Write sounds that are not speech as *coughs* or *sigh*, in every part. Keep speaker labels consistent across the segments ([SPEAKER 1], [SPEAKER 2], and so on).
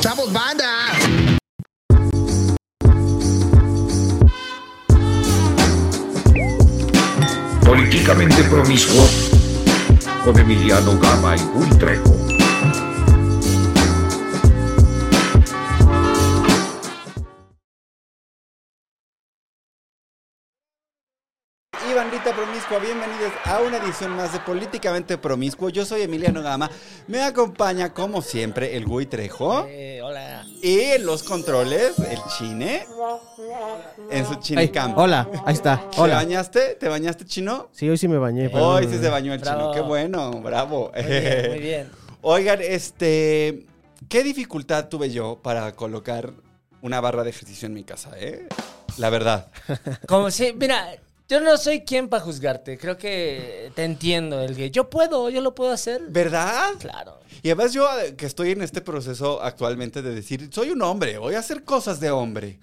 [SPEAKER 1] ¡Chavos, banda!
[SPEAKER 2] Políticamente promiscuo. Con Emiliano Gama y Gul Trejo.
[SPEAKER 3] Y bandita promiscua, bienvenidos a una edición más de Políticamente Promiscuo. Yo soy Emiliano Gama. Me acompaña, como siempre, el Gui Trejo.
[SPEAKER 4] Eh, hola.
[SPEAKER 3] Y en los controles, el chine. En su chine
[SPEAKER 4] Ay,
[SPEAKER 3] cam.
[SPEAKER 4] hola, ahí está.
[SPEAKER 3] ¿Te
[SPEAKER 4] Hola.
[SPEAKER 3] bañaste? ¿Te bañaste, chino?
[SPEAKER 5] Sí, hoy sí me bañé. perdón.
[SPEAKER 3] Hoy sí se bañó el
[SPEAKER 4] Bravo.
[SPEAKER 3] chino. Qué bueno, bravo. *laughs*
[SPEAKER 4] Muy bien, muy bien.
[SPEAKER 3] Oigan, este. ¿Qué dificultad tuve yo para colocar una barra de ejercicio en mi casa, eh? La verdad.
[SPEAKER 4] Como si, mira, yo no soy quien para juzgarte. Creo que te entiendo. El que yo puedo, yo lo puedo hacer.
[SPEAKER 3] ¿Verdad?
[SPEAKER 4] Claro.
[SPEAKER 3] Y además yo eh, que estoy en este proceso actualmente de decir, soy un hombre, voy a hacer cosas de hombre.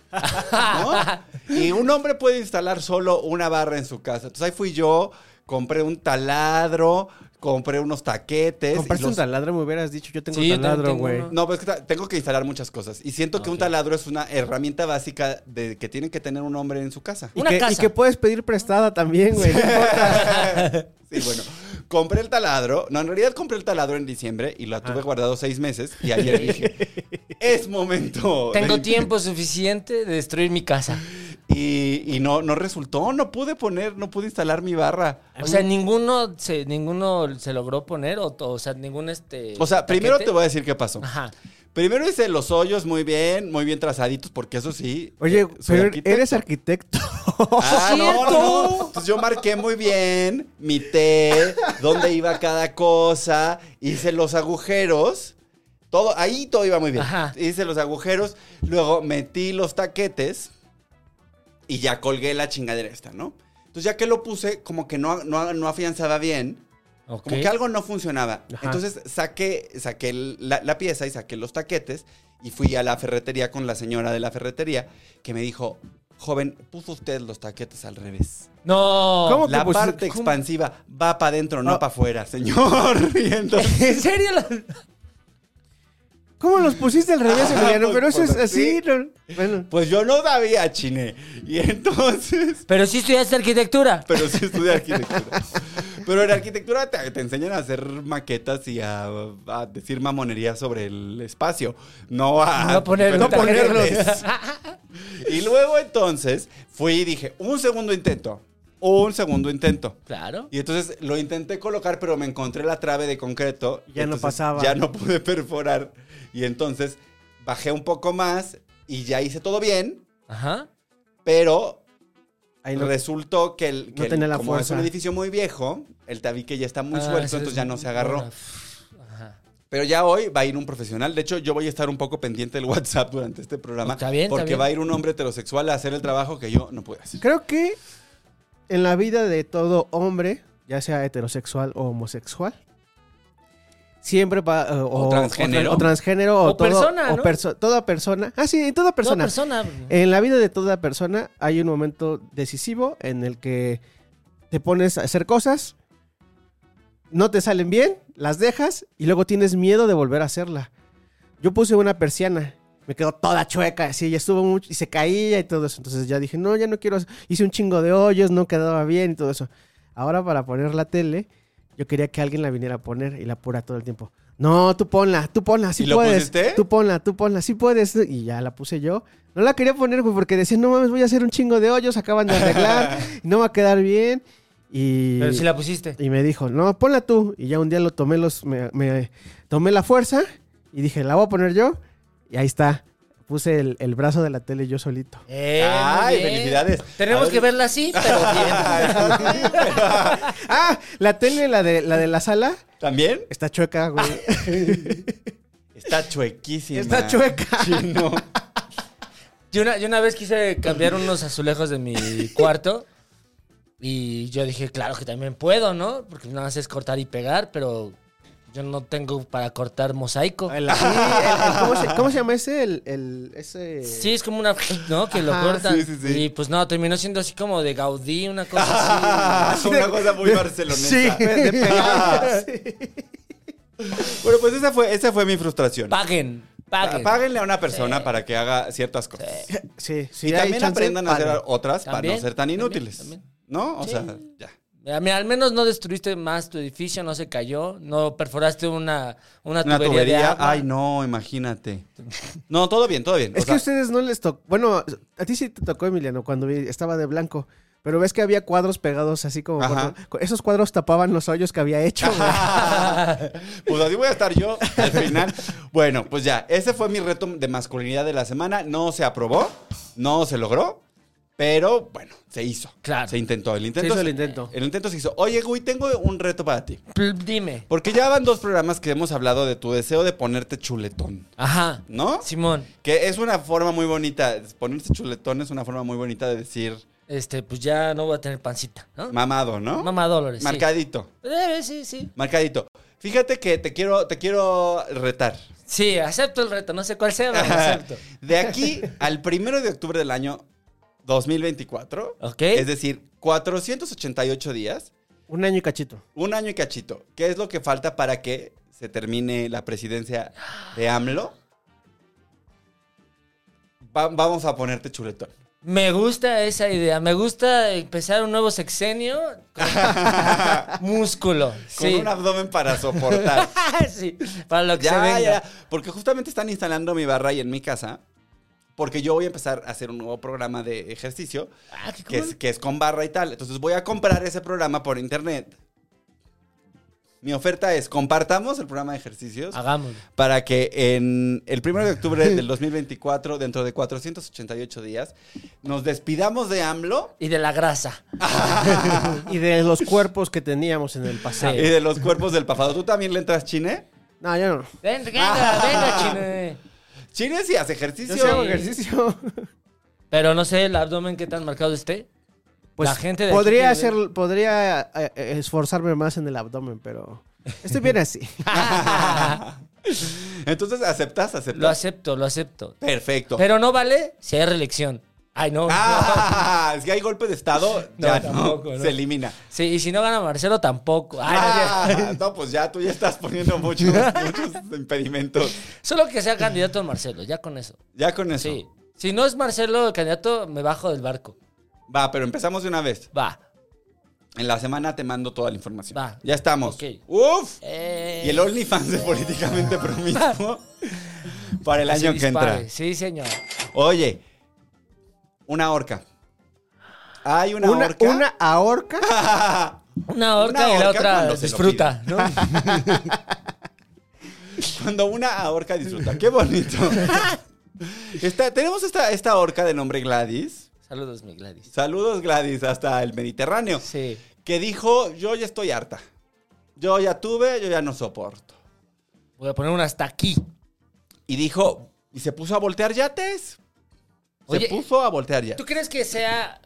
[SPEAKER 3] ¿no? Y un hombre puede instalar solo una barra en su casa. Entonces ahí fui yo, compré un taladro, compré unos taquetes. y
[SPEAKER 5] Compraste un
[SPEAKER 3] los-
[SPEAKER 5] taladro, me hubieras dicho. Yo tengo
[SPEAKER 4] Sí, yo
[SPEAKER 5] un
[SPEAKER 4] también
[SPEAKER 5] taladro,
[SPEAKER 4] tengo
[SPEAKER 5] güey.
[SPEAKER 4] uno.
[SPEAKER 3] No, pues es que ta- tengo que instalar muchas cosas. Y siento que un taladro es una herramienta básica de que tiene que tener un hombre en su casa.
[SPEAKER 5] Y
[SPEAKER 4] Una
[SPEAKER 5] que,
[SPEAKER 4] casa.
[SPEAKER 5] y que puedes pedir prestada también, güey. no importa.
[SPEAKER 3] Sí, bueno. Compré el taladro. No, en realidad compré el taladro en diciembre y la tuve guardado seis meses. Y
[SPEAKER 5] *laughs*
[SPEAKER 3] ayer dije, es momento. de
[SPEAKER 4] Tengo tiempo suficiente de destruir mi casa.
[SPEAKER 3] Y, y no, no resultó, no pude poner, no pude instalar mi barra.
[SPEAKER 4] O sea, ninguno se, ninguno se logró poner, o, o sea, ningún este.
[SPEAKER 3] O sea, primero te
[SPEAKER 4] taquete.
[SPEAKER 3] voy a decir qué pasó.
[SPEAKER 4] Ajá.
[SPEAKER 3] Primero hice los hoyos muy bien, muy bien trazaditos, porque eso sí.
[SPEAKER 5] *laughs* Oye,
[SPEAKER 3] eh, soy
[SPEAKER 5] pero
[SPEAKER 3] arquitecto.
[SPEAKER 5] eres arquitecto.
[SPEAKER 3] Ah, no, no, no.
[SPEAKER 4] ¡Cierto!
[SPEAKER 3] Entonces yo marqué muy bien mi té, dónde iba cada cosa, hice los agujeros. Todo, ahí todo iba muy bien.
[SPEAKER 4] Ajá.
[SPEAKER 3] Hice los agujeros, luego metí los taquetes y ya colgué la chingadera esta, ¿no? Entonces ya que lo puse, como que no, no, no afianzaba bien,
[SPEAKER 4] Ok.
[SPEAKER 3] como que algo no funcionaba.
[SPEAKER 5] Ajá.
[SPEAKER 3] Entonces saqué, saqué el- la, la pieza y saqué los taquetes y fui a la ferretería con la señora de la ferretería que me dijo, joven, puso usted los taquetes al revés.
[SPEAKER 4] No.
[SPEAKER 5] ¿Cómo? que
[SPEAKER 3] La
[SPEAKER 5] pusiste-
[SPEAKER 3] parte
[SPEAKER 5] cómo? Ah.
[SPEAKER 3] expansiva va para adentro, no para afuera, señor. *laughs* Y entonces-
[SPEAKER 4] *laughs* ¿En
[SPEAKER 5] *laughs*
[SPEAKER 4] serio?
[SPEAKER 5] ¿Cómo los pusiste al revés,
[SPEAKER 3] Ah,
[SPEAKER 5] Emiliano?
[SPEAKER 3] pues,
[SPEAKER 5] Pero eso
[SPEAKER 3] pues,
[SPEAKER 5] es así.
[SPEAKER 3] sí.
[SPEAKER 5] no- Bueno.
[SPEAKER 3] Pues yo no sabía, chine. Y entonces...
[SPEAKER 4] Pero sí estudiaste arquitectura.
[SPEAKER 3] Pero sí estudié arquitectura. Pero en arquitectura te, te enseñan a hacer maquetas y a, a decir mamonería sobre el espacio. No a...
[SPEAKER 4] No poner-
[SPEAKER 3] no
[SPEAKER 4] no ponerlos. *laughs*
[SPEAKER 3] ponerles. Y luego entonces fui y dije, un segundo intento. Un segundo intento.
[SPEAKER 4] Claro.
[SPEAKER 3] Y entonces lo intenté colocar, pero me encontré la trave de concreto.
[SPEAKER 5] Ya no
[SPEAKER 3] Entonces,
[SPEAKER 5] pasaba.
[SPEAKER 3] Ya no pude perforar. Y entonces bajé un poco más y ya hice todo bien,
[SPEAKER 4] Ajá.
[SPEAKER 3] pero
[SPEAKER 5] Ahí no-
[SPEAKER 3] resultó que el. que el-
[SPEAKER 5] tenía la
[SPEAKER 3] como es
[SPEAKER 5] fuerza.
[SPEAKER 3] un edificio muy viejo, el tabique ya está muy
[SPEAKER 4] Ah,
[SPEAKER 3] suelto,
[SPEAKER 4] eso es-
[SPEAKER 3] entonces ya no se agarró.
[SPEAKER 4] Ajá.
[SPEAKER 3] Pero ya hoy va a ir un profesional. De hecho, yo voy a estar un poco pendiente del WhatsApp durante este programa.
[SPEAKER 4] Está bien, está
[SPEAKER 3] porque
[SPEAKER 4] bien.
[SPEAKER 3] va a ir un hombre heterosexual a hacer el trabajo que yo no pude hacer.
[SPEAKER 5] Creo que en la vida de todo hombre, ya sea heterosexual o homosexual, siempre va. eh,
[SPEAKER 3] O transgénero.
[SPEAKER 5] O, transgénero, o
[SPEAKER 4] O
[SPEAKER 5] todo-
[SPEAKER 4] persona,
[SPEAKER 5] o
[SPEAKER 4] ¿no?
[SPEAKER 5] perso- toda persona. Ah, sí, en toda persona. Eh,
[SPEAKER 4] No, persona.
[SPEAKER 5] En la vida de toda persona hay un momento decisivo en el que te pones a hacer cosas, no te salen bien, las dejas y luego tienes miedo de volver a hacerla. Yo puse una persiana, me quedó toda chueca, así, y estuvo mucho, y se caía y todo eso. Entonces ya dije, no, ya no quiero, hacer- hice un chingo de hoyos, no quedaba bien y todo eso. Ahora para poner la tele, yo quería que alguien la viniera a poner y la apura todo el tiempo. No, tú ponla, tú ponla, sí
[SPEAKER 3] ¿Y lo
[SPEAKER 5] puedes.
[SPEAKER 3] pusiste?
[SPEAKER 5] Tú ponla, tú ponla, sí puedes. Y ya la puse yo. No la quería poner, güey, porque decía, no mames, voy a hacer un chingo de hoyos, acaban de
[SPEAKER 4] *laughs*
[SPEAKER 5] arreglar, no va a quedar bien. Y,
[SPEAKER 4] Pero sí la pusiste.
[SPEAKER 5] y me dijo, no, ponla tú. Y ya un día lo tomé los, me, me- tomé la fuerza y dije, la voy a poner yo. Y ahí está. Puse el, el brazo de la tele yo solito.
[SPEAKER 4] Eh,
[SPEAKER 3] Ay,
[SPEAKER 4] muy bien.
[SPEAKER 3] felicidades. A
[SPEAKER 4] Tenemos
[SPEAKER 3] ver.
[SPEAKER 4] que verla así,
[SPEAKER 3] *laughs*
[SPEAKER 4] pero bien.
[SPEAKER 5] Ah, la tele, la de la de la sala,
[SPEAKER 4] *laughs*
[SPEAKER 3] ¿También?
[SPEAKER 5] está chueca, güey.
[SPEAKER 3] Está chuequísima.
[SPEAKER 5] Está chueca.
[SPEAKER 3] Chino.
[SPEAKER 4] Yo una, yo una vez quise cambiar unos azulejos de mi cuarto y yo dije, claro que también puedo, ¿no? Porque nada más es cortar y pegar, pero yo no tengo para cortar mosaico.
[SPEAKER 5] El- sí, el- el- ¿cómo, se, cómo se llama ese? El, el- ese...
[SPEAKER 4] Sí, es como una, ¿no? Que lo
[SPEAKER 5] Ajá,
[SPEAKER 4] cortan.
[SPEAKER 3] sí, sí, sí.
[SPEAKER 4] Y pues no, terminó siendo así como de Gaudí,
[SPEAKER 3] *laughs*
[SPEAKER 4] una cosa así.
[SPEAKER 3] Ah, una cosa muy barcelonesa.
[SPEAKER 5] *laughs* Sí. de
[SPEAKER 3] *laughs*
[SPEAKER 5] pegar.
[SPEAKER 3] Bueno, pues esa fue, esa fue mi frustración.
[SPEAKER 4] Paguen, paguen.
[SPEAKER 3] Páguenle a una persona para que haga ciertas cosas.
[SPEAKER 5] Sí, sí,
[SPEAKER 3] y
[SPEAKER 5] hay
[SPEAKER 3] también
[SPEAKER 5] chance,
[SPEAKER 3] aprendan a hacer
[SPEAKER 5] vale.
[SPEAKER 3] otras para
[SPEAKER 4] También,
[SPEAKER 3] no ser tan
[SPEAKER 4] también,
[SPEAKER 3] inútiles.
[SPEAKER 4] también.
[SPEAKER 3] ¿No? O
[SPEAKER 4] Sí.
[SPEAKER 3] sea, ya.
[SPEAKER 4] Mira, mira, al menos no destruiste más tu edificio, no se cayó, no perforaste una, una,
[SPEAKER 3] Una
[SPEAKER 4] tubería, de
[SPEAKER 3] tubería.
[SPEAKER 4] agua.
[SPEAKER 3] Ay, no,
[SPEAKER 4] *laughs*
[SPEAKER 3] imagínate. No, todo bien, todo bien. O
[SPEAKER 5] Es que
[SPEAKER 3] sea,
[SPEAKER 5] a ustedes no les tocó. Bueno, a ti sí te tocó, Emiliano, cuando vi- estaba de blanco. Pero ves que había cuadros pegados así como.
[SPEAKER 3] Ajá.
[SPEAKER 5] con- con- esos cuadros tapaban los hoyos que había hecho. güey.
[SPEAKER 3] *laughs* Pues así voy a estar yo al final. Bueno, pues ya, ese fue mi reto de masculinidad de la semana. No se aprobó, no se logró, pero bueno, se hizo.
[SPEAKER 4] Claro.
[SPEAKER 3] Se intentó. El
[SPEAKER 5] Se
[SPEAKER 3] intento
[SPEAKER 5] hizo el intento.
[SPEAKER 3] El intento se hizo. Oye, güey, tengo un reto para ti.
[SPEAKER 4] Pl- Pues, Dime.
[SPEAKER 3] Porque ya van dos programas que hemos hablado de tu deseo de ponerte chuletón,
[SPEAKER 4] Ajá.
[SPEAKER 3] ¿no?
[SPEAKER 4] Simón,
[SPEAKER 3] Que es una forma muy bonita. Ponerse chuletón es una forma muy bonita de decir
[SPEAKER 4] este, pues ya no voy a tener pancita, ¿no?
[SPEAKER 3] mamado, ¿no?
[SPEAKER 4] Mamá Dolores.
[SPEAKER 3] Marcadito.
[SPEAKER 4] Sí. Eh, sí, sí.
[SPEAKER 3] Marcadito. Fíjate que te quiero, te quiero
[SPEAKER 4] *laughs*
[SPEAKER 3] retar.
[SPEAKER 4] Sí, acepto el reto, no sé cuál sea, pero lo acepto.
[SPEAKER 3] De aquí al primero de octubre del año 2024,
[SPEAKER 4] Ok.
[SPEAKER 3] es decir, 488 días,
[SPEAKER 5] Un año y cachito.
[SPEAKER 3] un año y cachito. ¿Qué es lo que falta para que se termine la presidencia de AMLO? Va- vamos a ponerte chuletón.
[SPEAKER 4] Me gusta esa idea, me gusta empezar un nuevo sexenio
[SPEAKER 3] *laughs*
[SPEAKER 4] con músculo.
[SPEAKER 3] Con
[SPEAKER 4] Sí. *laughs* Ah,
[SPEAKER 3] un abdomen para soportar.
[SPEAKER 4] sí, para lo que se
[SPEAKER 3] ya,
[SPEAKER 4] venga.
[SPEAKER 3] ya. Porque justamente están instalando mi barra y en mi casa. Porque yo voy a empezar a hacer un nuevo programa de ejercicio.
[SPEAKER 4] Ah, qué
[SPEAKER 3] que es,
[SPEAKER 4] cool.
[SPEAKER 3] que es con barra y tal. Entonces voy a comprar ese programa por internet. Mi oferta es compartamos el programa de ejercicios
[SPEAKER 4] Hagámoslo.
[SPEAKER 3] para que en el 1 de
[SPEAKER 4] *laughs*
[SPEAKER 3] octubre del 2024, dentro de 488 días, nos despidamos de AMLO
[SPEAKER 4] Y de la grasa.
[SPEAKER 5] y de los cuerpos que teníamos en el pasado.
[SPEAKER 3] y de los cuerpos del papado. ¿Tú también le entras chine?
[SPEAKER 5] No, yo no.
[SPEAKER 4] Ven, venga,
[SPEAKER 3] *laughs*
[SPEAKER 4] venga, chino. eh.
[SPEAKER 3] Chine sí hace
[SPEAKER 5] Yo
[SPEAKER 3] ejercicio.
[SPEAKER 5] sí hago ejercicio.
[SPEAKER 4] Pero no sé el abdomen qué tan marcado esté.
[SPEAKER 3] Pues
[SPEAKER 4] La gente de aquí
[SPEAKER 5] Pues, podría
[SPEAKER 4] quiere
[SPEAKER 5] hacer, podría eh, eh, esforzarme más en el abdomen, pero estoy bien así.
[SPEAKER 3] *laughs*
[SPEAKER 4] *laughs*
[SPEAKER 3] Entonces, ¿aceptas? ¿Aceptas?
[SPEAKER 4] Lo acepto, lo acepto.
[SPEAKER 3] Perfecto. *laughs*
[SPEAKER 4] Pero no vale si hay reelección. Ay, no.
[SPEAKER 3] Ah, es que hay golpe de estado,
[SPEAKER 4] No,
[SPEAKER 3] ya
[SPEAKER 4] tampoco,
[SPEAKER 3] no,
[SPEAKER 4] no.
[SPEAKER 3] se elimina.
[SPEAKER 4] *laughs* Sí, y si no gana Marcelo tampoco. Ay, no es cierto.
[SPEAKER 3] Ah, no, pues ya tú ya estás poniendo
[SPEAKER 4] *laughs*
[SPEAKER 3] muchos, muchos impedimentos.
[SPEAKER 4] Solo que sea candidato a Marcelo, ya con eso.
[SPEAKER 3] Ya con eso.
[SPEAKER 4] Sí. Si no es Marcelo el candidato, me bajo del barco.
[SPEAKER 3] Va, pero empezamos de una vez.
[SPEAKER 4] Va.
[SPEAKER 3] En la semana te mando toda la información.
[SPEAKER 4] Va.
[SPEAKER 3] Ya estamos.
[SPEAKER 4] Ok.
[SPEAKER 3] Uf.
[SPEAKER 4] Eh,
[SPEAKER 3] Y el OnlyFans de
[SPEAKER 4] *laughs*
[SPEAKER 3] políticamente promiscuo para el
[SPEAKER 4] así
[SPEAKER 3] año que
[SPEAKER 4] dispare.
[SPEAKER 3] entra.
[SPEAKER 4] Sí, señor.
[SPEAKER 3] Oye, una orca. Hay una, Ah,
[SPEAKER 5] Una,
[SPEAKER 3] orca.
[SPEAKER 5] una ahorca.
[SPEAKER 4] Una horca
[SPEAKER 3] Una
[SPEAKER 4] y la
[SPEAKER 3] horca
[SPEAKER 4] otra
[SPEAKER 3] cuando se lo
[SPEAKER 4] disfruta, ¿no?
[SPEAKER 3] *laughs* Cuando una orca disfruta. Qué bonito. Está- tenemos esta, esta orca de nombre Gladys.
[SPEAKER 4] Saludos, mi Gladys.
[SPEAKER 3] Saludos, Gladys, hasta el Mediterráneo.
[SPEAKER 4] Sí.
[SPEAKER 3] que dijo, yo ya estoy harta. Yo ya tuve, yo ya no soporto.
[SPEAKER 4] Voy a poner una hasta aquí.
[SPEAKER 3] Y dijo, y se puso a voltear yates. Se
[SPEAKER 4] Oye,
[SPEAKER 3] puso a voltear
[SPEAKER 4] ¿Tú
[SPEAKER 3] yates.
[SPEAKER 4] crees que sea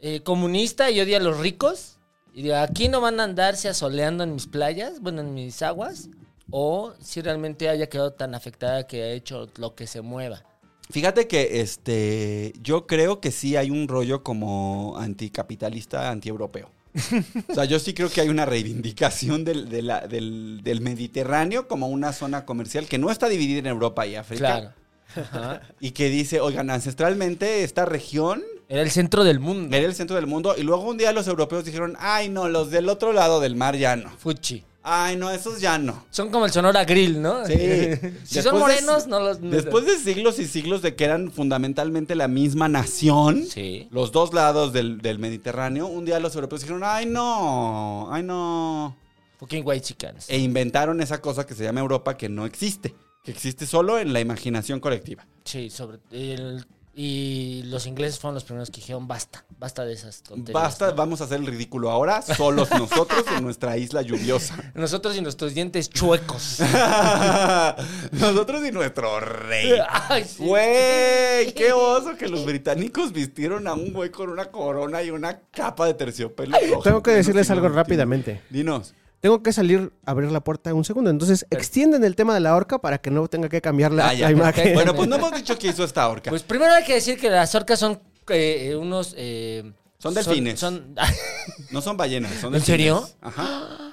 [SPEAKER 4] eh, comunista y odia a los ricos? Y diga, aquí no van a andarse asoleando en mis playas, bueno, en mis aguas. O si realmente haya quedado tan afectada que ha hecho lo que se mueva.
[SPEAKER 3] Fíjate que este, yo creo que sí hay un rollo como anticapitalista,
[SPEAKER 4] *laughs*
[SPEAKER 3] antieuropeo. o sea, yo sí creo que hay una reivindicación del, de la- del- del Mediterráneo como una zona comercial que no está dividida en Europa y África.
[SPEAKER 4] Claro. Ajá.
[SPEAKER 3] Y que dice, oigan, ancestralmente esta región
[SPEAKER 4] Era el centro del mundo.
[SPEAKER 3] era el centro del mundo y luego un día los europeos dijeron, ay no, los del otro lado del mar ya no.
[SPEAKER 4] Fuchi.
[SPEAKER 3] Ay no, esos ya no.
[SPEAKER 4] Son como el Sonora Grill, ¿no?
[SPEAKER 3] Sí.
[SPEAKER 4] *laughs*
[SPEAKER 3] *laughs*
[SPEAKER 4] si
[SPEAKER 3] Después de-
[SPEAKER 4] son morenos, no los... no-
[SPEAKER 3] Después de siglos y siglos de que eran fundamentalmente la misma nación,
[SPEAKER 4] Sí.
[SPEAKER 3] los dos lados del, del Mediterráneo, un día los europeos dijeron, ay no, ay no.
[SPEAKER 4] Fucking white chickens.
[SPEAKER 3] E inventaron esa cosa que se llama Europa que no existe, que existe solo en la imaginación colectiva.
[SPEAKER 4] Sí, sobre el Y los ingleses fueron los primeros que dijeron, basta, basta de esas tonterías.
[SPEAKER 3] Basta, vamos a hacer el ridículo ahora,
[SPEAKER 4] *laughs*
[SPEAKER 3] solos nosotros en nuestra isla lluviosa.
[SPEAKER 4] Nosotros y nuestros dientes chuecos.
[SPEAKER 3] *laughs* nosotros y nuestro rey.
[SPEAKER 4] *laughs* Ay, sí.
[SPEAKER 3] Güey, qué oso que
[SPEAKER 4] *laughs*
[SPEAKER 3] los británicos vistieron a un güey con una corona y una capa de terciopelo. rojo.
[SPEAKER 5] Tengo que
[SPEAKER 3] Yo no
[SPEAKER 5] decirles
[SPEAKER 3] sigo
[SPEAKER 5] algo
[SPEAKER 3] entendiendo.
[SPEAKER 5] rápidamente.
[SPEAKER 3] Dinos.
[SPEAKER 5] Tengo que salir a abrir la puerta un segundo. Entonces, extienden el tema de la horca para que no tenga que cambiar la,
[SPEAKER 3] Ah, ya.
[SPEAKER 5] la imagen.
[SPEAKER 3] Bueno, pues no hemos dicho que hizo esta orca.
[SPEAKER 4] Pues primero hay que decir que las orcas son eh, eh, unos... eh,
[SPEAKER 3] Son delfines.
[SPEAKER 4] Son, *laughs*
[SPEAKER 3] No son ballenas, son
[SPEAKER 4] ¿En
[SPEAKER 3] delfines.
[SPEAKER 4] serio?
[SPEAKER 3] Ajá.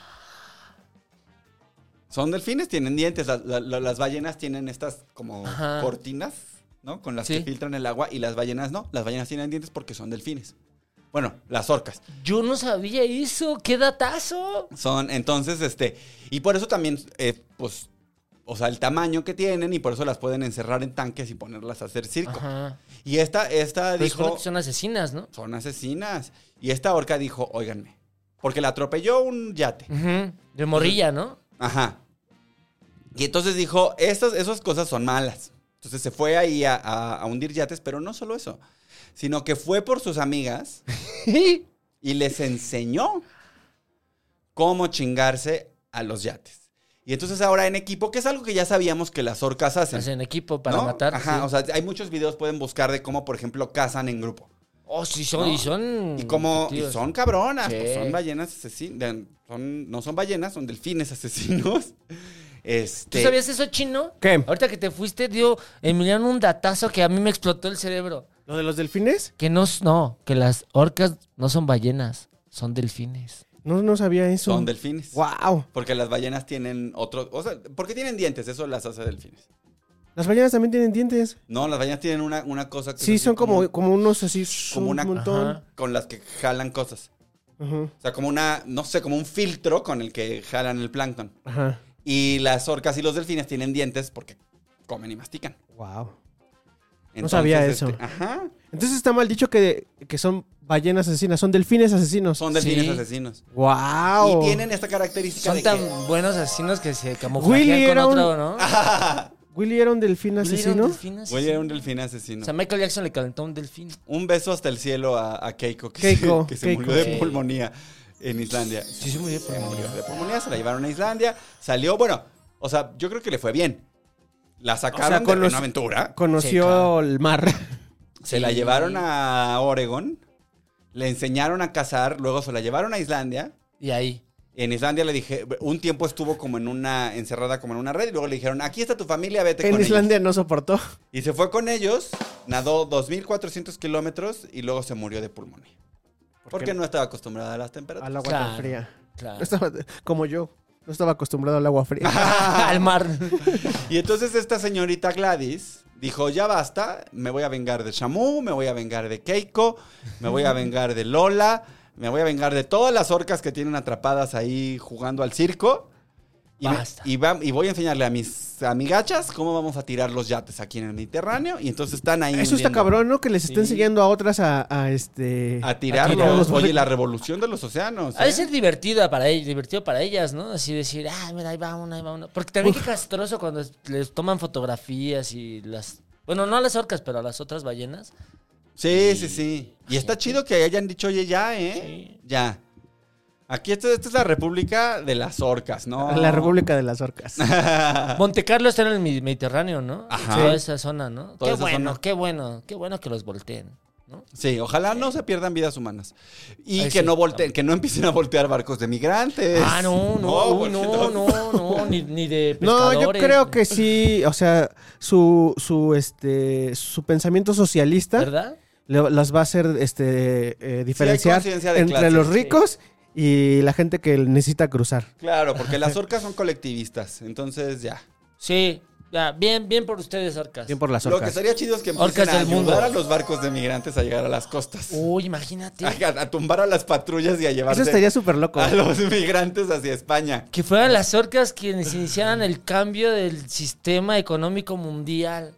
[SPEAKER 3] Son delfines, tienen dientes. La- la- la- las ballenas tienen estas como
[SPEAKER 4] Ajá.
[SPEAKER 3] cortinas, ¿no? Con las
[SPEAKER 4] Sí.
[SPEAKER 3] que filtran el agua y las ballenas no. Las ballenas tienen dientes porque son delfines. Bueno, las orcas.
[SPEAKER 4] yo no sabía eso. ¡Qué datazo!
[SPEAKER 3] Son, entonces, este. Y por eso también, eh, pues. O sea, el tamaño que tienen y por eso las pueden encerrar en tanques y ponerlas a hacer circo.
[SPEAKER 4] Ajá.
[SPEAKER 3] Y esta, esta
[SPEAKER 4] Pero
[SPEAKER 3] dijo.
[SPEAKER 4] supongo que son asesinas, ¿no?
[SPEAKER 3] Son asesinas. Y esta orca dijo, óiganme. Porque la atropelló un yate.
[SPEAKER 4] Ujú. De morrilla, ¿no?
[SPEAKER 3] Ajá. Y entonces dijo, estas, esas cosas son malas. Entonces se fue ahí a, a- a hundir yates, pero no solo eso, sino que fue por sus
[SPEAKER 4] *laughs*
[SPEAKER 3] amigas y les enseñó cómo chingarse a los yates. Y entonces ahora en equipo, que es algo que ya sabíamos que las orcas hacen.
[SPEAKER 4] Hacen equipo para
[SPEAKER 3] ¿no?
[SPEAKER 4] matar.
[SPEAKER 3] Ajá,
[SPEAKER 4] sí.
[SPEAKER 3] o sea, hay muchos videos pueden buscar de cómo, por ejemplo, cazan en grupo.
[SPEAKER 4] Oh, sí, son.
[SPEAKER 3] ¿no?
[SPEAKER 4] Y son.
[SPEAKER 5] Mm,
[SPEAKER 3] Y como y
[SPEAKER 4] efectivos.
[SPEAKER 3] son cabronas,
[SPEAKER 4] Sí.
[SPEAKER 3] pues, son ballenas asesinas. Son, no son ballenas, son delfines asesinos. *laughs*
[SPEAKER 4] ¿Tú
[SPEAKER 3] Este,
[SPEAKER 4] sabías eso, chino?
[SPEAKER 5] ¿Qué?
[SPEAKER 4] Ahorita que te fuiste, dio Emiliano un datazo que a mí me explotó el cerebro.
[SPEAKER 5] ¿Lo de los delfines?
[SPEAKER 4] Que no, no, que las orcas no son ballenas, son delfines.
[SPEAKER 5] No, no sabía eso.
[SPEAKER 3] Son delfines.
[SPEAKER 5] ¡Wow!
[SPEAKER 3] Porque las ballenas tienen otro. O sea, porque tienen dientes, eso las hace delfines.
[SPEAKER 5] Las ballenas también tienen dientes.
[SPEAKER 3] No, las ballenas tienen una, una cosa que.
[SPEAKER 5] Sí,
[SPEAKER 3] es así
[SPEAKER 5] son como, como unos así,
[SPEAKER 3] como una-
[SPEAKER 5] un montón.
[SPEAKER 4] Ajá.
[SPEAKER 3] Con las que jalan cosas.
[SPEAKER 5] Ujú,
[SPEAKER 3] O sea, como una. No sé, como un filtro con el que jalan el plancton.
[SPEAKER 5] Ajá.
[SPEAKER 3] Y las orcas y los delfines tienen dientes porque comen y mastican.
[SPEAKER 5] ¡Wow!
[SPEAKER 3] Entonces,
[SPEAKER 5] sabía
[SPEAKER 3] este,
[SPEAKER 5] eso.
[SPEAKER 3] Ajá.
[SPEAKER 5] Entonces está mal dicho que, que son ballenas asesinas, son delfines asesinos.
[SPEAKER 3] Son delfines
[SPEAKER 4] Sí.
[SPEAKER 3] asesinos.
[SPEAKER 5] ¡Wow!
[SPEAKER 3] Y tienen esta característica
[SPEAKER 4] Son
[SPEAKER 3] de
[SPEAKER 4] tan
[SPEAKER 3] que-
[SPEAKER 4] buenos asesinos que se camuflajean
[SPEAKER 5] Willy
[SPEAKER 4] con
[SPEAKER 5] era un-
[SPEAKER 4] otro, ¿no?
[SPEAKER 5] ¿Willy era un delfín
[SPEAKER 4] Willy era un
[SPEAKER 5] asesino?
[SPEAKER 4] delfín asesino.
[SPEAKER 3] Güey, era un delfín asesino.
[SPEAKER 4] O sea, Michael Jackson le calentó un delfín.
[SPEAKER 3] Un beso hasta el cielo a, a Keiko, que
[SPEAKER 5] Keiko,
[SPEAKER 3] se, que se
[SPEAKER 5] Keiko.
[SPEAKER 3] murió de
[SPEAKER 4] Sí.
[SPEAKER 3] pulmonía en Islandia.
[SPEAKER 4] Sí, se murió por
[SPEAKER 3] murió de pulmonía, se la llevaron a Islandia, salió, bueno, o sea, yo creo que le fue bien. La sacaron
[SPEAKER 5] sea, con
[SPEAKER 3] de
[SPEAKER 5] los-
[SPEAKER 3] una aventura,
[SPEAKER 5] Conoció
[SPEAKER 4] Sí, claro.
[SPEAKER 5] el mar.
[SPEAKER 3] se la llevaron a Oregon, le enseñaron a cazar, luego se la llevaron a Islandia.
[SPEAKER 4] Y ahí.
[SPEAKER 3] En Islandia le dije, un tiempo estuvo como en una, encerrada como en una red, y luego le dijeron, aquí está tu familia, vete
[SPEAKER 5] *laughs* en
[SPEAKER 3] con ellos".
[SPEAKER 5] Islandia no soportó.
[SPEAKER 3] Y se fue con ellos, nadó 2.400 kilómetros y luego se murió de pulmonía. Porque no estaba acostumbrada a las temperaturas.
[SPEAKER 5] Al agua
[SPEAKER 4] Claro,
[SPEAKER 5] tan fría. No
[SPEAKER 4] Claro.
[SPEAKER 5] estaba- como yo, no estaba acostumbrado al agua
[SPEAKER 3] *laughs*
[SPEAKER 5] fría.
[SPEAKER 4] *laughs* Al mar.
[SPEAKER 3] Y entonces esta señorita Gladys dijo, ya basta, me voy a vengar de Shamu, me voy a vengar de Keiko, me voy
[SPEAKER 5] *laughs*
[SPEAKER 3] a vengar de Lola, me voy a vengar de todas las orcas que tienen atrapadas ahí jugando al circo. Y, me-
[SPEAKER 4] Basta.
[SPEAKER 3] y va- y voy a enseñarle a mis amigachas cómo vamos a tirar los yates aquí en el Mediterráneo. Y entonces están ahí.
[SPEAKER 5] Eso está
[SPEAKER 3] hundiendo-
[SPEAKER 5] cabrón, ¿no? Que les estén
[SPEAKER 3] Sí.
[SPEAKER 5] siguiendo a otras a, a este...
[SPEAKER 3] A
[SPEAKER 4] tirarlos,
[SPEAKER 3] tirarlos.
[SPEAKER 5] porque- *laughs*
[SPEAKER 3] Oye, la revolución de los océanos.
[SPEAKER 4] Ha de
[SPEAKER 3] ¿eh?
[SPEAKER 4] ser divertida para ellas, divertido para ellas, ¿no? Así decir, ah, mira, ahí va una, ahí va una. Porque también qué castroso cuando es- les toman fotografías y las. Bueno, no a las orcas, pero a las otras ballenas.
[SPEAKER 3] Sí,
[SPEAKER 4] Y-
[SPEAKER 3] sí, sí. Y está chido que hayan dicho, oye, ya, ¿eh? Ya. Aquí esto- esta es la República de las Orcas, ¿no?
[SPEAKER 5] La República de las Orcas.
[SPEAKER 3] *laughs*
[SPEAKER 4] Monte Carlo está en el Mi- Mediterráneo, ¿no?
[SPEAKER 3] Ajá.
[SPEAKER 4] Toda esa zona, ¿no?
[SPEAKER 3] Toda
[SPEAKER 4] qué
[SPEAKER 3] esa
[SPEAKER 4] bueno,
[SPEAKER 3] zona.
[SPEAKER 4] qué bueno, qué bueno que los volteen, ¿no?
[SPEAKER 3] Sí, ojalá no se pierdan vidas humanas. Y
[SPEAKER 4] Ay,
[SPEAKER 3] que
[SPEAKER 4] sí,
[SPEAKER 3] no volteen, que no empiecen a voltear barcos de migrantes.
[SPEAKER 4] Ah, no, no, uy,
[SPEAKER 3] porque
[SPEAKER 4] no,
[SPEAKER 3] entonces-
[SPEAKER 4] no, no, ni, ni de
[SPEAKER 5] No, yo
[SPEAKER 4] pescadores.
[SPEAKER 5] creo que sí, o sea, su, su, este, su pensamiento socialista
[SPEAKER 4] ¿Verdad?
[SPEAKER 5] lo- las va a hacer este, eh, diferenciar
[SPEAKER 3] conciencia de
[SPEAKER 5] entre
[SPEAKER 3] clase,
[SPEAKER 5] los
[SPEAKER 3] sí.
[SPEAKER 5] ricos y la gente que necesita cruzar.
[SPEAKER 3] Claro, porque las orcas son colectivistas. Entonces, ya.
[SPEAKER 4] Sí, ya, bien, bien por ustedes, orcas.
[SPEAKER 5] Bien por las
[SPEAKER 3] Lo que
[SPEAKER 5] orcas.
[SPEAKER 3] sería chido es que
[SPEAKER 4] Orcas
[SPEAKER 3] empiecen a
[SPEAKER 4] del mundo.
[SPEAKER 3] ayudar a los barcos de migrantes a llegar a las costas.
[SPEAKER 4] Uy, imagínate.
[SPEAKER 3] *laughs* A, a tumbar a las patrullas y a llevarse
[SPEAKER 5] Eso estaría súper
[SPEAKER 3] *laughs*
[SPEAKER 5] loco.
[SPEAKER 3] a los migrantes hacia España.
[SPEAKER 4] Que fueran las orcas quienes iniciaran el cambio del sistema económico mundial.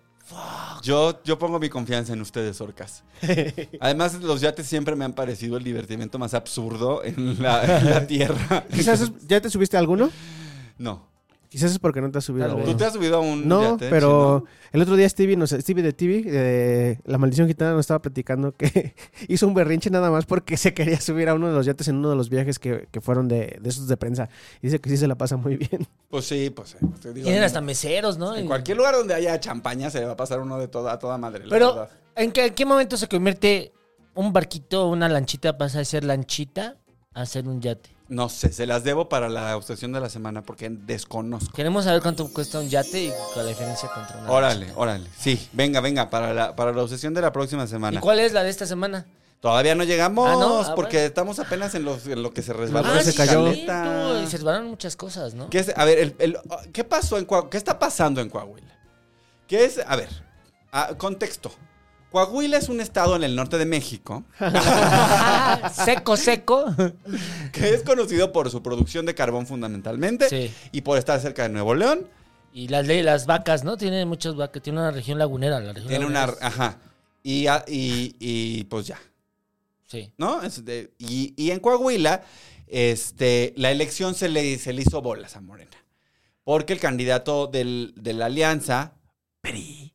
[SPEAKER 3] Yo, yo pongo mi confianza en
[SPEAKER 5] *laughs*
[SPEAKER 3] ustedes, orcas. Además, los yates siempre me han parecido el divertimento
[SPEAKER 5] *laughs*
[SPEAKER 3] más absurdo en la, en la tierra.
[SPEAKER 5] Quizás es- ya te subiste a alguno.
[SPEAKER 3] *laughs* No.
[SPEAKER 5] Quizás es porque no te has subido
[SPEAKER 4] Tal
[SPEAKER 5] a
[SPEAKER 4] vez.
[SPEAKER 5] uno.
[SPEAKER 3] Tú te has subido a un
[SPEAKER 5] No,
[SPEAKER 3] yate,
[SPEAKER 5] pero el otro día Stevie, nos- Stevie de TV, eh, la maldición gitana, nos estaba platicando que *laughs* hizo un berrinche nada más porque se quería subir a uno de los yates en uno de los viajes que, que fueron de, de esos de prensa. Y dice que sí se la pasa muy
[SPEAKER 4] *laughs*
[SPEAKER 5] bien.
[SPEAKER 3] ¿no? Pues sí, pues. eh, te digo,
[SPEAKER 4] Tienen
[SPEAKER 3] no.
[SPEAKER 4] hasta meseros, ¿no?
[SPEAKER 3] En
[SPEAKER 4] Y-
[SPEAKER 3] cualquier lugar donde haya champaña se le va a pasar uno de toda, a toda madre. la
[SPEAKER 4] Pero,
[SPEAKER 3] verdad.
[SPEAKER 4] ¿en qué, en qué momento se convierte un barquito, una lanchita, pasa de ser lanchita a ser un yate?
[SPEAKER 3] No sé, se las debo para la obsesión de la semana porque desconozco.
[SPEAKER 4] Queremos saber cuánto cuesta un yate y cuál es la diferencia contra una
[SPEAKER 3] Órale,
[SPEAKER 4] lanchita.
[SPEAKER 3] órale. Sí, venga, venga, para la, para la obsesión de la próxima
[SPEAKER 4] ¿Y
[SPEAKER 3] semana.
[SPEAKER 4] cuál es la de esta semana?
[SPEAKER 3] Todavía no llegamos
[SPEAKER 4] Ah, no, ah,
[SPEAKER 3] porque
[SPEAKER 4] bueno.
[SPEAKER 3] estamos apenas en, los, en lo que se resbaló.
[SPEAKER 5] Ah, se cayó.
[SPEAKER 3] Caleta.
[SPEAKER 4] Y se resbalaron muchas cosas, ¿no?
[SPEAKER 3] ¿Qué es- a ver, el- el- ¿qué pasó en Coahuila? ¿Qué está pasando en Coahuila? ¿Qué es? A ver, ah, contexto. Coahuila es un estado en el norte de México
[SPEAKER 4] *laughs* seco, seco.
[SPEAKER 3] que es conocido por su producción de carbón fundamentalmente
[SPEAKER 4] Sí.
[SPEAKER 3] y por estar cerca de Nuevo León.
[SPEAKER 4] Y las, le- las vacas, ¿no? Tiene muchas vacas. Tiene una región lagunera. La región
[SPEAKER 3] Tiene una...
[SPEAKER 4] lagunera es-
[SPEAKER 3] Ajá. Y, ah, y- y, pues ya,
[SPEAKER 4] Sí.
[SPEAKER 3] ¿no? Es de- y, y en Coahuila, este, la elección se le, se le hizo bolas a Morena. Porque el candidato del- de la alianza, PRI,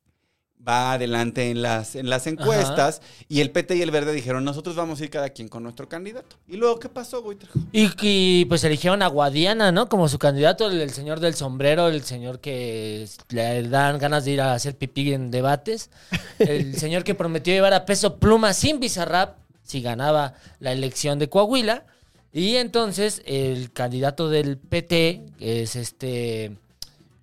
[SPEAKER 3] va adelante en las, en las encuestas. Y el PT y el Verde dijeron, nosotros vamos a ir cada quien con nuestro candidato. ¿Y luego qué pasó, güey?
[SPEAKER 4] *laughs* Y, y, pues eligieron a Guadiana, ¿no? Como su candidato, el, el señor del sombrero, el señor que es- le dan ganas de ir a hacer pipí en debates,
[SPEAKER 5] *laughs*
[SPEAKER 4] el señor que prometió llevar a peso pluma sin bizarrap si ganaba la elección de Coahuila. Y entonces el candidato del PT, que es este...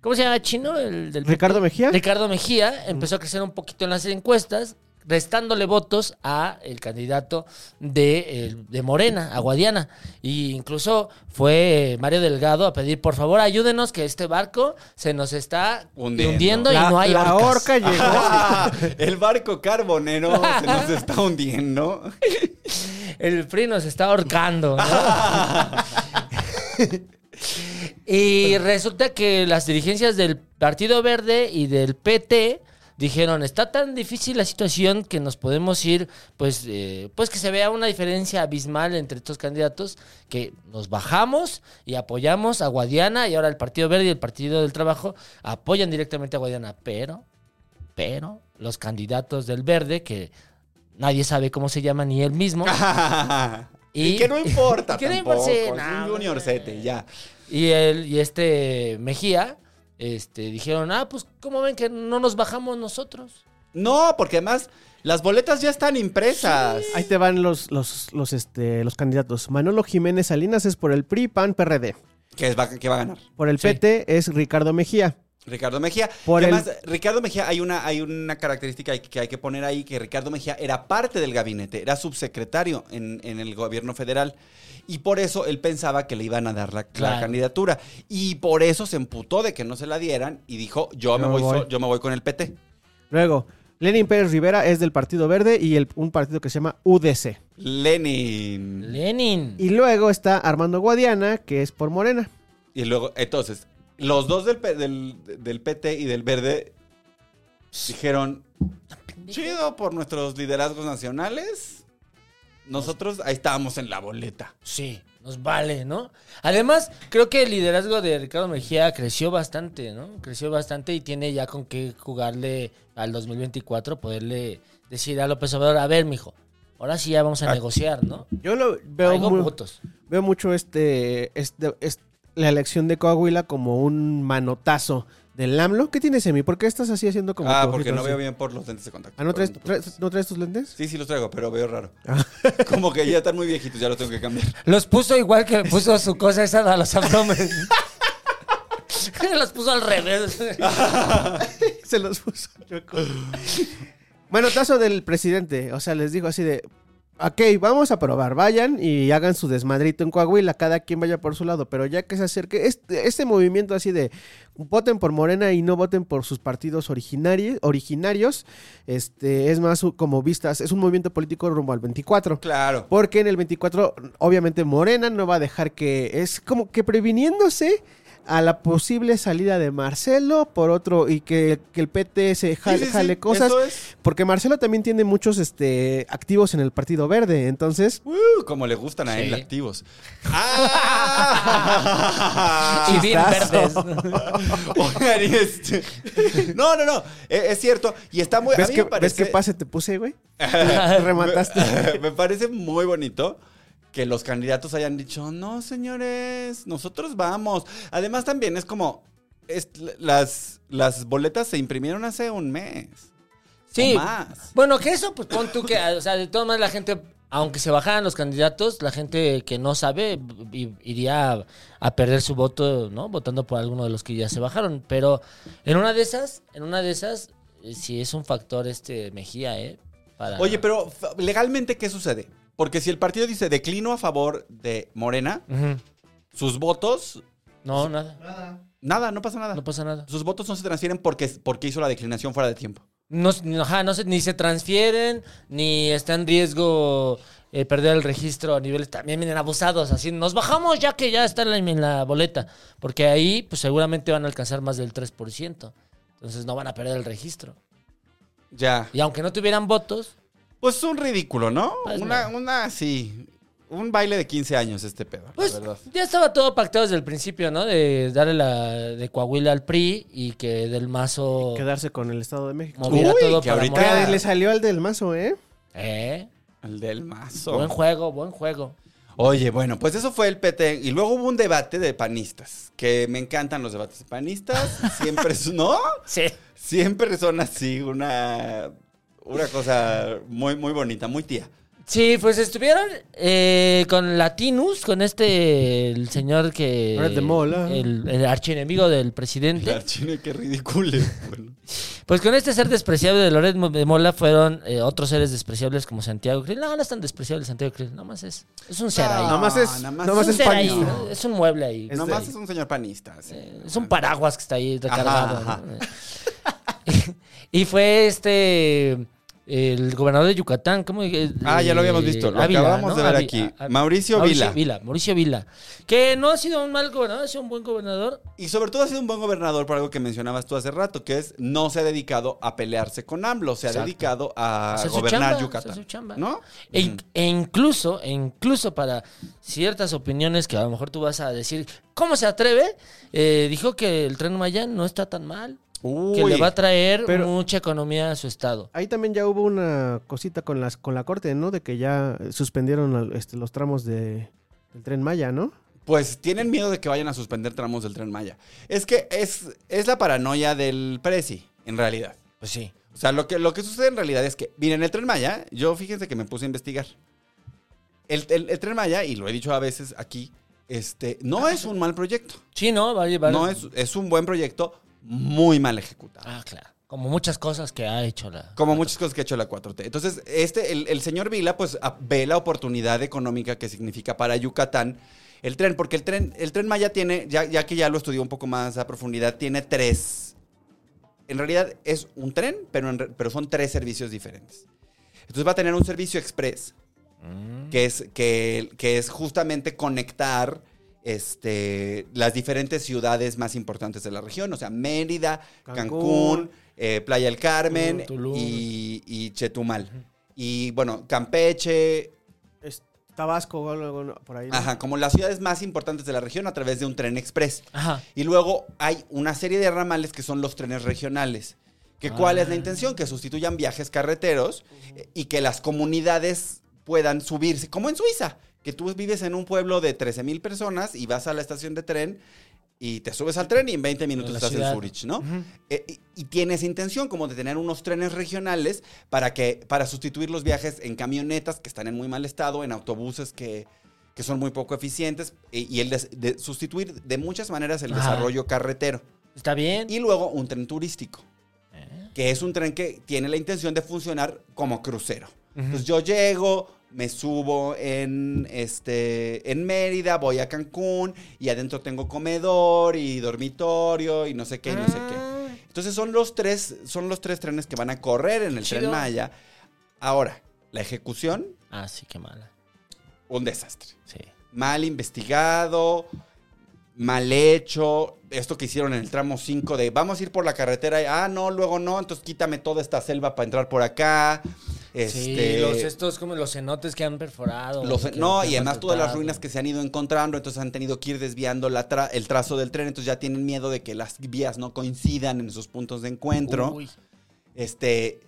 [SPEAKER 4] ¿Cómo se llama chino? El del PT?
[SPEAKER 5] Ricardo Mejía. Mm.
[SPEAKER 4] Ricardo Mejía empezó a crecer un poquito en las encuestas, restándole votos a el candidato de, eh, de Morena, a Guadiana. Y incluso fue eh, Mario Delgado a pedir, por favor, ayúdenos que este barco se nos está
[SPEAKER 3] Hundiendo.
[SPEAKER 4] hundiendo, y no hay
[SPEAKER 5] la
[SPEAKER 4] orcas.
[SPEAKER 5] horca llegó.
[SPEAKER 3] Ah, el barco carbonero se nos está hundiendo.
[SPEAKER 4] *laughs* El PRI nos está ahorcando. ¿no? *laughs* y resulta que las dirigencias del Partido Verde y del PT dijeron, está tan difícil la situación que nos podemos ir, pues, eh, pues que se vea una diferencia abismal entre estos candidatos, que nos bajamos y apoyamos a Guadiana y ahora el Partido Verde y el Partido del Trabajo apoyan directamente a Guadiana, pero, pero los candidatos del Verde, que nadie sabe cómo se llaman ni
[SPEAKER 3] *laughs*
[SPEAKER 4] él mismo,
[SPEAKER 3] y,
[SPEAKER 4] Y-
[SPEAKER 3] que no importa.
[SPEAKER 4] Que no
[SPEAKER 3] tampoco.
[SPEAKER 4] importa, sí,
[SPEAKER 3] es
[SPEAKER 4] no,
[SPEAKER 3] un junior sete, ya.
[SPEAKER 4] Y él y este Mejía este, dijeron, ah, pues, ¿cómo ven que no nos bajamos nosotros?
[SPEAKER 3] No, porque además las boletas ya están impresas.
[SPEAKER 5] Ahí te van los, los, los, este, los candidatos. Manolo Jiménez Salinas es por el PRI, PAN, PRD.
[SPEAKER 3] Que, es- va, que va a ganar.
[SPEAKER 5] Por el
[SPEAKER 4] Sí.
[SPEAKER 5] PT es Ricardo Mejía.
[SPEAKER 3] Ricardo Mejía.
[SPEAKER 5] Por
[SPEAKER 3] Que
[SPEAKER 5] el-
[SPEAKER 3] además, Ricardo Mejía, hay una, hay una característica hay- que hay que poner ahí, que Ricardo Mejía era parte del gabinete, era subsecretario en, en el gobierno federal. Y por eso él pensaba que le iban a dar la, la
[SPEAKER 4] Claro.
[SPEAKER 3] candidatura. Y por eso se emputó de que no se la dieran y dijo, yo me
[SPEAKER 5] Yo
[SPEAKER 3] voy,
[SPEAKER 5] voy.
[SPEAKER 3] so- yo me voy con el PT.
[SPEAKER 5] Luego, Lenin Pérez Rivera es del Partido Verde y el- un partido que se llama UDC.
[SPEAKER 3] Lenin.
[SPEAKER 4] Lenin.
[SPEAKER 5] Y luego está Armando Guadiana, que es por Morena.
[SPEAKER 3] y luego, entonces, los dos del, P- del, del PT y del Verde dijeron, chido por nuestros liderazgos nacionales. Nosotros ahí estábamos en la boleta.
[SPEAKER 4] Sí, nos vale, ¿no? Además, creo que el liderazgo de Ricardo Mejía creció bastante, ¿no? Creció bastante y tiene ya con qué jugarle al 2024, poderle decir a López Obrador, a ver, mijo, ahora sí ya vamos a
[SPEAKER 3] Ah.
[SPEAKER 4] negociar, ¿no?
[SPEAKER 5] Yo lo veo,
[SPEAKER 4] Traigo
[SPEAKER 5] muy-
[SPEAKER 4] votos.
[SPEAKER 5] veo mucho este, este, est- la elección de Coahuila como un manotazo del AMLO. ¿Qué tienes, Emi? ¿Por qué estás así haciendo como
[SPEAKER 3] ah,
[SPEAKER 5] tu
[SPEAKER 3] porque
[SPEAKER 5] ojito
[SPEAKER 3] no
[SPEAKER 5] así?
[SPEAKER 3] veo bien por los lentes de contacto.
[SPEAKER 5] Ah, ¿no traes,
[SPEAKER 3] Por-
[SPEAKER 5] traes- Ah. ¿no traes tus lentes?
[SPEAKER 3] Sí, sí los traigo, pero veo raro. *laughs* Como que ya están muy viejitos, ya los tengo
[SPEAKER 5] *laughs*
[SPEAKER 3] que cambiar.
[SPEAKER 4] Los puso igual que puso su cosa esa a los abdomen. *laughs* Los puso al revés.
[SPEAKER 5] *laughs* Se los puso chueco. Manotazo del presidente. O sea, les dijo así de. Ok, vamos a probar. Vayan y hagan su desmadrito en Coahuila. Cada quien vaya por su lado. Pero ya que se acerque. Este, este movimiento así de. Voten por Morena y no voten por sus partidos originari- originarios. Este es más u- como vistas. Es un movimiento político rumbo al 24.
[SPEAKER 3] Claro.
[SPEAKER 5] Porque en el 24, obviamente, Morena no va a dejar que. Es como que previniéndose a la posible salida de Marcelo por otro. Y que, que el PT se jale,
[SPEAKER 3] Sí, sí, sí,
[SPEAKER 5] jale cosas.
[SPEAKER 3] Eso es
[SPEAKER 5] Porque Marcelo también tiene muchos este, activos en el Partido Verde. Entonces,
[SPEAKER 4] *laughs*
[SPEAKER 3] uh, como le gustan a él,
[SPEAKER 4] Sí.
[SPEAKER 3] activos. ¡Ah!
[SPEAKER 4] *laughs* Y bien verdes.
[SPEAKER 5] Chistazo.
[SPEAKER 3] *laughs* Oigan, y este- No, no, no. e- Es, cierto. Y está muy. a
[SPEAKER 5] ¿Ves,
[SPEAKER 3] mí
[SPEAKER 5] qué,
[SPEAKER 3] me
[SPEAKER 5] ¿Ves qué
[SPEAKER 3] parece-
[SPEAKER 5] pase te puse,
[SPEAKER 3] *laughs*
[SPEAKER 5] güey? Te remataste.
[SPEAKER 3] me *laughs* parece muy bonito que los candidatos hayan dicho, no, señores, nosotros vamos. Además, también es como. es- las, las boletas se imprimieron hace un mes.
[SPEAKER 4] Sí.
[SPEAKER 3] O más.
[SPEAKER 4] Bueno, que eso, pues pon tú que, o sea, de todas maneras la gente, aunque se bajaran los candidatos, la gente que no sabe i- iría a, a perder su voto, ¿no? Votando por alguno de los que ya se bajaron. Pero en una de esas, en una de esas, eh, sí es un factor este Mejía, ¿eh? Para...
[SPEAKER 3] Oye, pero f- legalmente, ¿qué sucede? Porque si el partido dice declino a favor de Morena,
[SPEAKER 4] Ujú.
[SPEAKER 3] sus votos,
[SPEAKER 4] No, nada,
[SPEAKER 3] nada, no pasa nada.
[SPEAKER 4] no pasa nada.
[SPEAKER 3] Sus votos no se transfieren porque, porque hizo la declinación fuera de tiempo.
[SPEAKER 4] No, s- ni- ajá, no se, ni se transfieren, ni está en riesgo eh, perder el registro a niveles también vienen abusados. Así nos bajamos ya que ya está en la, en la boleta. Porque ahí, pues seguramente van a alcanzar más del 3%. Entonces no van a perder el registro.
[SPEAKER 3] Ya.
[SPEAKER 4] Y aunque no tuvieran votos,
[SPEAKER 3] Pues un ridículo, ¿no?
[SPEAKER 4] Pues
[SPEAKER 3] una,
[SPEAKER 4] no.
[SPEAKER 3] una, sí. Un baile de 15 años este pedo,
[SPEAKER 4] pues
[SPEAKER 3] la verdad.
[SPEAKER 4] ya estaba todo pactado desde el principio, ¿no? De darle la de Coahuila al PRI y que del mazo
[SPEAKER 5] *laughs* Quedarse con el Estado de México.
[SPEAKER 4] moviera
[SPEAKER 3] Uy,
[SPEAKER 4] todo
[SPEAKER 3] que
[SPEAKER 4] para
[SPEAKER 3] ahorita-
[SPEAKER 4] Morena.
[SPEAKER 5] Que le salió al del mazo, ¿eh?
[SPEAKER 4] Eh,
[SPEAKER 3] El del mazo.
[SPEAKER 4] buen juego, buen juego.
[SPEAKER 3] Oye, bueno, pues eso fue el PT. Y luego hubo un debate de panistas, que me encantan los debates de
[SPEAKER 4] *laughs*
[SPEAKER 3] panistas. Siempre, es- ¿no?
[SPEAKER 4] Sí.
[SPEAKER 3] Siempre son así, una, una cosa muy, muy bonita, muy tía.
[SPEAKER 4] Sí, pues estuvieron eh, con Latinus, con este el señor que
[SPEAKER 5] Red de Mola.
[SPEAKER 4] el, el archienemigo del presidente.
[SPEAKER 3] La china, qué
[SPEAKER 4] *laughs*
[SPEAKER 3] ridículo. Bueno.
[SPEAKER 4] Pues con este ser despreciable de Loret Mo- de Mola fueron eh, otros seres despreciables como Santiago Krill. No, no es tan despreciable Santiago Krill, nada más es es un ser ahí.
[SPEAKER 5] Nada más es,
[SPEAKER 3] nada más
[SPEAKER 5] nada más
[SPEAKER 4] es un
[SPEAKER 5] es
[SPEAKER 4] ser ahí,
[SPEAKER 5] panista.
[SPEAKER 4] ¿no? es un mueble ahí.
[SPEAKER 5] Es-
[SPEAKER 3] Nomás
[SPEAKER 5] Este-
[SPEAKER 3] es un señor panista. sí.
[SPEAKER 4] Es un paraguas que está ahí recargado.
[SPEAKER 3] Ajá,
[SPEAKER 4] ¿no? *laughs* y fue este el gobernador de Yucatán, ¿cómo? eh,
[SPEAKER 3] Ah, ya lo habíamos
[SPEAKER 4] eh,
[SPEAKER 3] visto, lo
[SPEAKER 4] Ávila,
[SPEAKER 3] acabamos
[SPEAKER 4] ¿no?
[SPEAKER 3] de ver
[SPEAKER 4] Avi-
[SPEAKER 3] aquí.
[SPEAKER 4] a- a-
[SPEAKER 3] Mauricio Vila.
[SPEAKER 4] Mauricio Vila. Que no ha sido un mal gobernador, ha sido un buen gobernador.
[SPEAKER 3] Y sobre todo ha sido un buen gobernador por algo que mencionabas tú hace rato, que es no se ha dedicado a pelearse con AMLO, se ha
[SPEAKER 4] Exacto.
[SPEAKER 3] dedicado a
[SPEAKER 4] Hacer su
[SPEAKER 3] gobernar
[SPEAKER 4] chamba,
[SPEAKER 3] Yucatán.
[SPEAKER 4] hacer su chamba.
[SPEAKER 3] ¿No?
[SPEAKER 4] E, in- e incluso, e incluso para ciertas opiniones que a lo mejor tú vas a decir, ¿cómo se atreve? Eh, dijo que el tren Maya no está tan mal,
[SPEAKER 3] Uy,
[SPEAKER 4] que le va a traer
[SPEAKER 5] pero-
[SPEAKER 4] mucha economía a su estado.
[SPEAKER 5] Ahí también ya hubo una cosita con las con la corte, ¿no? De que ya suspendieron al- este, los tramos de, del tren Maya, ¿no?
[SPEAKER 3] pues tienen miedo de que vayan a suspender tramos del tren Maya. Es que es, es la paranoia del Prezi, en realidad.
[SPEAKER 4] Pues sí.
[SPEAKER 3] O sea, lo que, lo que sucede en realidad es que, miren, el tren Maya, yo fíjense que me puse a investigar. El, el- el tren Maya, y lo he dicho a veces aquí, este, no es un mal proyecto.
[SPEAKER 4] Sí, ¿no? Va a llevar-
[SPEAKER 3] No es, es un buen proyecto, muy mal ejecutado.
[SPEAKER 4] Ah, claro. Como muchas cosas que ha hecho la...
[SPEAKER 3] Como muchas cosas que ha hecho la 4T. Entonces, este, el, el señor Vila, pues, a- ve la oportunidad económica que significa para Yucatán el tren, porque el tren, el tren Maya tiene, ya, ya que ya lo estudió un poco más a profundidad, tiene tres. En realidad es un tren, pero, en re- pero son tres servicios diferentes. Entonces va a tener un servicio express,
[SPEAKER 4] Mm.
[SPEAKER 3] que es, que, que es justamente conectar este, las diferentes ciudades más importantes de la región, o sea, Mérida, Cancún,
[SPEAKER 5] Cancún,
[SPEAKER 3] eh, Playa del Carmen
[SPEAKER 4] Tulum.
[SPEAKER 3] y, y Chetumal. Y bueno, Campeche,
[SPEAKER 5] Es Tabasco o algo ¿no? por ahí. ¿no?
[SPEAKER 3] ajá, como las ciudades más importantes de la región a través de un tren express.
[SPEAKER 4] Ajá.
[SPEAKER 3] Y luego hay una serie de ramales que son los trenes regionales. Que ¿Cuál
[SPEAKER 4] Ah.
[SPEAKER 3] es la intención? Que sustituyan viajes carreteros eh, y que las comunidades puedan subirse, como en Suiza, que tú vives en un pueblo de 13 mil personas y vas a la estación de tren y te subes al tren y en 20 minutos
[SPEAKER 4] la
[SPEAKER 3] estás
[SPEAKER 4] ciudad.
[SPEAKER 3] en Zurich, ¿no? Eh, y, y tiene esa intención como de tener unos trenes regionales para, que, para sustituir los viajes en camionetas que están en muy mal estado, en autobuses que, que son muy poco eficientes eh, y el des- de sustituir de muchas maneras el
[SPEAKER 4] Ajá.
[SPEAKER 3] desarrollo carretero.
[SPEAKER 4] ¿Está bien? Eh,
[SPEAKER 3] Y luego un tren turístico, que es un tren que tiene la intención de funcionar como crucero. Entonces yo llego, me subo en, este, en Mérida, voy a Cancún y adentro tengo comedor y dormitorio y no sé qué y no sé qué. Entonces son los tres, son los tres trenes que van a correr en el
[SPEAKER 4] Chido.
[SPEAKER 3] tren Maya. Ahora, la ejecución,
[SPEAKER 4] Ah, sí, qué mala.
[SPEAKER 3] un desastre
[SPEAKER 4] Sí.
[SPEAKER 3] mal investigado, mal hecho. Esto que hicieron en el tramo 5 de vamos a ir por la carretera, ah, no, luego no, entonces quítame toda esta selva para entrar por acá. Este,
[SPEAKER 4] Sí, los estos, como los cenotes que han perforado.
[SPEAKER 3] los-
[SPEAKER 4] que-
[SPEAKER 3] no,
[SPEAKER 4] que
[SPEAKER 3] y
[SPEAKER 4] han
[SPEAKER 3] además todas las
[SPEAKER 4] perforado.
[SPEAKER 3] ruinas que se han ido encontrando, entonces han tenido que ir desviando la tra- el trazo del tren, entonces ya tienen miedo de que las vías no coincidan en sus puntos de encuentro.
[SPEAKER 4] Uy,
[SPEAKER 3] Este,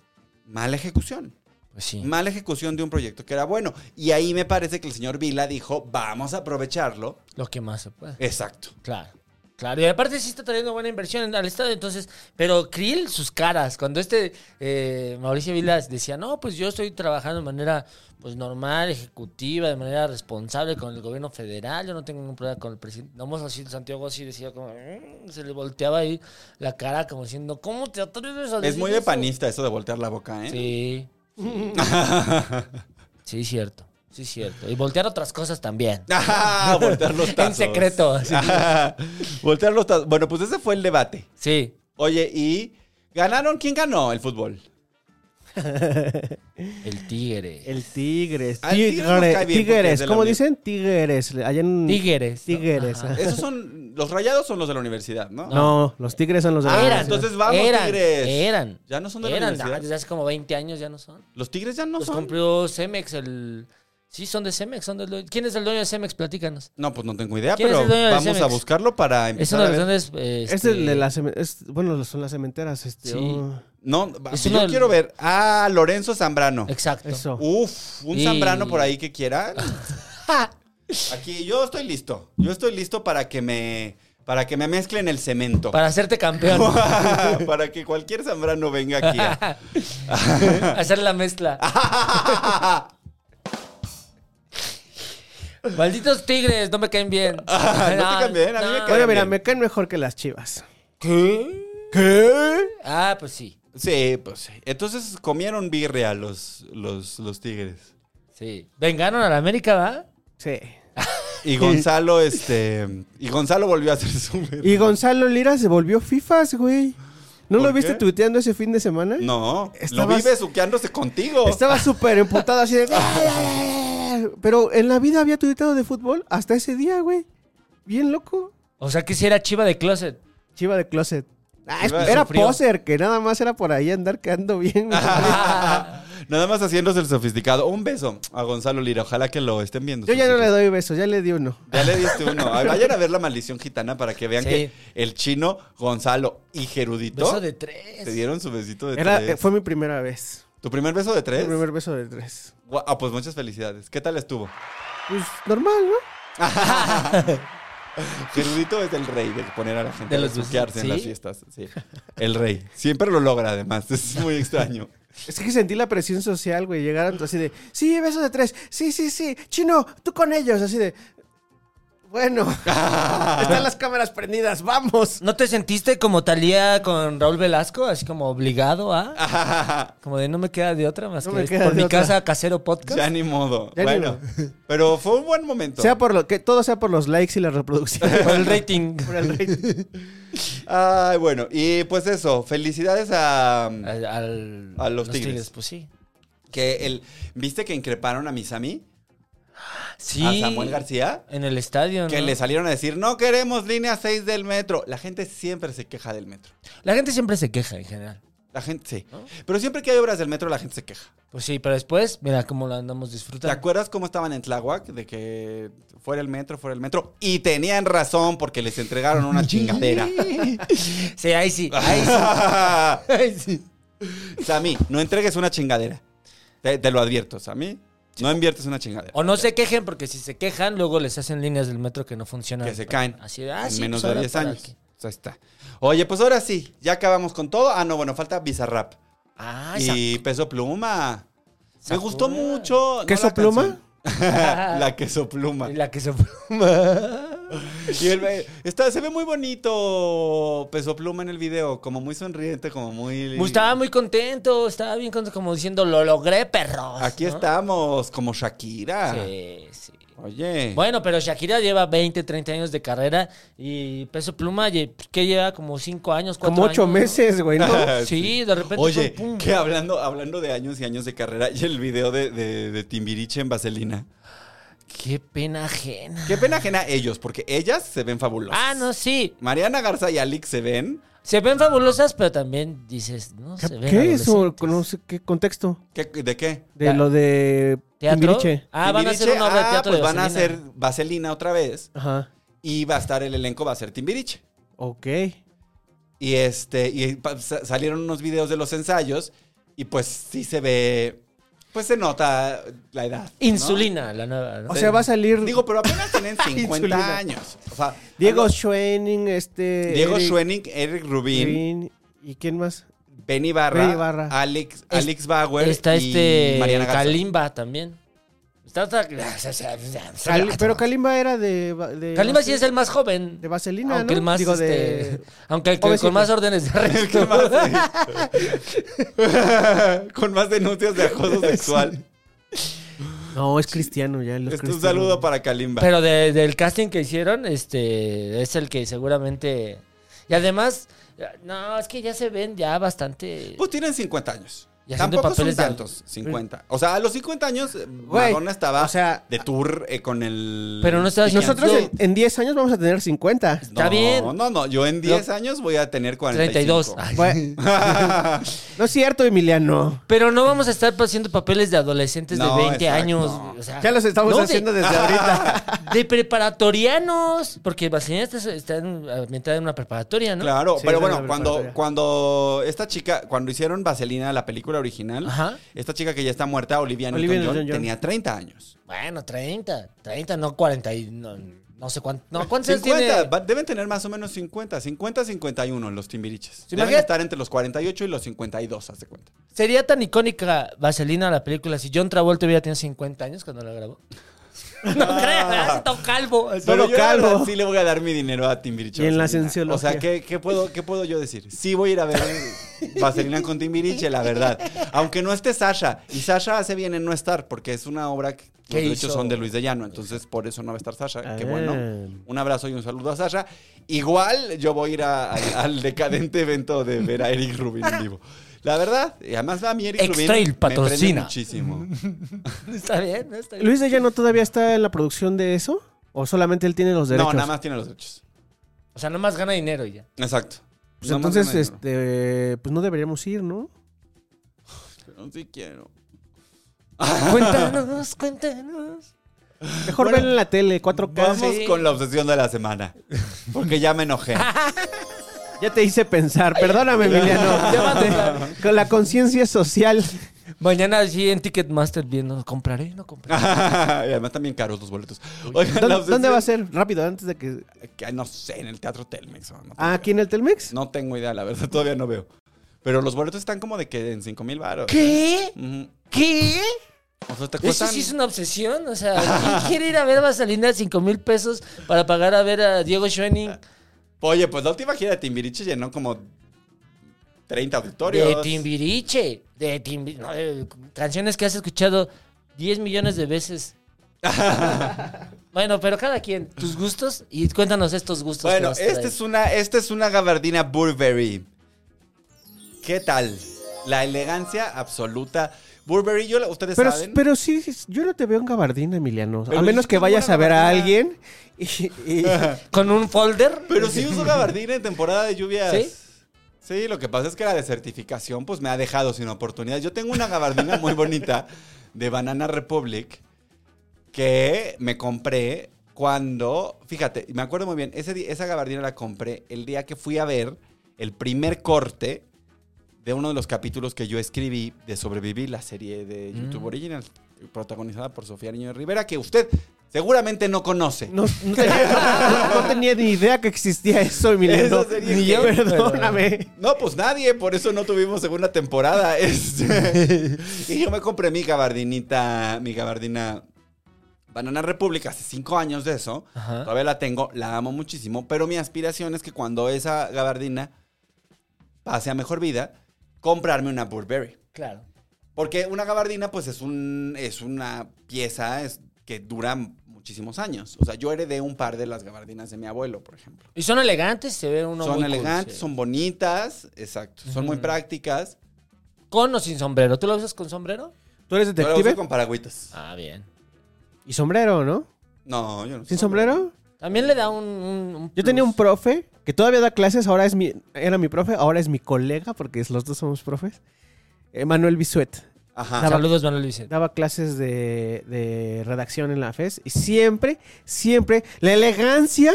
[SPEAKER 3] mala ejecución.
[SPEAKER 4] pues sí.
[SPEAKER 3] Mala ejecución de un proyecto que era bueno. Y ahí me parece que el señor Vila dijo, vamos a aprovecharlo.
[SPEAKER 4] Lo que más se puede.
[SPEAKER 3] Exacto.
[SPEAKER 4] Claro. Claro, y aparte sí está trayendo buena inversión en- al Estado, entonces, pero Krill, sus caras, cuando este eh, Mauricio Vilas decía, no, pues yo estoy trabajando de manera pues normal, ejecutiva, de manera responsable con el gobierno federal, yo no tengo ningún problema con el presidente, vamos así, Santiago así decía como, "Mm", se le volteaba ahí la cara como diciendo, ¿cómo te atreves a decir
[SPEAKER 3] Es muy de
[SPEAKER 4] eso?".
[SPEAKER 3] panista eso de voltear la boca, ¿eh?
[SPEAKER 4] Sí, sí, cierto, sí, cierto, y voltear otras cosas también,
[SPEAKER 3] *laughs* Ah, voltear los tazos.
[SPEAKER 4] *laughs*
[SPEAKER 3] *laughs*
[SPEAKER 4] en secreto, así.
[SPEAKER 3] Ah, voltear los tazos. Bueno, pues ese fue el debate.
[SPEAKER 4] sí,
[SPEAKER 3] Oye, ¿y ganaron? ¿Quién ganó el fútbol?
[SPEAKER 4] el tigre.
[SPEAKER 5] El Tigres.
[SPEAKER 3] Al Tigres nos
[SPEAKER 5] Tigre-
[SPEAKER 3] cae bien porque es
[SPEAKER 5] tigres.
[SPEAKER 3] de la
[SPEAKER 5] ¿Cómo
[SPEAKER 3] Uni-
[SPEAKER 5] dicen? Tigres. Allá en...
[SPEAKER 4] Tigres.
[SPEAKER 5] Tigres.
[SPEAKER 4] Ajá.
[SPEAKER 3] Esos
[SPEAKER 4] *laughs*
[SPEAKER 3] son los rayados son los de la universidad, ¿no?
[SPEAKER 5] No, los Tigres son los de la
[SPEAKER 3] Ah,
[SPEAKER 5] Universidad.
[SPEAKER 3] entonces vamos,
[SPEAKER 4] eran,
[SPEAKER 3] Tigres.
[SPEAKER 4] Eran.
[SPEAKER 3] Ya no son de la
[SPEAKER 4] eran,
[SPEAKER 3] universidad.
[SPEAKER 4] ah, desde hace como 20 años ya no son.
[SPEAKER 3] Los Tigres ya no
[SPEAKER 4] Los
[SPEAKER 3] son.
[SPEAKER 4] compró Cemex, el... Sí, son de Cemex. Son del dueño- ¿Quién es el dueño de Cemex? Platícanos.
[SPEAKER 3] No, pues no tengo idea,
[SPEAKER 4] ¿Quién es
[SPEAKER 3] pero
[SPEAKER 4] el dueño de
[SPEAKER 3] vamos a
[SPEAKER 4] Cemex?
[SPEAKER 3] buscarlo para
[SPEAKER 4] Es
[SPEAKER 3] empezar
[SPEAKER 4] uno
[SPEAKER 3] a
[SPEAKER 4] de
[SPEAKER 3] ver.
[SPEAKER 4] los grandes... eh,
[SPEAKER 5] Es
[SPEAKER 4] este,
[SPEAKER 5] el de las... cemen- es- Bueno, son las cementeras. Este,
[SPEAKER 4] Sí.
[SPEAKER 5] oh,
[SPEAKER 3] No,
[SPEAKER 4] Es
[SPEAKER 3] yo
[SPEAKER 4] uno del-
[SPEAKER 3] quiero ver. Ah, Lorenzo Zambrano.
[SPEAKER 4] Exacto.
[SPEAKER 5] eso.
[SPEAKER 3] Uh, Uf, un
[SPEAKER 4] Y-
[SPEAKER 3] Zambrano por ahí que
[SPEAKER 4] *laughs*
[SPEAKER 3] quiera. Aquí yo estoy listo. Yo estoy listo para que me para que me mezclen el cemento.
[SPEAKER 4] Para
[SPEAKER 3] *laughs*
[SPEAKER 4] hacerte campeón. *laughs*
[SPEAKER 3] Para que cualquier Zambrano venga aquí.
[SPEAKER 5] *laughs*
[SPEAKER 3] a-
[SPEAKER 4] Hacer la mezcla. Malditos tigres, no me caen bien.
[SPEAKER 3] *laughs* Ah, no te cambien, a mí me caen-
[SPEAKER 5] Oiga, mira,
[SPEAKER 3] bien.
[SPEAKER 5] me caen mejor que las chivas.
[SPEAKER 4] ¿Qué?
[SPEAKER 5] ¿Qué?
[SPEAKER 4] Ah, pues sí.
[SPEAKER 3] Sí, pues sí. Entonces comieron birria los, los, los tigres.
[SPEAKER 4] Sí. Vengaron a la América, ¿va?
[SPEAKER 5] Sí.
[SPEAKER 3] Y Gonzalo, este. Y Gonzalo volvió a hacer su.
[SPEAKER 5] Y Gonzalo Lira se volvió FIFAs, güey. ¿No
[SPEAKER 3] ¿Por
[SPEAKER 5] lo viste
[SPEAKER 3] qué?
[SPEAKER 5] tuiteando ese fin de semana?
[SPEAKER 3] No, lo
[SPEAKER 5] Estabas-
[SPEAKER 3] vive suqueándose contigo.
[SPEAKER 5] Estaba súper emputado
[SPEAKER 3] *laughs*
[SPEAKER 5] así de... Pero en la vida había tuiteado de fútbol hasta ese día, güey. Bien loco.
[SPEAKER 4] O sea que si era chiva de closet.
[SPEAKER 5] Chiva de closet. Ah, es-
[SPEAKER 3] Chiva de
[SPEAKER 5] era
[SPEAKER 4] sufrió.
[SPEAKER 5] poser, que nada más era por ahí andar quedando
[SPEAKER 3] *laughs*
[SPEAKER 5] bien.
[SPEAKER 3] Ah,
[SPEAKER 4] Ah,
[SPEAKER 3] Nada más haciéndose el sofisticado. Un beso a Gonzalo Lira. Ojalá que lo estén viendo.
[SPEAKER 5] Yo ya
[SPEAKER 3] sus
[SPEAKER 5] no le
[SPEAKER 3] hijos.
[SPEAKER 5] doy besos, ya le di uno.
[SPEAKER 3] Ya le diste uno. Ay, Vayan a ver la maldición gitana para que vean
[SPEAKER 4] Sí.
[SPEAKER 3] que el chino, Gonzalo y Gerudito
[SPEAKER 4] Beso de tres.
[SPEAKER 3] te dieron su besito de
[SPEAKER 5] Era, eh,
[SPEAKER 3] tres.
[SPEAKER 5] fue mi primera vez.
[SPEAKER 3] ¿Tu primer beso de tres?
[SPEAKER 5] Mi primer beso de tres.
[SPEAKER 3] Gua- Ah, pues muchas felicidades. ¿Qué tal estuvo?
[SPEAKER 5] Pues normal, ¿no?
[SPEAKER 3] Gerudito es el rey de poner a la gente
[SPEAKER 4] De
[SPEAKER 3] a
[SPEAKER 4] los
[SPEAKER 3] besuquearse en
[SPEAKER 4] besos,
[SPEAKER 3] las
[SPEAKER 4] ¿sí?
[SPEAKER 3] fiestas. Sí. El rey. Siempre lo logra, además. Es muy
[SPEAKER 4] *laughs*
[SPEAKER 3] extraño.
[SPEAKER 5] Es que sentí la presión social, güey. Llegaron así de, sí, beso de tres. Sí, sí, sí. Chino, tú con ellos. Así de, bueno.
[SPEAKER 3] *laughs*
[SPEAKER 5] Están las cámaras prendidas, vamos.
[SPEAKER 4] ¿No te sentiste como Talía con Raúl Velasco? Así como obligado
[SPEAKER 3] Ah.
[SPEAKER 4] a. Como de no me queda de otra más
[SPEAKER 5] No
[SPEAKER 4] que
[SPEAKER 5] me
[SPEAKER 4] es
[SPEAKER 5] queda
[SPEAKER 4] por
[SPEAKER 5] de
[SPEAKER 4] mi
[SPEAKER 5] otra.
[SPEAKER 4] casa casero podcast.
[SPEAKER 3] Ya ni modo.
[SPEAKER 5] Ya ni
[SPEAKER 3] bueno, pero fue un buen momento.
[SPEAKER 5] Sea por lo que todo sea por los likes y la reproducción.
[SPEAKER 3] *laughs*
[SPEAKER 4] Por el rating.
[SPEAKER 5] *laughs* Por el rating.
[SPEAKER 3] Ay, bueno, y pues eso, felicidades a
[SPEAKER 4] Al- al-
[SPEAKER 3] A los tigres.
[SPEAKER 4] Pues sí.
[SPEAKER 3] que el viste que increparon a Misami,
[SPEAKER 4] Sí.
[SPEAKER 3] a Samuel García,
[SPEAKER 4] En el estadio. ¿no?
[SPEAKER 3] que le salieron a decir, "No queremos línea 6 del metro." La gente siempre se queja del metro.
[SPEAKER 4] La gente siempre se queja en general.
[SPEAKER 3] La gente sí. Pero siempre que hay obras del metro la gente se queja.
[SPEAKER 4] Pues sí, pero después, mira cómo lo andamos
[SPEAKER 3] ¿Te
[SPEAKER 4] disfrutando.
[SPEAKER 3] acuerdas cómo estaban en Tláhuac de que fuera el metro, fuera el metro y tenían razón porque les entregaron
[SPEAKER 4] *laughs*
[SPEAKER 3] una chingadera?
[SPEAKER 4] Sí, ahí sí.
[SPEAKER 3] Ah.
[SPEAKER 4] Ahí sí. *laughs* Ahí sí.
[SPEAKER 3] Sammy, no entregues una chingadera. Te, te lo advierto, Sammy. No inviertes una chingadera.
[SPEAKER 4] O no se quejen, porque si se quejan, luego les hacen líneas del metro que no funcionan.
[SPEAKER 3] que se caen
[SPEAKER 4] Así de, ah,
[SPEAKER 3] en
[SPEAKER 4] sí,
[SPEAKER 3] menos de
[SPEAKER 4] pues ahora
[SPEAKER 3] 10
[SPEAKER 4] para
[SPEAKER 3] años.
[SPEAKER 4] qué.
[SPEAKER 3] Pues ahí está. Oye, pues ahora sí, ya acabamos con todo. Ah, no, bueno, falta Bizarrap.
[SPEAKER 4] Ah,
[SPEAKER 3] y Peso Pluma. Me
[SPEAKER 4] Sacó
[SPEAKER 3] gustó
[SPEAKER 4] una.
[SPEAKER 3] mucho. no
[SPEAKER 5] ¿Queso
[SPEAKER 3] la canción. *laughs*
[SPEAKER 4] *laughs*
[SPEAKER 3] la Queso
[SPEAKER 4] esa-
[SPEAKER 3] Pluma.
[SPEAKER 4] y la que se fuma.
[SPEAKER 3] Y él ve- está, se ve muy bonito Peso Pluma en el video, como muy sonriente, como muy...
[SPEAKER 4] Mu- Pues, Estaba muy contento, estaba bien contento, como diciendo, lo logré, perros.
[SPEAKER 3] Aquí
[SPEAKER 4] ¿no?
[SPEAKER 3] estamos, como Shakira.
[SPEAKER 4] Sí, sí.
[SPEAKER 3] Oye.
[SPEAKER 4] Bueno, pero Shakira lleva 20, 30 años de carrera y Peso Pluma, ye- que lleva como 5 años, 4
[SPEAKER 5] Como ocho meses, güey, ¿no?
[SPEAKER 4] Sí, de repente.
[SPEAKER 3] Ah, Oye,
[SPEAKER 4] pum, pum.
[SPEAKER 3] que hablando, hablando de años y años de carrera y el video de, de- de Timbiriche en Vaselina.
[SPEAKER 4] Qué pena ajena.
[SPEAKER 3] Qué pena ajena a ellos, porque ellas se ven fabulosas.
[SPEAKER 4] Ah, no, sí.
[SPEAKER 3] Mariana Garza y Alix se ven
[SPEAKER 4] Se ven fabulosas, pero también dices, no,
[SPEAKER 5] ¿Qué,
[SPEAKER 4] se ven
[SPEAKER 5] qué es eso?
[SPEAKER 4] adolescentes.
[SPEAKER 5] No sé qué contexto.
[SPEAKER 3] ¿Qué- ¿De qué?
[SPEAKER 5] De
[SPEAKER 4] Ya.
[SPEAKER 5] lo de
[SPEAKER 4] ¿Teatro?
[SPEAKER 5] Timbiriche.
[SPEAKER 4] Ah, van a hacer
[SPEAKER 3] Timbiriche,
[SPEAKER 4] una obra de
[SPEAKER 3] ah,
[SPEAKER 4] teatro
[SPEAKER 3] pues
[SPEAKER 4] de
[SPEAKER 3] van a
[SPEAKER 4] Vaselina.
[SPEAKER 3] hacer Vaselina otra vez
[SPEAKER 5] Ajá.
[SPEAKER 3] y va a estar el elenco, va a ser Timbiriche.
[SPEAKER 5] Ok.
[SPEAKER 3] Y este, y pa- sa- salieron unos videos de los ensayos y pues sí se ve, pues se nota la edad. ¿no?
[SPEAKER 4] Insulina, la nueva. ¿no?
[SPEAKER 5] O sea, va a salir
[SPEAKER 3] Digo, pero
[SPEAKER 5] *laughs*
[SPEAKER 3] apenas tienen 50
[SPEAKER 5] Insulina.
[SPEAKER 3] años. O sea,
[SPEAKER 5] Diego
[SPEAKER 3] algo-
[SPEAKER 5] Schoening, este.
[SPEAKER 3] Diego
[SPEAKER 5] Eric
[SPEAKER 3] Schwenning, Eric Rubin,
[SPEAKER 5] Green, ¿Y quién más?
[SPEAKER 3] Benny Barra,
[SPEAKER 5] Benny Barra.
[SPEAKER 3] Alex, Alex Bauer
[SPEAKER 4] Está
[SPEAKER 3] y
[SPEAKER 4] este
[SPEAKER 3] Mariana Garza. *laughs*
[SPEAKER 4] Kalimba también. Está *laughs* otra-
[SPEAKER 5] Cali- pero Kalimba era de. va- de
[SPEAKER 4] Kalimba sí es el más joven.
[SPEAKER 5] De Vaselina,
[SPEAKER 4] Aunque
[SPEAKER 5] ¿no?
[SPEAKER 4] el más
[SPEAKER 5] Digo,
[SPEAKER 4] este,
[SPEAKER 5] de.
[SPEAKER 4] aunque el que-
[SPEAKER 5] Obesito.
[SPEAKER 4] con más órdenes
[SPEAKER 3] *laughs*
[SPEAKER 4] de arresto.
[SPEAKER 5] *laughs*
[SPEAKER 3] Con más denuncias
[SPEAKER 5] *laughs*
[SPEAKER 3] de acoso sexual.
[SPEAKER 5] No, es cristiano ya. los
[SPEAKER 3] Este, un
[SPEAKER 5] cristianos.
[SPEAKER 3] saludo para Kalimba.
[SPEAKER 4] *laughs* Pero de- del casting que hicieron, este es el que seguramente. Y además, no, es que ya se ven ya bastante.
[SPEAKER 3] Pues tienen 50 años.
[SPEAKER 4] Y haciendo
[SPEAKER 3] Tampoco son
[SPEAKER 4] papeles de-
[SPEAKER 3] tantos, 50. O sea, a los 50 años, eh,
[SPEAKER 5] Güey,
[SPEAKER 3] Madonna estaba
[SPEAKER 5] o sea,
[SPEAKER 3] de tour eh, con el...
[SPEAKER 4] Pero no estaba
[SPEAKER 5] Nosotros
[SPEAKER 4] Yo-
[SPEAKER 5] en, en 10 años vamos a tener 50.
[SPEAKER 3] No,
[SPEAKER 4] Está bien.
[SPEAKER 3] No, no, yo en 10 años voy a tener
[SPEAKER 4] 32.
[SPEAKER 3] 42. *laughs*
[SPEAKER 4] Ay.
[SPEAKER 5] Bueno, no es cierto, Emiliano.
[SPEAKER 4] Pero no vamos a estar haciendo papeles de adolescentes
[SPEAKER 3] No,
[SPEAKER 4] de 20
[SPEAKER 3] exacto,
[SPEAKER 4] años.
[SPEAKER 3] no.
[SPEAKER 4] o sea,
[SPEAKER 5] Ya los estamos
[SPEAKER 4] no de-
[SPEAKER 5] haciendo
[SPEAKER 3] *laughs*
[SPEAKER 5] desde ahorita.
[SPEAKER 4] De preparatorianos. Porque Vaselina está, está en- ambientada en una preparatoria,
[SPEAKER 3] *laughs*
[SPEAKER 4] ¿no?
[SPEAKER 3] Claro,
[SPEAKER 5] Sí,
[SPEAKER 3] pero
[SPEAKER 5] es
[SPEAKER 3] bueno,
[SPEAKER 5] una
[SPEAKER 3] cuando,
[SPEAKER 5] preparatoria.
[SPEAKER 3] cuando esta chica, cuando hicieron Vaselina, la película original,
[SPEAKER 4] Ajá.
[SPEAKER 3] esta chica que ya está muerta, Olivia
[SPEAKER 5] Olivia
[SPEAKER 3] Newton-John,
[SPEAKER 5] Newton-John.
[SPEAKER 3] tenía 30 años.
[SPEAKER 4] Bueno, 30. 30, no 40. y No, no sé cuánto. No, ¿Cuántos años
[SPEAKER 3] 50,
[SPEAKER 4] tiene?
[SPEAKER 3] va- deben tener más o menos 50, 50, 51 los timbiriches.
[SPEAKER 4] Sí,
[SPEAKER 3] deben
[SPEAKER 4] imagínate.
[SPEAKER 3] estar entre los 48 y los 52, haz de cuenta.
[SPEAKER 4] Sería tan icónica Vaselina la película si John Travolta hubiera tenido 50 años cuando la grabó. *laughs* No creas, se todo calvo. así.
[SPEAKER 3] Pero
[SPEAKER 5] Todo
[SPEAKER 3] yo la
[SPEAKER 5] calvo.
[SPEAKER 3] verdad sí le voy a dar mi dinero a Timbiriche.
[SPEAKER 5] Y en la
[SPEAKER 3] Vaselina.
[SPEAKER 5] cienciología.
[SPEAKER 3] O sea, ¿qué, qué puedo, ¿qué puedo yo decir? Sí voy a ir a ver Vaselina con Timbiriche, la verdad. Aunque no esté Sasha. Y Sasha hace bien en no estar, porque es una obra que los
[SPEAKER 4] ¿Qué
[SPEAKER 3] derechos
[SPEAKER 4] hizo?
[SPEAKER 3] son de Luis de Llano. Entonces, por eso no va a estar Sasha. Qué
[SPEAKER 5] Ah.
[SPEAKER 3] bueno. Un abrazo y un saludo a Sasha. Igual yo voy a ir a- al- al decadente evento de ver a Eric Rubin en vivo. La verdad, y además a mí Eric Rubin
[SPEAKER 4] Extrail
[SPEAKER 3] me prende
[SPEAKER 4] patrocina.
[SPEAKER 5] Mm.
[SPEAKER 3] muchísimo.
[SPEAKER 4] Está bien, ¿no? está bien.
[SPEAKER 5] ¿Luis de Llano todavía está en la producción de eso? ¿O solamente él tiene los derechos?
[SPEAKER 3] No, nada más tiene los derechos.
[SPEAKER 4] O sea, nomás gana
[SPEAKER 3] *laughs*
[SPEAKER 4] dinero y ya.
[SPEAKER 3] Exacto.
[SPEAKER 5] Pues
[SPEAKER 3] Nada más
[SPEAKER 5] entonces,
[SPEAKER 3] tiene dinero.
[SPEAKER 5] este, pues no deberíamos ir, ¿no?
[SPEAKER 3] Pero sí quiero.
[SPEAKER 4] Cuéntanos, cuéntanos.
[SPEAKER 5] Mejor
[SPEAKER 3] Bueno,
[SPEAKER 5] ven en la tele, 4K.
[SPEAKER 3] Vamos
[SPEAKER 4] Pues Sí.
[SPEAKER 3] con la obsesión de la semana. Porque ya me
[SPEAKER 4] *laughs*
[SPEAKER 3] enojé.
[SPEAKER 5] Ya te hice pensar, perdóname,
[SPEAKER 3] *laughs*
[SPEAKER 5] Emiliano.
[SPEAKER 4] Ya va.
[SPEAKER 5] Con la conciencia social.
[SPEAKER 4] Mañana sí en Ticketmaster viendo, ¿compraré? ¿No
[SPEAKER 3] Ah.
[SPEAKER 4] compraré?
[SPEAKER 3] y además también caros los boletos. Oigan, la
[SPEAKER 5] ¿Dónde,
[SPEAKER 3] obsesión-
[SPEAKER 5] dónde va a ser? Rápido, antes de que.
[SPEAKER 3] Que, no sé, en el Teatro Telmex. o No tengo,
[SPEAKER 5] Ah, ¿aquí en el Telmex?
[SPEAKER 3] no tengo idea, la verdad, todavía no veo. Pero los boletos están como de que en 5 mil baros.
[SPEAKER 4] ¿Qué?
[SPEAKER 3] Ujú.
[SPEAKER 4] ¿Qué?
[SPEAKER 3] O sea, te
[SPEAKER 4] Eso
[SPEAKER 3] cuestan...
[SPEAKER 4] sí es una obsesión.
[SPEAKER 3] *laughs*
[SPEAKER 4] O sea, ¿quién quiere ir a ver Vaselina a 5 mil pesos para pagar a ver a Diego Schoening
[SPEAKER 3] Ah, Oye, pues la última gira de Timbiriche llenó como 30 auditorios.
[SPEAKER 4] de Timbiriche? De Timbiriche. canciones que has escuchado 10 millones
[SPEAKER 3] *laughs*
[SPEAKER 4] de veces. bueno, pero cada quien, tus gustos y cuéntanos estos gustos. que
[SPEAKER 3] Bueno,
[SPEAKER 4] vas a traer.
[SPEAKER 3] esta es, una, esta es una gabardina Burberry. ¿Qué tal? La elegancia absoluta. Burberry, yo, la- ustedes
[SPEAKER 5] Pero,
[SPEAKER 3] saben.
[SPEAKER 5] pero sí, yo no te veo en gabardina, Emiliano.
[SPEAKER 3] Pero
[SPEAKER 5] a menos
[SPEAKER 3] sí
[SPEAKER 5] que
[SPEAKER 3] tengo
[SPEAKER 5] vayas
[SPEAKER 3] una
[SPEAKER 5] a ver a
[SPEAKER 3] gabardina.
[SPEAKER 5] alguien y,
[SPEAKER 3] *laughs*
[SPEAKER 5] y-
[SPEAKER 4] ¿Con un folder?
[SPEAKER 3] Pero sí *laughs* uso gabardina en temporada de lluvias.
[SPEAKER 4] ¿Sí?
[SPEAKER 3] Sí, lo que pasa es que la desertificación pues me ha dejado sin oportunidades. Yo tengo una gabardina muy bonita de Banana Republic que me compré cuando, fíjate, me acuerdo muy bien, ese, di- esa gabardina la compré el día que fui a ver el primer corte de uno de los capítulos que yo escribí de Sobreviví, la serie de YouTube Original, protagonizada por Sofía Niño de Rivera, que usted seguramente no conoce.
[SPEAKER 5] no, no tenía, no- no tenía ni idea que existía eso, Emiliano.
[SPEAKER 3] Eso sería
[SPEAKER 5] Ni yo,
[SPEAKER 3] que-
[SPEAKER 5] perdóname.
[SPEAKER 3] No, pues nadie, por eso no tuvimos segunda
[SPEAKER 5] *laughs*
[SPEAKER 3] temporada. *laughs* Este, y yo me compré mi gabardinita, mi gabardina Banana República hace cinco años de eso.
[SPEAKER 4] Ajá.
[SPEAKER 3] Todavía la tengo, la amo muchísimo, pero mi aspiración es que cuando esa gabardina pase a mejor vida, comprarme una Burberry.
[SPEAKER 4] Claro.
[SPEAKER 3] Porque una gabardina, pues es, un, es una pieza es- que dura muchísimos años. O sea, yo heredé un par de las gabardinas de mi abuelo, por ejemplo
[SPEAKER 4] Y son elegantes, se ve uno
[SPEAKER 3] son
[SPEAKER 4] muy cool,
[SPEAKER 3] elegantes,
[SPEAKER 4] sí.
[SPEAKER 3] son bonitas, exacto. Son muy
[SPEAKER 4] Ujú.
[SPEAKER 3] prácticas.
[SPEAKER 4] Con o sin sombrero. ¿Tú lo usas con sombrero?
[SPEAKER 5] ¿Tú eres
[SPEAKER 3] Yo la uso
[SPEAKER 5] detective?
[SPEAKER 3] con paragüitas.
[SPEAKER 4] Ah, bien.
[SPEAKER 5] Y sombrero, ¿no?
[SPEAKER 3] No, yo no.
[SPEAKER 5] ¿Sin sombrero?
[SPEAKER 4] También le da un. un- un
[SPEAKER 5] Yo tenía un
[SPEAKER 4] plus.
[SPEAKER 5] profe que todavía da clases, ahora es mi, era mi profe, ahora es mi colega, porque los dos somos profes. eh, Manuel Bisuet.
[SPEAKER 3] Ajá.
[SPEAKER 5] La-
[SPEAKER 4] Saludos, Manuel Vicente.
[SPEAKER 5] Daba clases de, de redacción en la FES y siempre, siempre, la elegancia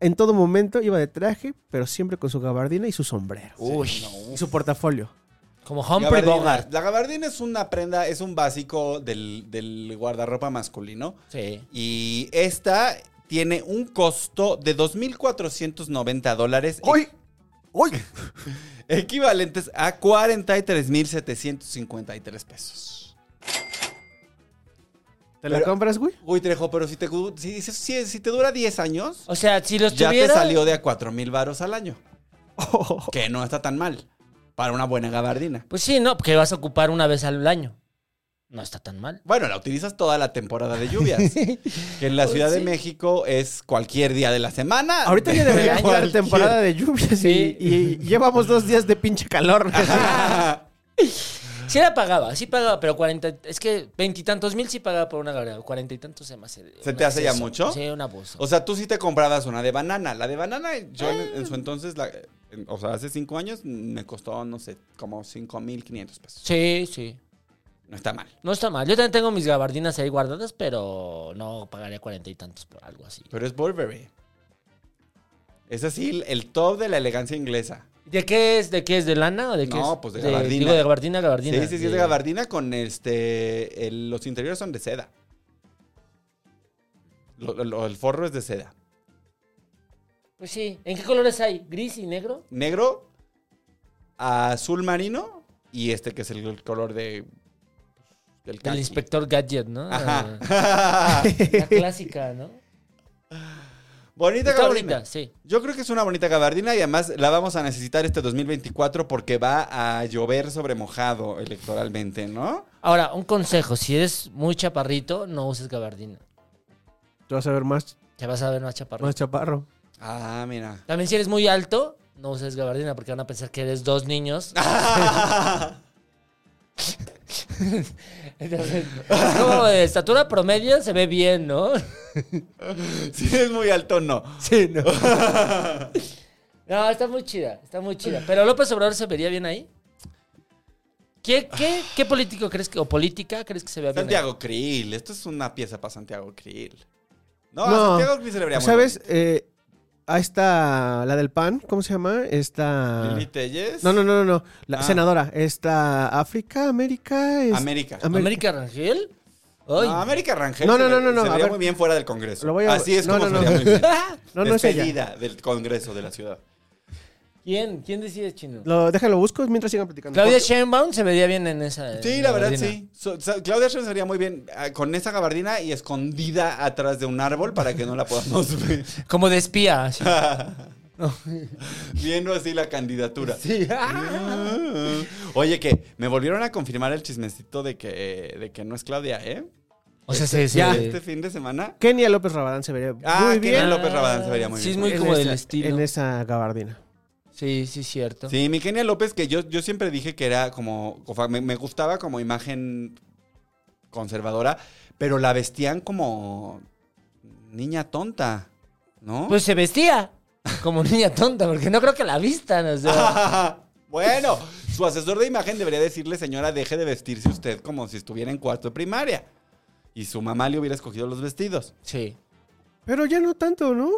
[SPEAKER 5] en todo momento iba de traje, pero siempre con su gabardina y su sombrero.
[SPEAKER 3] Uy.
[SPEAKER 5] Y su portafolio.
[SPEAKER 4] Como Humphrey
[SPEAKER 3] Gabardina.
[SPEAKER 4] Bogart.
[SPEAKER 3] La gabardina es una prenda, es un básico del, del guardarropa masculino.
[SPEAKER 4] Sí.
[SPEAKER 3] Y esta tiene un costo de 2.490 dólares. ¡Uy! Equivalentes a 43.753 pesos.
[SPEAKER 5] ¿Te la
[SPEAKER 3] Pero-
[SPEAKER 5] compras, güey?
[SPEAKER 3] Uy, Trejo, pero si te, gu- si, dices- si- si te dura 10 años,
[SPEAKER 4] O sea, si los
[SPEAKER 3] ya te
[SPEAKER 4] tuviera.
[SPEAKER 3] salió de a 4.000 varos al año. Que no está tan mal para una buena gabardina.
[SPEAKER 4] Pues sí, no, porque vas a ocupar una vez al año. No está tan mal.
[SPEAKER 3] Bueno, la utilizas toda la temporada de
[SPEAKER 5] *laughs* Pues
[SPEAKER 3] lluvias. que en la Ciudad de México es cualquier día de la semana.
[SPEAKER 5] *laughs* Ahorita ya *laughs* debería llegar
[SPEAKER 3] Cualquier-
[SPEAKER 5] temporada de lluvias
[SPEAKER 4] Sí.
[SPEAKER 5] y, y llevamos dos días de pinche calor.
[SPEAKER 4] Sí la pagaba, sí pagaba, pero 40. Es que veintitantos mil sí pagaba por una gabardina. Cuarenta y tantos se me hace.
[SPEAKER 3] ¿Se
[SPEAKER 4] un
[SPEAKER 3] te hace ya
[SPEAKER 4] exceso.
[SPEAKER 3] mucho?
[SPEAKER 4] Sí, un abuso.
[SPEAKER 3] *laughs* O sea, tú sí te comprabas una de banana. La de banana, yo en,
[SPEAKER 5] Eh.
[SPEAKER 3] en su entonces, la- en- o sea, hace cinco años, me costó, no sé, como 5.500 pesos.
[SPEAKER 4] sí, sí.
[SPEAKER 3] No está mal.
[SPEAKER 4] No está mal. Yo también tengo mis gabardinas ahí guardadas, pero no pagaría cuarenta y tantos por algo así.
[SPEAKER 3] Pero es Burberry. Es así, el top de la elegancia inglesa.
[SPEAKER 4] ¿De qué es? ¿De qué es? ¿De lana o de qué
[SPEAKER 3] No,
[SPEAKER 4] es?
[SPEAKER 3] pues, de gabardina.
[SPEAKER 4] Digo, de gabardina,
[SPEAKER 3] Sí,
[SPEAKER 4] gabardina.
[SPEAKER 3] sí, sí, es de gabardina con este... el- los interiores son de seda. Lo- lo- lo- el forro es de seda.
[SPEAKER 4] Pues sí. ¿En qué colores hay? ¿Gris y negro?
[SPEAKER 3] Negro, azul marino y este que es el, color de... Del
[SPEAKER 4] El
[SPEAKER 3] khaki.
[SPEAKER 4] inspector Gadget, ¿no?
[SPEAKER 3] Ajá.
[SPEAKER 4] Ah, La clásica, ¿no?
[SPEAKER 3] *laughs* bonita
[SPEAKER 4] Está
[SPEAKER 3] gabardina.
[SPEAKER 4] bonita, sí.
[SPEAKER 3] Yo creo que es una bonita gabardina y además la vamos a necesitar este 2024 porque va a llover sobre mojado electoralmente, ¿no?
[SPEAKER 4] Ahora, un consejo. Si eres muy chaparrito, no uses gabardina.
[SPEAKER 5] Tú vas a ver más,
[SPEAKER 4] Te vas a ver más chaparrito.
[SPEAKER 5] más chaparro.
[SPEAKER 3] Ah, mira. *laughs*
[SPEAKER 4] También si eres muy alto, no uses gabardina porque van a pensar que eres dos niños.
[SPEAKER 3] Ah.
[SPEAKER 4] *laughs* Entonces, es como de estatura promedio se ve bien, ¿no?
[SPEAKER 3] si es muy alto, no.
[SPEAKER 4] Sí, no. No, está muy chida, está muy chida. Pero López Obrador se vería bien ahí. ¿Qué, qué, qué político crees que, o política crees que se vea bien? ahí?
[SPEAKER 3] Santiago Krill, esto es una pieza para Santiago Krill. No,
[SPEAKER 5] No.
[SPEAKER 3] a Santiago Krill se le vería muy
[SPEAKER 5] ¿Sabes?
[SPEAKER 3] bonito.
[SPEAKER 5] Eh, ahí está la del PAN, ¿cómo se llama? Esta...
[SPEAKER 3] Lili Telles.
[SPEAKER 5] Ah. No, no, no, no, no. La
[SPEAKER 3] Ah.
[SPEAKER 5] senadora. Esta África, América... es-
[SPEAKER 3] América.
[SPEAKER 5] Am-
[SPEAKER 4] ¿América Rangel? Ay.
[SPEAKER 3] No, América Rangel.
[SPEAKER 5] No, no,
[SPEAKER 3] se
[SPEAKER 5] no,
[SPEAKER 3] ve-
[SPEAKER 5] no, no,
[SPEAKER 3] Se
[SPEAKER 5] a
[SPEAKER 3] vería
[SPEAKER 5] ver.
[SPEAKER 3] muy bien fuera del Congreso.
[SPEAKER 5] Lo voy a-
[SPEAKER 3] Así es
[SPEAKER 5] no,
[SPEAKER 3] como
[SPEAKER 5] no,
[SPEAKER 3] se
[SPEAKER 5] no.
[SPEAKER 3] vería muy bien.
[SPEAKER 5] *laughs* No, no es ella.
[SPEAKER 3] Despedida del Congreso de la ciudad.
[SPEAKER 4] *laughs* ¿Quién? ¿Quién decide chino?
[SPEAKER 5] Lo, déjalo, busco mientras sigan platicando.
[SPEAKER 4] Claudia
[SPEAKER 5] Porque-
[SPEAKER 4] Sheinbaum se vería bien en esa. eh,
[SPEAKER 3] Sí, la verdad,
[SPEAKER 4] gabardina.
[SPEAKER 3] sí. So- so- Claudia Sheinbaum sería muy bien ah, con esa gabardina y escondida atrás de un árbol para que no la podamos *laughs* ver.
[SPEAKER 4] Como de espía. así.
[SPEAKER 3] Ah. Viendo así la candidatura. *laughs* Ah.
[SPEAKER 4] Sí.
[SPEAKER 3] Oye, que me volvieron a confirmar el chismecito de que, de que no es Claudia, ¿eh?
[SPEAKER 4] O sea, se, se-
[SPEAKER 3] Ya. Este fin de semana.
[SPEAKER 5] Kenia López Rabadán se vería
[SPEAKER 3] Ah,
[SPEAKER 5] muy
[SPEAKER 3] Kenia
[SPEAKER 5] bien.
[SPEAKER 3] López Rabadán se vería muy
[SPEAKER 4] Sí, es
[SPEAKER 3] bien.
[SPEAKER 4] muy
[SPEAKER 5] en
[SPEAKER 4] como del
[SPEAKER 5] esa-
[SPEAKER 4] estilo.
[SPEAKER 5] En esa gabardina.
[SPEAKER 4] Sí, sí, cierto.
[SPEAKER 3] Sí, mi Kenia López, que yo, yo siempre dije que era como. o sea, me, me gustaba como imagen conservadora, pero la vestían como niña tonta, ¿no?
[SPEAKER 4] Pues se vestía como niña tonta, porque no creo que la vistan. O
[SPEAKER 3] Ah.
[SPEAKER 4] sea,
[SPEAKER 3] *laughs* bueno, su asesor de imagen debería decirle, señora, deje de vestirse usted como si estuviera en cuarto de primaria. Y su mamá le hubiera escogido los vestidos.
[SPEAKER 4] sí.
[SPEAKER 5] Pero ya no tanto, ¿no?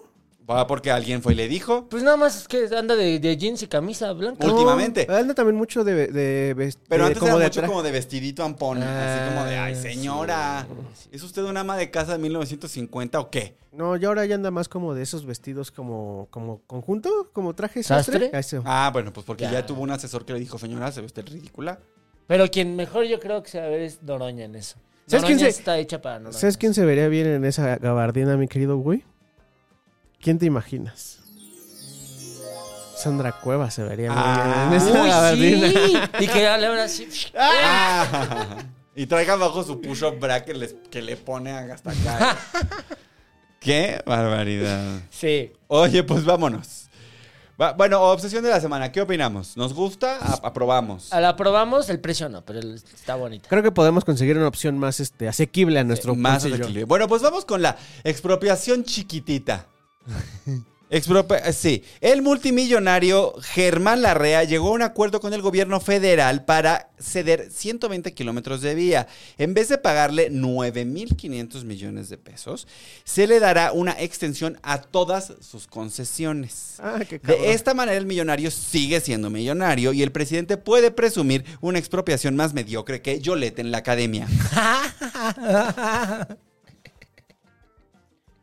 [SPEAKER 3] Va porque alguien fue y le dijo.
[SPEAKER 4] Pues nada más es que anda de, de jeans y camisa blanca.
[SPEAKER 3] Ulti- Últimamente.
[SPEAKER 5] No, anda también mucho de, de vest-
[SPEAKER 3] Pero
[SPEAKER 5] de-
[SPEAKER 3] antes era
[SPEAKER 5] de
[SPEAKER 3] mucho
[SPEAKER 5] tra-
[SPEAKER 3] como de vestidito ampón. así como de, ay,
[SPEAKER 4] Ah,
[SPEAKER 3] señora,
[SPEAKER 4] sí, sí.
[SPEAKER 3] ¿es usted una ama de casa de 1950 o qué?
[SPEAKER 5] No, ya ahora ya anda más como de esos vestidos como, como conjunto, como traje
[SPEAKER 4] ¿Sastre?
[SPEAKER 5] sastre. Ah, eso.
[SPEAKER 3] Ah, bueno, pues porque ya.
[SPEAKER 4] Ya.
[SPEAKER 3] tuvo un asesor que le dijo, señora, ¿se ve usted ridícula?
[SPEAKER 4] Pero quien mejor yo creo que se va a ver es Noroña en eso.
[SPEAKER 5] ¿Sabes
[SPEAKER 4] Noroña
[SPEAKER 5] quién se-
[SPEAKER 4] está hecha para Noroña.
[SPEAKER 5] ¿Sabes quién se vería bien en esa gabardina, mi querido güey? ¿Quién te imaginas? Sandra Cueva se vería muy
[SPEAKER 3] Ah.
[SPEAKER 5] bien en
[SPEAKER 3] *laughs*
[SPEAKER 5] esa gabardina.
[SPEAKER 4] Uy, sí. Y que ya le abra así.
[SPEAKER 3] Ah. *laughs* Y traiga abajo su push-up bra que, les- que le pone hasta acá. ¡Qué barbaridad!
[SPEAKER 4] Sí.
[SPEAKER 3] Oye, pues vámonos. Va- bueno, obsesión de la semana. ¿Qué opinamos? ¿Nos gusta? A- aprobamos.
[SPEAKER 4] Ah, La probamos, el precio no, pero el- está bonito.
[SPEAKER 5] Creo que podemos conseguir una opción más este, asequible a nuestro
[SPEAKER 3] Más
[SPEAKER 5] bolsillo.
[SPEAKER 3] asequible. Bueno, pues vamos con la expropiación chiquitita. Expropia- eh, sí, el multimillonario Germán Larrea llegó a un acuerdo con el gobierno federal para ceder 120 kilómetros de vía. En vez de pagarle 9.500 millones de pesos, se le dará una extensión a todas sus concesiones.
[SPEAKER 5] Ah, qué cabrón.
[SPEAKER 3] De esta manera el millonario sigue siendo millonario y el presidente puede presumir una expropiación más mediocre que Yolette en la
[SPEAKER 4] *laughs*
[SPEAKER 3] academia.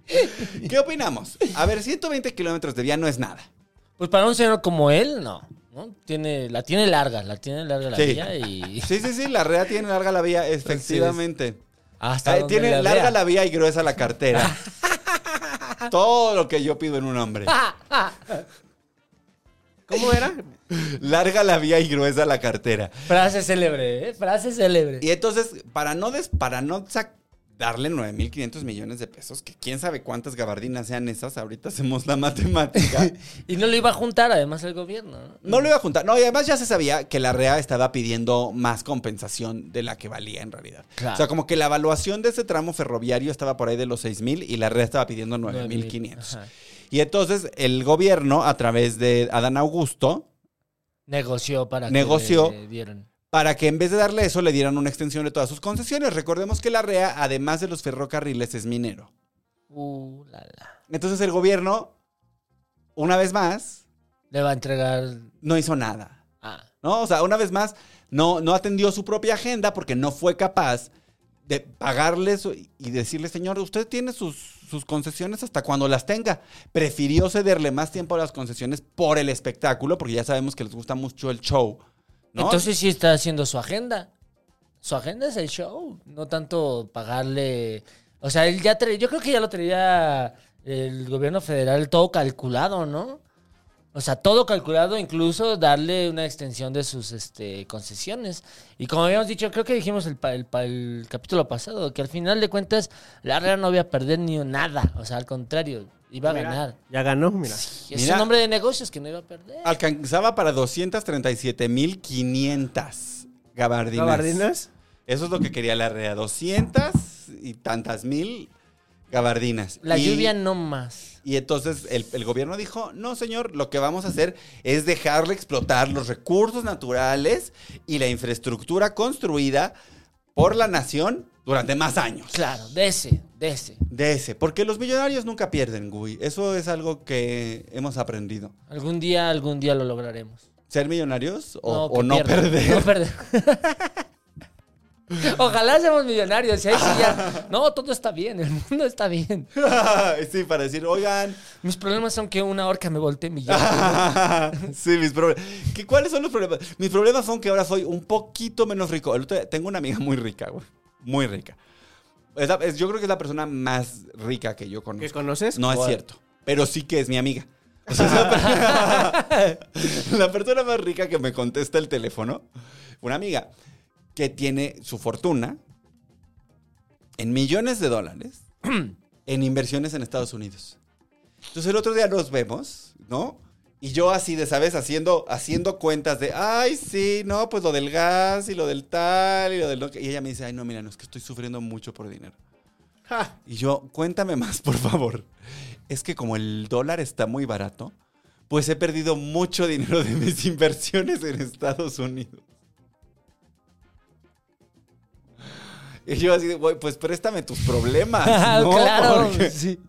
[SPEAKER 3] ¿Qué opinamos? A ver, 120 kilómetros de vía no es nada.
[SPEAKER 4] Pues para un señor como él, no. ¿no? Tiene, la tiene larga, la tiene larga la
[SPEAKER 3] Sí.
[SPEAKER 4] vía y.
[SPEAKER 3] Sí, sí, sí, la rea tiene larga la vía, efectivamente.
[SPEAKER 4] Hasta
[SPEAKER 3] Eh,
[SPEAKER 4] donde
[SPEAKER 3] tiene
[SPEAKER 4] la
[SPEAKER 3] larga
[SPEAKER 4] vea.
[SPEAKER 3] la vía y gruesa la
[SPEAKER 4] *laughs*
[SPEAKER 3] cartera. Todo lo que yo pido en un hombre.
[SPEAKER 5] ¿Cómo era?
[SPEAKER 3] Larga la vía y gruesa la cartera.
[SPEAKER 4] Frase célebre, ¿eh? Frase célebre.
[SPEAKER 3] Y entonces, para no, des, para no sac- darle 9.500 millones de pesos, que quién sabe cuántas gabardinas sean esas, ahorita hacemos la
[SPEAKER 4] *laughs*
[SPEAKER 3] matemática.
[SPEAKER 4] Y no lo iba a juntar, además, el gobierno. ¿no?
[SPEAKER 3] No lo iba a juntar. No, y además ya se sabía que la REA estaba pidiendo más compensación de la que valía en realidad.
[SPEAKER 4] Claro.
[SPEAKER 3] O sea, como que la evaluación de ese tramo ferroviario estaba por ahí de los 6.000 y la REA estaba pidiendo 9.500.
[SPEAKER 4] Ajá.
[SPEAKER 3] Y entonces el gobierno, a través de Adán Augusto,
[SPEAKER 4] Negoció para
[SPEAKER 3] Negoció.
[SPEAKER 4] que le dieran.
[SPEAKER 3] para que en vez de darle eso le dieran una extensión de todas sus concesiones. Recordemos que la REA, además de los ferrocarriles, es minero.
[SPEAKER 4] Uh, la, la.
[SPEAKER 3] Entonces el gobierno, una vez más,
[SPEAKER 4] Le va a entregar.
[SPEAKER 3] no hizo nada.
[SPEAKER 4] Ah.
[SPEAKER 3] ¿No? O sea, una vez más, no, no atendió su propia agenda porque no fue capaz de pagarles y decirle, señor, usted tiene sus, sus concesiones hasta cuando las tenga. Prefirió cederle más tiempo a las concesiones por el espectáculo, porque ya sabemos que les gusta mucho el show. ¿no?
[SPEAKER 4] Entonces sí está haciendo su agenda. Su agenda es el show, no tanto pagarle. O sea, él ya tra- yo creo que ya lo traía el gobierno federal todo calculado, ¿no? O sea, todo calculado, incluso darle una extensión de sus este, concesiones. Y como habíamos dicho, creo que dijimos el, pa- el pa- el capítulo pasado, que al final de cuentas, la Real no había a perder ni nada. O sea, al contrario, iba a ganar.
[SPEAKER 5] Ya ganó, mira.
[SPEAKER 4] Y es
[SPEAKER 3] Mira. Ah,
[SPEAKER 4] un hombre de negocios que no iba a perder.
[SPEAKER 3] alcanzaba para 237.500 gabardinas.
[SPEAKER 5] ¿Gabardinas?
[SPEAKER 3] Eso es lo que quería la REA. 200 y tantas mil gabardinas.
[SPEAKER 4] La
[SPEAKER 3] Y-
[SPEAKER 4] lluvia no más.
[SPEAKER 3] Y entonces el, el gobierno dijo, no señor, lo que vamos a hacer es dejarle explotar los recursos naturales y la infraestructura construida por la nación durante más años.
[SPEAKER 4] Claro, de ese, de ese.
[SPEAKER 3] De ese, porque los millonarios nunca pierden, güey. Eso es algo que hemos aprendido.
[SPEAKER 4] Algún día, algún día lo lograremos.
[SPEAKER 3] Ser millonarios o o no,
[SPEAKER 4] que pierda,
[SPEAKER 3] perder. *laughs*
[SPEAKER 4] no perder. *laughs* Ojalá seamos millonarios. y ahí sí ya- No, todo está bien, el mundo está bien.
[SPEAKER 3] sí, para decir, oigan,
[SPEAKER 4] Mis problemas son que una orca me voltee mi ya.
[SPEAKER 3] *laughs*
[SPEAKER 4] *laughs*
[SPEAKER 3] sí, mis problemas. ¿Qué- ¿Cuáles son los problemas? Mis problemas son que ahora soy un poquito menos rico. El otro día- Tengo una amiga muy rica, güey. Muy rica. Es la- es- yo creo que es la persona más rica que yo
[SPEAKER 5] ¿Qué
[SPEAKER 3] conozco.
[SPEAKER 5] conoces?
[SPEAKER 3] No es
[SPEAKER 5] ¿Cuál?
[SPEAKER 3] cierto. Pero sí que es mi amiga. O sea, es la, per- *laughs* la persona más rica que me contesta el teléfono. Una amiga que tiene su fortuna en millones de dólares en inversiones en Estados Unidos. Entonces el otro día nos vemos, ¿no? Y yo así de, ¿sabes? Haciendo, haciendo cuentas de, ay, sí, no, pues lo del gas y lo del tal y lo del... no que-". Y ella me dice, ay, no, mira, no, es que estoy sufriendo mucho por dinero. Y yo, cuéntame más, por favor. Es que como el dólar está muy barato, pues he perdido mucho dinero de mis *laughs* inversiones en Estados Unidos. Y yo así, de, "Güey, pues préstame tus problemas.
[SPEAKER 4] *laughs* Ah,
[SPEAKER 3] ¿no?
[SPEAKER 4] claro,
[SPEAKER 3] Porque-
[SPEAKER 4] sí.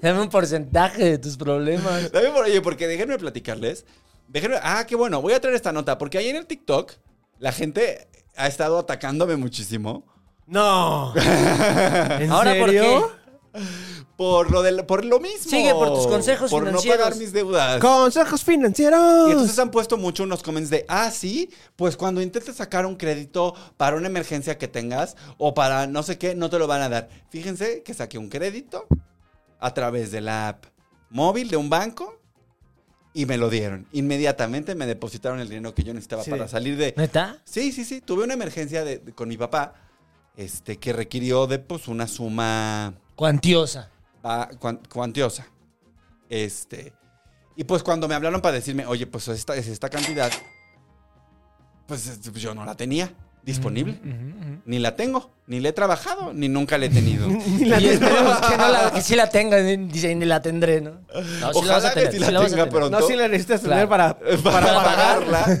[SPEAKER 4] Dame un porcentaje de tus problemas.
[SPEAKER 3] También por oye, porque déjenme platicarles. Déjenme, ah, qué bueno, voy a traer esta nota, porque ahí en el TikTok la gente ha estado atacándome muchísimo *laughs*
[SPEAKER 5] No. ¿En
[SPEAKER 4] Ahora, ¿por
[SPEAKER 5] serio?
[SPEAKER 3] por lo, del, por lo mismo.
[SPEAKER 4] Sigue por tus consejos
[SPEAKER 3] Por
[SPEAKER 4] financieros.
[SPEAKER 3] no pagar mis deudas.
[SPEAKER 5] Consejos financieros.
[SPEAKER 3] Y entonces han puesto mucho unos comments de, ah, sí, pues cuando intentes sacar un crédito para una emergencia que tengas o para no sé qué, no te lo van a dar. Fíjense que saqué un crédito a través de la app móvil de un banco y me lo dieron. Inmediatamente me depositaron el dinero que yo necesitaba
[SPEAKER 5] Sí.
[SPEAKER 3] para salir de...
[SPEAKER 4] ¿Neta?
[SPEAKER 3] Sí, sí, sí, tuve una emergencia de- de- con mi papá este, que requirió de pues una suma
[SPEAKER 4] Cuantiosa.
[SPEAKER 3] va- cuan- cuantiosa. Este. Y pues cuando me hablaron para decirme, oye, pues esta es esta cantidad, pues eh, yo no la tenía disponible.
[SPEAKER 5] Mm.
[SPEAKER 3] Ni la tengo, ni la he trabajado, ni nunca la he
[SPEAKER 5] *laughs*
[SPEAKER 3] tenido.
[SPEAKER 5] Ni la
[SPEAKER 4] Y
[SPEAKER 5] tengo.
[SPEAKER 4] esperemos que, no la, que sí la tenga, dice, ni la tendré, ¿no? No, sí la
[SPEAKER 3] Ojalá
[SPEAKER 4] vas a
[SPEAKER 3] que
[SPEAKER 4] tener,
[SPEAKER 3] sí
[SPEAKER 4] sí
[SPEAKER 3] la
[SPEAKER 4] la vas a
[SPEAKER 3] tenga
[SPEAKER 4] tener.
[SPEAKER 3] pronto.
[SPEAKER 5] No, sí la necesitas tener para...
[SPEAKER 4] Claro.
[SPEAKER 3] para,
[SPEAKER 4] Para
[SPEAKER 3] pagarla.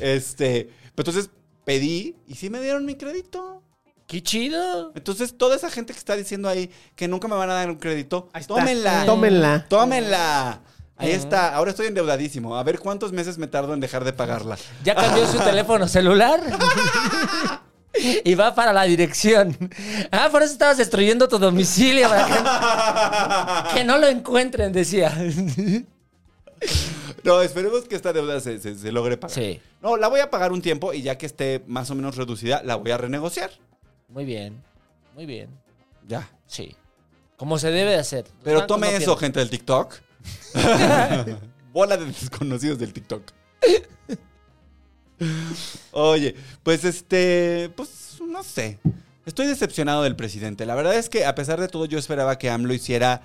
[SPEAKER 3] este, pero entonces pedí y sí me dieron mi crédito.
[SPEAKER 4] ¡Qué chido!
[SPEAKER 3] Entonces, toda esa gente que está diciendo ahí que nunca me van a dar un crédito,
[SPEAKER 5] Ahí está. Mm.
[SPEAKER 3] tómenla.
[SPEAKER 5] Tómenla.
[SPEAKER 3] Tómenla. Ahí
[SPEAKER 4] Ajá.
[SPEAKER 3] está. Ahora estoy endeudadísimo. A ver cuántos meses me tardo en dejar de pagarla.
[SPEAKER 4] Ya cambió su teléfono celular. Y va para la dirección. Ah, por eso estabas destruyendo tu domicilio. para que, que no lo encuentren, decía.
[SPEAKER 3] *laughs* No, esperemos que esta deuda se, se- se logre pagar.
[SPEAKER 4] Sí,
[SPEAKER 3] No, la voy a pagar un tiempo y ya que esté más o menos reducida, la voy a renegociar.
[SPEAKER 4] muy bien. Muy bien.
[SPEAKER 3] Ya.
[SPEAKER 4] Sí. Como se debe de hacer. Los
[SPEAKER 3] Pero
[SPEAKER 4] bancos
[SPEAKER 3] tome
[SPEAKER 4] no
[SPEAKER 3] eso,
[SPEAKER 4] pierden.
[SPEAKER 3] gente del
[SPEAKER 4] *laughs*
[SPEAKER 3] TikTok. Bola de desconocidos del TikTok. Oye, pues este, pues no sé. Estoy decepcionado del presidente. La verdad es que a pesar de todo yo esperaba que AMLO hiciera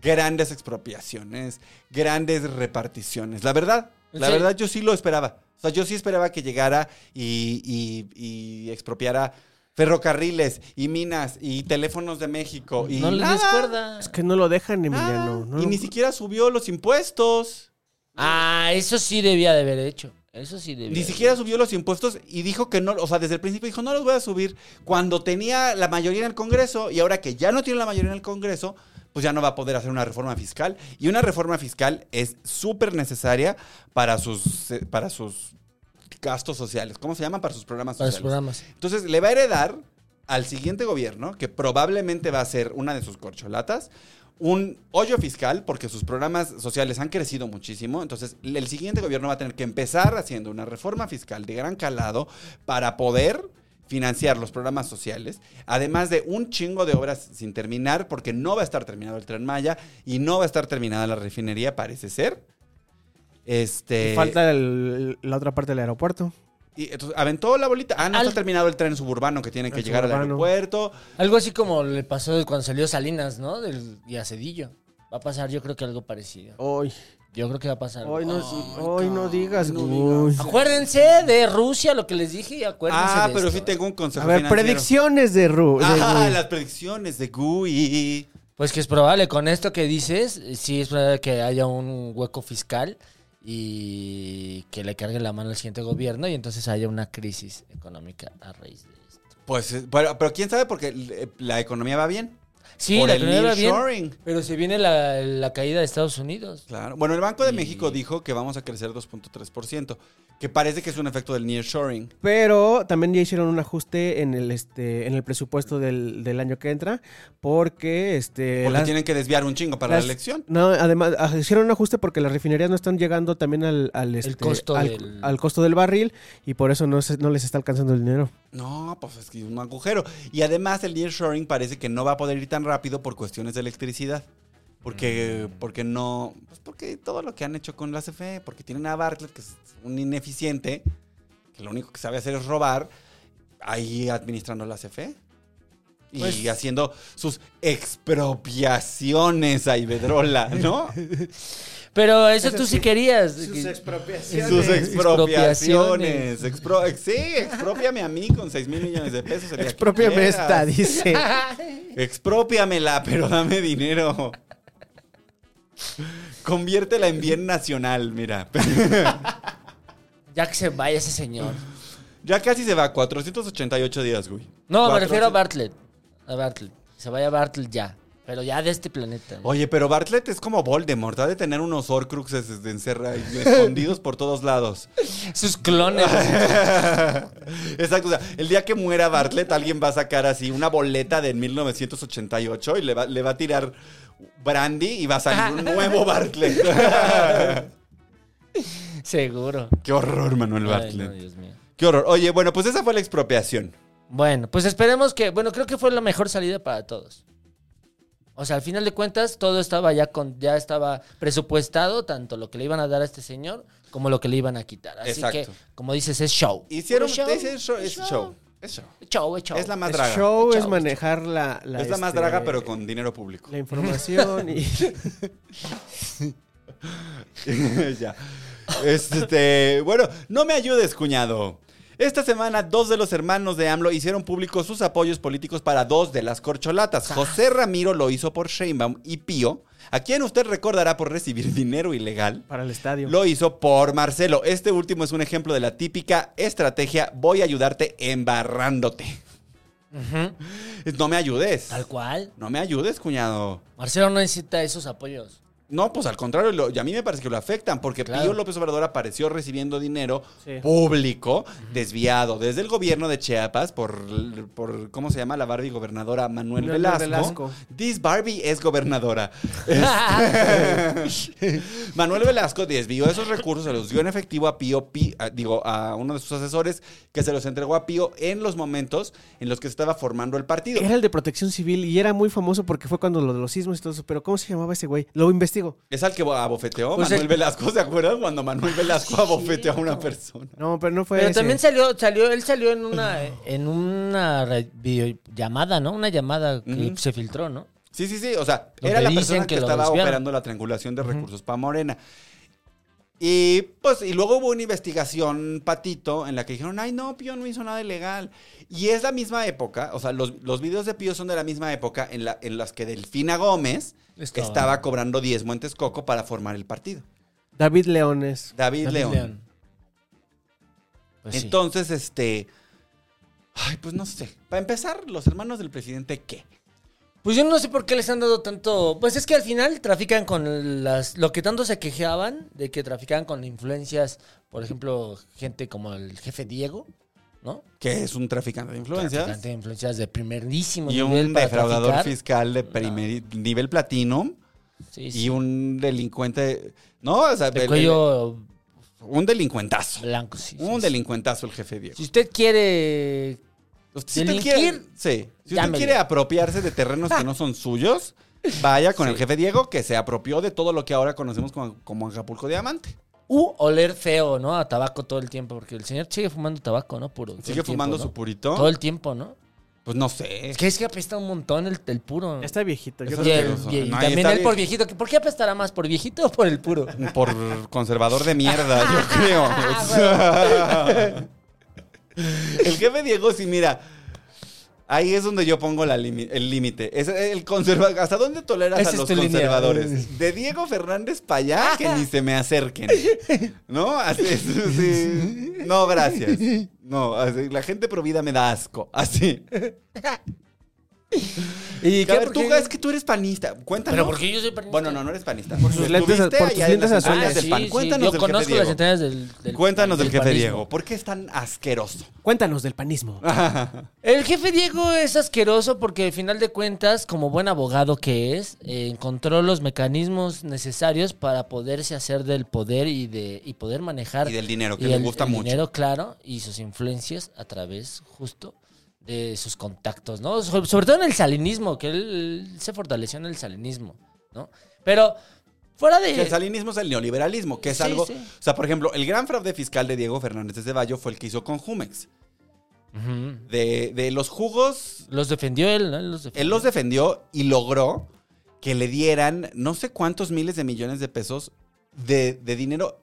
[SPEAKER 3] grandes expropiaciones, grandes reparticiones. La verdad, la
[SPEAKER 4] Sí.
[SPEAKER 3] verdad yo sí lo esperaba. O sea, yo sí esperaba que llegara y, y- y expropiara ferrocarriles y minas y teléfonos de México. Y
[SPEAKER 4] No les
[SPEAKER 3] nada.
[SPEAKER 4] descuerda.
[SPEAKER 5] Es que no lo dejan, Emiliano.
[SPEAKER 3] Ah,
[SPEAKER 5] no
[SPEAKER 3] y
[SPEAKER 5] lo-
[SPEAKER 3] ni siquiera subió los impuestos.
[SPEAKER 4] Ah, eso sí debía de haber hecho. Eso sí debía.
[SPEAKER 3] Ni
[SPEAKER 4] de
[SPEAKER 3] siquiera
[SPEAKER 4] haber
[SPEAKER 3] subió los impuestos y dijo que no, o sea, desde el principio dijo, no los voy a subir cuando tenía la mayoría en el Congreso y ahora que ya no tiene la mayoría en el Congreso, pues ya no va a poder hacer una reforma fiscal. Y una reforma fiscal es súper necesaria para sus, eh, para sus gastos sociales. ¿Cómo se llaman? Para sus programas
[SPEAKER 4] hecho. Para los
[SPEAKER 3] sociales.
[SPEAKER 4] programas.
[SPEAKER 3] Entonces le va a heredar al siguiente gobierno, que probablemente va a ser una de sus corcholatas, un hoyo fiscal, porque sus programas sociales han crecido muchísimo. Entonces el siguiente gobierno va a tener que empezar haciendo una reforma fiscal de gran calado para poder financiar los programas sociales, además de un chingo de obras sin terminar, porque no va a estar terminado el tren Maya y no va a estar terminada la refinería, parece ser. Este,
[SPEAKER 5] Y Falta el- la otra parte del aeropuerto.
[SPEAKER 3] y entonces aventó la bolita. Ah, no
[SPEAKER 4] Al-
[SPEAKER 3] está terminado el tren suburbano que tiene que
[SPEAKER 5] El
[SPEAKER 3] llegar al
[SPEAKER 5] suburbano.
[SPEAKER 3] aeropuerto.
[SPEAKER 4] Algo así como le pasó de cuando salió Salinas, ¿no? Del, y a Cedillo. Va a pasar, yo creo que algo parecido.
[SPEAKER 3] Oh.
[SPEAKER 5] Hoy,
[SPEAKER 4] Yo creo que va a pasar.
[SPEAKER 5] hoy no,
[SPEAKER 3] Ay,
[SPEAKER 5] hoy no
[SPEAKER 3] cabrón,
[SPEAKER 5] digas,
[SPEAKER 3] no
[SPEAKER 5] güey.
[SPEAKER 4] Acuérdense de Rusia, lo que les dije, y acuérdense.
[SPEAKER 3] Ah,
[SPEAKER 4] de
[SPEAKER 3] pero
[SPEAKER 4] esto.
[SPEAKER 3] sí tengo un consejo
[SPEAKER 5] A ver,
[SPEAKER 3] financiero.
[SPEAKER 5] predicciones de Ru. de
[SPEAKER 3] Ah,
[SPEAKER 5] Gui.
[SPEAKER 3] las predicciones de Gui.
[SPEAKER 4] Pues que es probable, con esto que dices, eh, sí es probable que haya un hueco fiscal y que le cargue la mano al siguiente gobierno y entonces haya una crisis económica a raíz de esto.
[SPEAKER 3] Pues, eh, pero, pero quién sabe porque eh, la economía va bien.
[SPEAKER 4] Sí,
[SPEAKER 3] Por
[SPEAKER 4] la
[SPEAKER 3] el
[SPEAKER 4] primera va bien,
[SPEAKER 3] nearshoring.
[SPEAKER 4] pero se viene la, la caída de Estados Unidos.
[SPEAKER 3] Claro. Bueno, el Banco de
[SPEAKER 4] Y-
[SPEAKER 3] México dijo que vamos a crecer 2.3%, que parece que es un efecto del nearshoring.
[SPEAKER 5] Pero también ya hicieron un ajuste en el este en el presupuesto del, del año que entra porque este
[SPEAKER 3] Porque
[SPEAKER 5] las-
[SPEAKER 3] tienen que desviar un chingo para
[SPEAKER 5] las-
[SPEAKER 3] la elección.
[SPEAKER 5] No, además ah, hicieron un ajuste porque las refinerías no están llegando también al, al, este,
[SPEAKER 4] costo
[SPEAKER 5] al,
[SPEAKER 4] del-
[SPEAKER 5] al costo del barril y por eso no se- no les está alcanzando el dinero.
[SPEAKER 3] No, pues es que es un agujero. Y además el nearshoring parece que no va a poder ir tan rápido por cuestiones de electricidad. Porque, porque no. Pues porque todo lo que han hecho con la CFE, porque tienen a Bartlett, que es un ineficiente, que lo único que sabe hacer es robar, ahí administrando la CFE. Y
[SPEAKER 4] Pues-
[SPEAKER 3] haciendo sus expropiaciones a Ibedrola, ¿no?
[SPEAKER 4] Pero eso tú sí, querías. que-
[SPEAKER 5] expropiaciones.
[SPEAKER 3] Sus expropiaciones.
[SPEAKER 4] Expropiaciones.
[SPEAKER 3] Expro- ex- sí, expropiame a mí con 6 mil millones de pesos. el día que
[SPEAKER 5] Expropiame
[SPEAKER 3] quieras. *laughs*
[SPEAKER 5] esta, dice.
[SPEAKER 3] Expropiamela, pero dame dinero. Conviértela en bien nacional, mira.
[SPEAKER 4] Ya que se vaya ese señor.
[SPEAKER 3] Ya casi se va, 488 días, güey.
[SPEAKER 4] No, me refiero a
[SPEAKER 3] Bartlett.
[SPEAKER 4] Bartlett. A Bartlett. Que Se vaya Bartlett ya. Pero ya de este planeta.
[SPEAKER 3] Oye, pero Bartlett es como Voldemort, ha de tener unos Horcruxes encerrados, escondidos por todos lados. *laughs*
[SPEAKER 4] Sus clones.
[SPEAKER 3] Exacto, o sea, el día que muera Bartlett, alguien va a sacar así una boleta de 1988 y le va, le va a tirar brandy y va a salir un nuevo Bartlett.
[SPEAKER 4] *laughs* Seguro.
[SPEAKER 3] Qué horror, Manuel
[SPEAKER 4] Ay,
[SPEAKER 3] Bartlett.
[SPEAKER 4] no, Dios mío.
[SPEAKER 3] Qué horror. Oye, bueno, pues esa fue la expropiación.
[SPEAKER 4] Bueno, pues esperemos que. Bueno, creo que fue la mejor salida para todos. O sea, al final de cuentas, todo estaba ya con, ya estaba presupuestado, tanto lo que le iban a dar a este señor como lo que le iban a quitar. Así
[SPEAKER 3] Exacto.
[SPEAKER 4] que, como dices, es show.
[SPEAKER 3] Hicieron.
[SPEAKER 4] Puro
[SPEAKER 3] es, es show, es show. Es show.
[SPEAKER 4] Show, es show.
[SPEAKER 3] Es la más
[SPEAKER 5] El
[SPEAKER 3] draga.
[SPEAKER 5] show es
[SPEAKER 4] Chao.
[SPEAKER 5] manejar la, la,
[SPEAKER 3] es la más
[SPEAKER 5] este,
[SPEAKER 3] *laughs* draga, pero con dinero público.
[SPEAKER 5] la información y
[SPEAKER 3] *laughs* ya. Este, bueno, no me ayudes, cuñado. Esta semana, dos de los hermanos de AMLO hicieron públicos sus apoyos políticos para dos de las corcholatas. José Ramiro lo hizo por Sheinbaum y Pío, a quien usted recordará por recibir *laughs* dinero ilegal.
[SPEAKER 5] Para el estadio.
[SPEAKER 3] Lo hizo por Marcelo. Este último es un ejemplo de la típica estrategia voy a ayudarte embarrándote. Es, No me ayudes.
[SPEAKER 4] Tal cual.
[SPEAKER 3] No me ayudes, cuñado.
[SPEAKER 4] Marcelo no necesita esos apoyos.
[SPEAKER 3] No, pues al contrario, lo- y a mí me parece que lo afectan, porque
[SPEAKER 4] Claro.
[SPEAKER 3] Pío López Obrador apareció recibiendo dinero
[SPEAKER 5] Sí.
[SPEAKER 3] público desviado desde el gobierno de Chiapas por, por ¿cómo se llama? La Barbie gobernadora Manuel
[SPEAKER 5] Manuel
[SPEAKER 3] Velasco.
[SPEAKER 5] Velasco.
[SPEAKER 3] This Barbie es gobernadora. *laughs* Este, Manuel Velasco desvió esos recursos, se los dio en efectivo a Pío, Pi- a- digo, a uno de sus asesores, que se los entregó a Pío en los momentos en los que se estaba formando el partido.
[SPEAKER 5] Era el de protección civil y era muy famoso porque fue cuando lo de los sismos y todo eso. Pero ¿cómo se llamaba ese güey? Lo investigo.
[SPEAKER 3] Es al que abofeteó
[SPEAKER 4] Pues
[SPEAKER 3] Manuel
[SPEAKER 4] el-
[SPEAKER 3] Velasco, ¿se acuerdan? Cuando Manuel Velasco abofeteó a una persona.
[SPEAKER 5] No, pero no fue
[SPEAKER 4] Pero
[SPEAKER 5] ese.
[SPEAKER 4] también salió, salió, él salió en una, en una re- videollamada, ¿no? Una llamada que
[SPEAKER 3] Ujú.
[SPEAKER 4] se filtró, ¿no?
[SPEAKER 3] Sí, sí, sí. O sea,
[SPEAKER 4] Donde
[SPEAKER 3] era la
[SPEAKER 4] dicen
[SPEAKER 3] persona que,
[SPEAKER 4] que lo
[SPEAKER 3] estaba
[SPEAKER 4] desviaron.
[SPEAKER 3] operando la triangulación de recursos para Morena. Y pues, y luego hubo una investigación patito en la que dijeron, ay no, Pío no hizo nada ilegal. Y es la misma época, o sea, los, los videos de Pío son de la misma época en, la, en las que Delfina Gómez
[SPEAKER 4] Estaba-
[SPEAKER 3] estaba, cobrando diezmo en Texcoco para formar el partido.
[SPEAKER 5] David Leones.
[SPEAKER 3] David,
[SPEAKER 4] David
[SPEAKER 3] León.
[SPEAKER 4] León. Pues sí.
[SPEAKER 3] Entonces, este. Ay, pues no sé. Para empezar, los hermanos del presidente, ¿qué?
[SPEAKER 4] Pues yo no sé por qué les han dado tanto. Pues es que al final trafican con las. Lo que tanto se quejaban de que traficaban con influencias, por ejemplo, gente como el jefe Diego, ¿no?
[SPEAKER 3] Que es un traficante de influencias.
[SPEAKER 4] Traficante de influencias de primerísimo
[SPEAKER 3] Y
[SPEAKER 4] nivel
[SPEAKER 3] un
[SPEAKER 4] para
[SPEAKER 3] defraudador
[SPEAKER 4] traficar.
[SPEAKER 3] fiscal de primer nivel platino
[SPEAKER 4] Sí, sí.
[SPEAKER 3] y un delincuente. No, o sea,
[SPEAKER 4] de
[SPEAKER 3] el-
[SPEAKER 4] cuello
[SPEAKER 3] el- un delincuentazo.
[SPEAKER 4] blanco, sí. sí,
[SPEAKER 3] un
[SPEAKER 4] sí.
[SPEAKER 3] delincuentazo el jefe Diego.
[SPEAKER 4] Si usted quiere.
[SPEAKER 3] Usted- si usted
[SPEAKER 4] ¿Delinquir?
[SPEAKER 3] quiere, sí. si usted
[SPEAKER 4] Llámele.
[SPEAKER 3] quiere apropiarse de terrenos que no son
[SPEAKER 4] *laughs*
[SPEAKER 3] suyos, vaya con el jefe Diego que se apropió de todo lo que ahora conocemos como, como Acapulco Diamante.
[SPEAKER 4] U oler feo, ¿no? A tabaco todo el tiempo, porque el señor sigue fumando tabaco, ¿no? Puro. todo
[SPEAKER 3] Sigue
[SPEAKER 4] el tiempo,
[SPEAKER 3] fumando
[SPEAKER 4] ¿no?
[SPEAKER 3] su purito.
[SPEAKER 4] Todo el tiempo, ¿no?
[SPEAKER 3] Pues no sé.
[SPEAKER 4] Es que es que apesta un montón el, el puro.
[SPEAKER 5] Ya Está viejito. Yo
[SPEAKER 3] Eso
[SPEAKER 4] Y
[SPEAKER 5] creo
[SPEAKER 3] es
[SPEAKER 5] que-
[SPEAKER 4] el-
[SPEAKER 3] asqueroso.
[SPEAKER 4] y- y
[SPEAKER 3] No, y
[SPEAKER 4] también
[SPEAKER 3] está
[SPEAKER 4] él por
[SPEAKER 3] bien.
[SPEAKER 4] viejito. ¿Por qué apestará más? ¿Por viejito o por el puro?
[SPEAKER 3] por conservador de mierda, yo creo. O sea, el jefe Diego, sí, mira. Ahí es donde yo pongo la limi- el límite. Es el conserva ¿Hasta dónde toleras
[SPEAKER 4] Esa
[SPEAKER 3] a
[SPEAKER 4] es
[SPEAKER 3] los
[SPEAKER 4] tu línea.
[SPEAKER 3] conservadores? De Diego Fernández para allá, que ni se me acerquen. ¿No? Así es, sí. No, gracias. No, así, la gente provida me da asco. Así.
[SPEAKER 4] ¿Y
[SPEAKER 3] Y que, a ver, tú, es que tú eres panista. Cuéntanos.
[SPEAKER 4] Pero porque yo soy panista.
[SPEAKER 3] Bueno, no, no eres panista. Por
[SPEAKER 5] sus lentes- por sus lentes
[SPEAKER 4] Ah,
[SPEAKER 5] azules.
[SPEAKER 4] sí,
[SPEAKER 3] del pan.
[SPEAKER 4] sí,
[SPEAKER 3] Cuéntanos
[SPEAKER 4] Yo
[SPEAKER 3] del jefe
[SPEAKER 4] conozco las
[SPEAKER 3] Diego.
[SPEAKER 4] entrañas del, del-
[SPEAKER 3] Cuéntanos del, jefe
[SPEAKER 4] panismo.
[SPEAKER 3] Diego. ¿Por qué es tan asqueroso?
[SPEAKER 5] Cuéntanos del panismo.
[SPEAKER 4] Ah, El jefe Diego es asqueroso porque al final de cuentas, como buen abogado que es, eh, encontró los mecanismos necesarios para poderse hacer del poder y de y poder manejar
[SPEAKER 3] Y del dinero, que
[SPEAKER 4] y
[SPEAKER 3] le
[SPEAKER 4] el-
[SPEAKER 3] gusta
[SPEAKER 4] el
[SPEAKER 3] mucho.
[SPEAKER 4] dinero, claro, y sus influencias a través justo de sus contactos, ¿no? So- sobre todo en el salinismo, que él se fortaleció en el salinismo, ¿no? Pero fuera de
[SPEAKER 3] Que el salinismo es el neoliberalismo, que es
[SPEAKER 4] sí,
[SPEAKER 3] algo.
[SPEAKER 4] sí.
[SPEAKER 3] O sea, por ejemplo, el gran fraude fiscal de Diego Fernández de Ceballos fue el que hizo con Jumex.
[SPEAKER 4] Ujú.
[SPEAKER 3] De, de los jugos,
[SPEAKER 4] los defendió él, ¿no? Él los defendió.
[SPEAKER 3] él los defendió y logró que le dieran no sé cuántos miles de millones de pesos de, de dinero.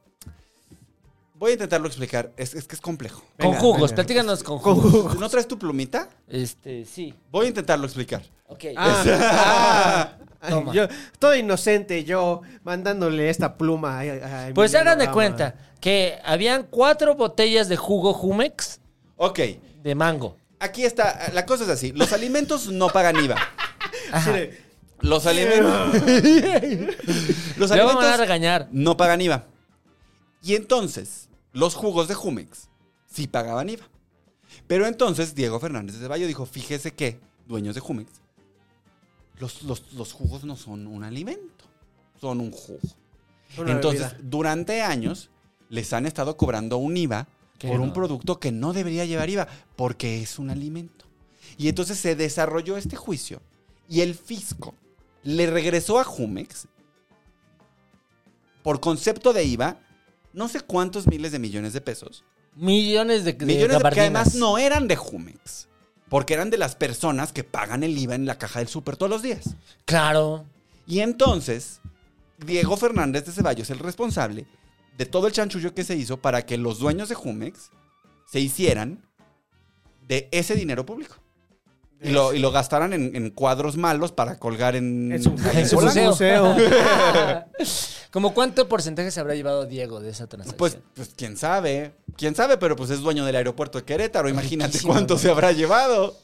[SPEAKER 3] Voy a intentarlo explicar, es, es que es complejo.
[SPEAKER 4] con
[SPEAKER 5] Venga,
[SPEAKER 4] jugos,
[SPEAKER 5] venga.
[SPEAKER 4] platícanos con
[SPEAKER 5] Con
[SPEAKER 4] jugos.
[SPEAKER 3] ¿No traes tu plumita?
[SPEAKER 4] Este, sí.
[SPEAKER 3] Voy a intentarlo explicar.
[SPEAKER 4] Ok.
[SPEAKER 5] Ah, *laughs* ay,
[SPEAKER 4] Toma.
[SPEAKER 5] yo, todo inocente yo mandándole esta pluma. ay, ay, ay,
[SPEAKER 4] Pues
[SPEAKER 5] mi
[SPEAKER 4] hagan de
[SPEAKER 5] monograma.
[SPEAKER 4] cuenta que habían cuatro botellas de jugo Jumex
[SPEAKER 3] Ok,
[SPEAKER 4] de mango.
[SPEAKER 3] aquí está, la cosa es así, los alimentos no pagan IVA.
[SPEAKER 5] Sí, de-
[SPEAKER 3] Los alimentos. *laughs* los
[SPEAKER 4] Luego me van a
[SPEAKER 3] alimentos
[SPEAKER 4] regañar.
[SPEAKER 3] no pagan IVA. Y entonces, los jugos de Jumex sí pagaban IVA. Pero entonces Diego Fernández de Ceballos dijo: fíjese que, dueños de Jumex, los, los- los jugos no son un alimento, son un jugo.
[SPEAKER 5] una
[SPEAKER 3] entonces,
[SPEAKER 5] bebida.
[SPEAKER 3] durante años les han estado cobrando un IVA
[SPEAKER 4] Que
[SPEAKER 3] por un
[SPEAKER 4] no.
[SPEAKER 3] producto que no debería llevar IVA porque es un alimento. Y entonces se desarrolló este juicio y el fisco le regresó a Jumex por concepto de IVA no sé cuántos miles de millones de pesos.
[SPEAKER 4] Millones de, de
[SPEAKER 3] millones de, que
[SPEAKER 4] gabardinas.
[SPEAKER 3] además no eran de Jumex, porque eran de las personas que pagan el IVA en la caja del súper todos los días.
[SPEAKER 4] Claro.
[SPEAKER 3] Y entonces, Diego Fernández de Ceballos, el responsable de todo el chanchullo que se hizo para que los dueños de Jumex se hicieran de ese dinero público. Y lo, y lo gastaran en, en cuadros malos para colgar en...
[SPEAKER 5] En su-
[SPEAKER 4] En su
[SPEAKER 5] Hola,
[SPEAKER 4] museo.
[SPEAKER 5] museo.
[SPEAKER 4] ¿Cómo cuánto porcentaje se habrá llevado Diego de esa transacción?
[SPEAKER 3] Pues, pues quién sabe, quién sabe, pero pues es dueño del aeropuerto de Querétaro. Imagínate
[SPEAKER 4] Riquísimo,
[SPEAKER 3] cuánto
[SPEAKER 4] ¿no?
[SPEAKER 3] se habrá llevado.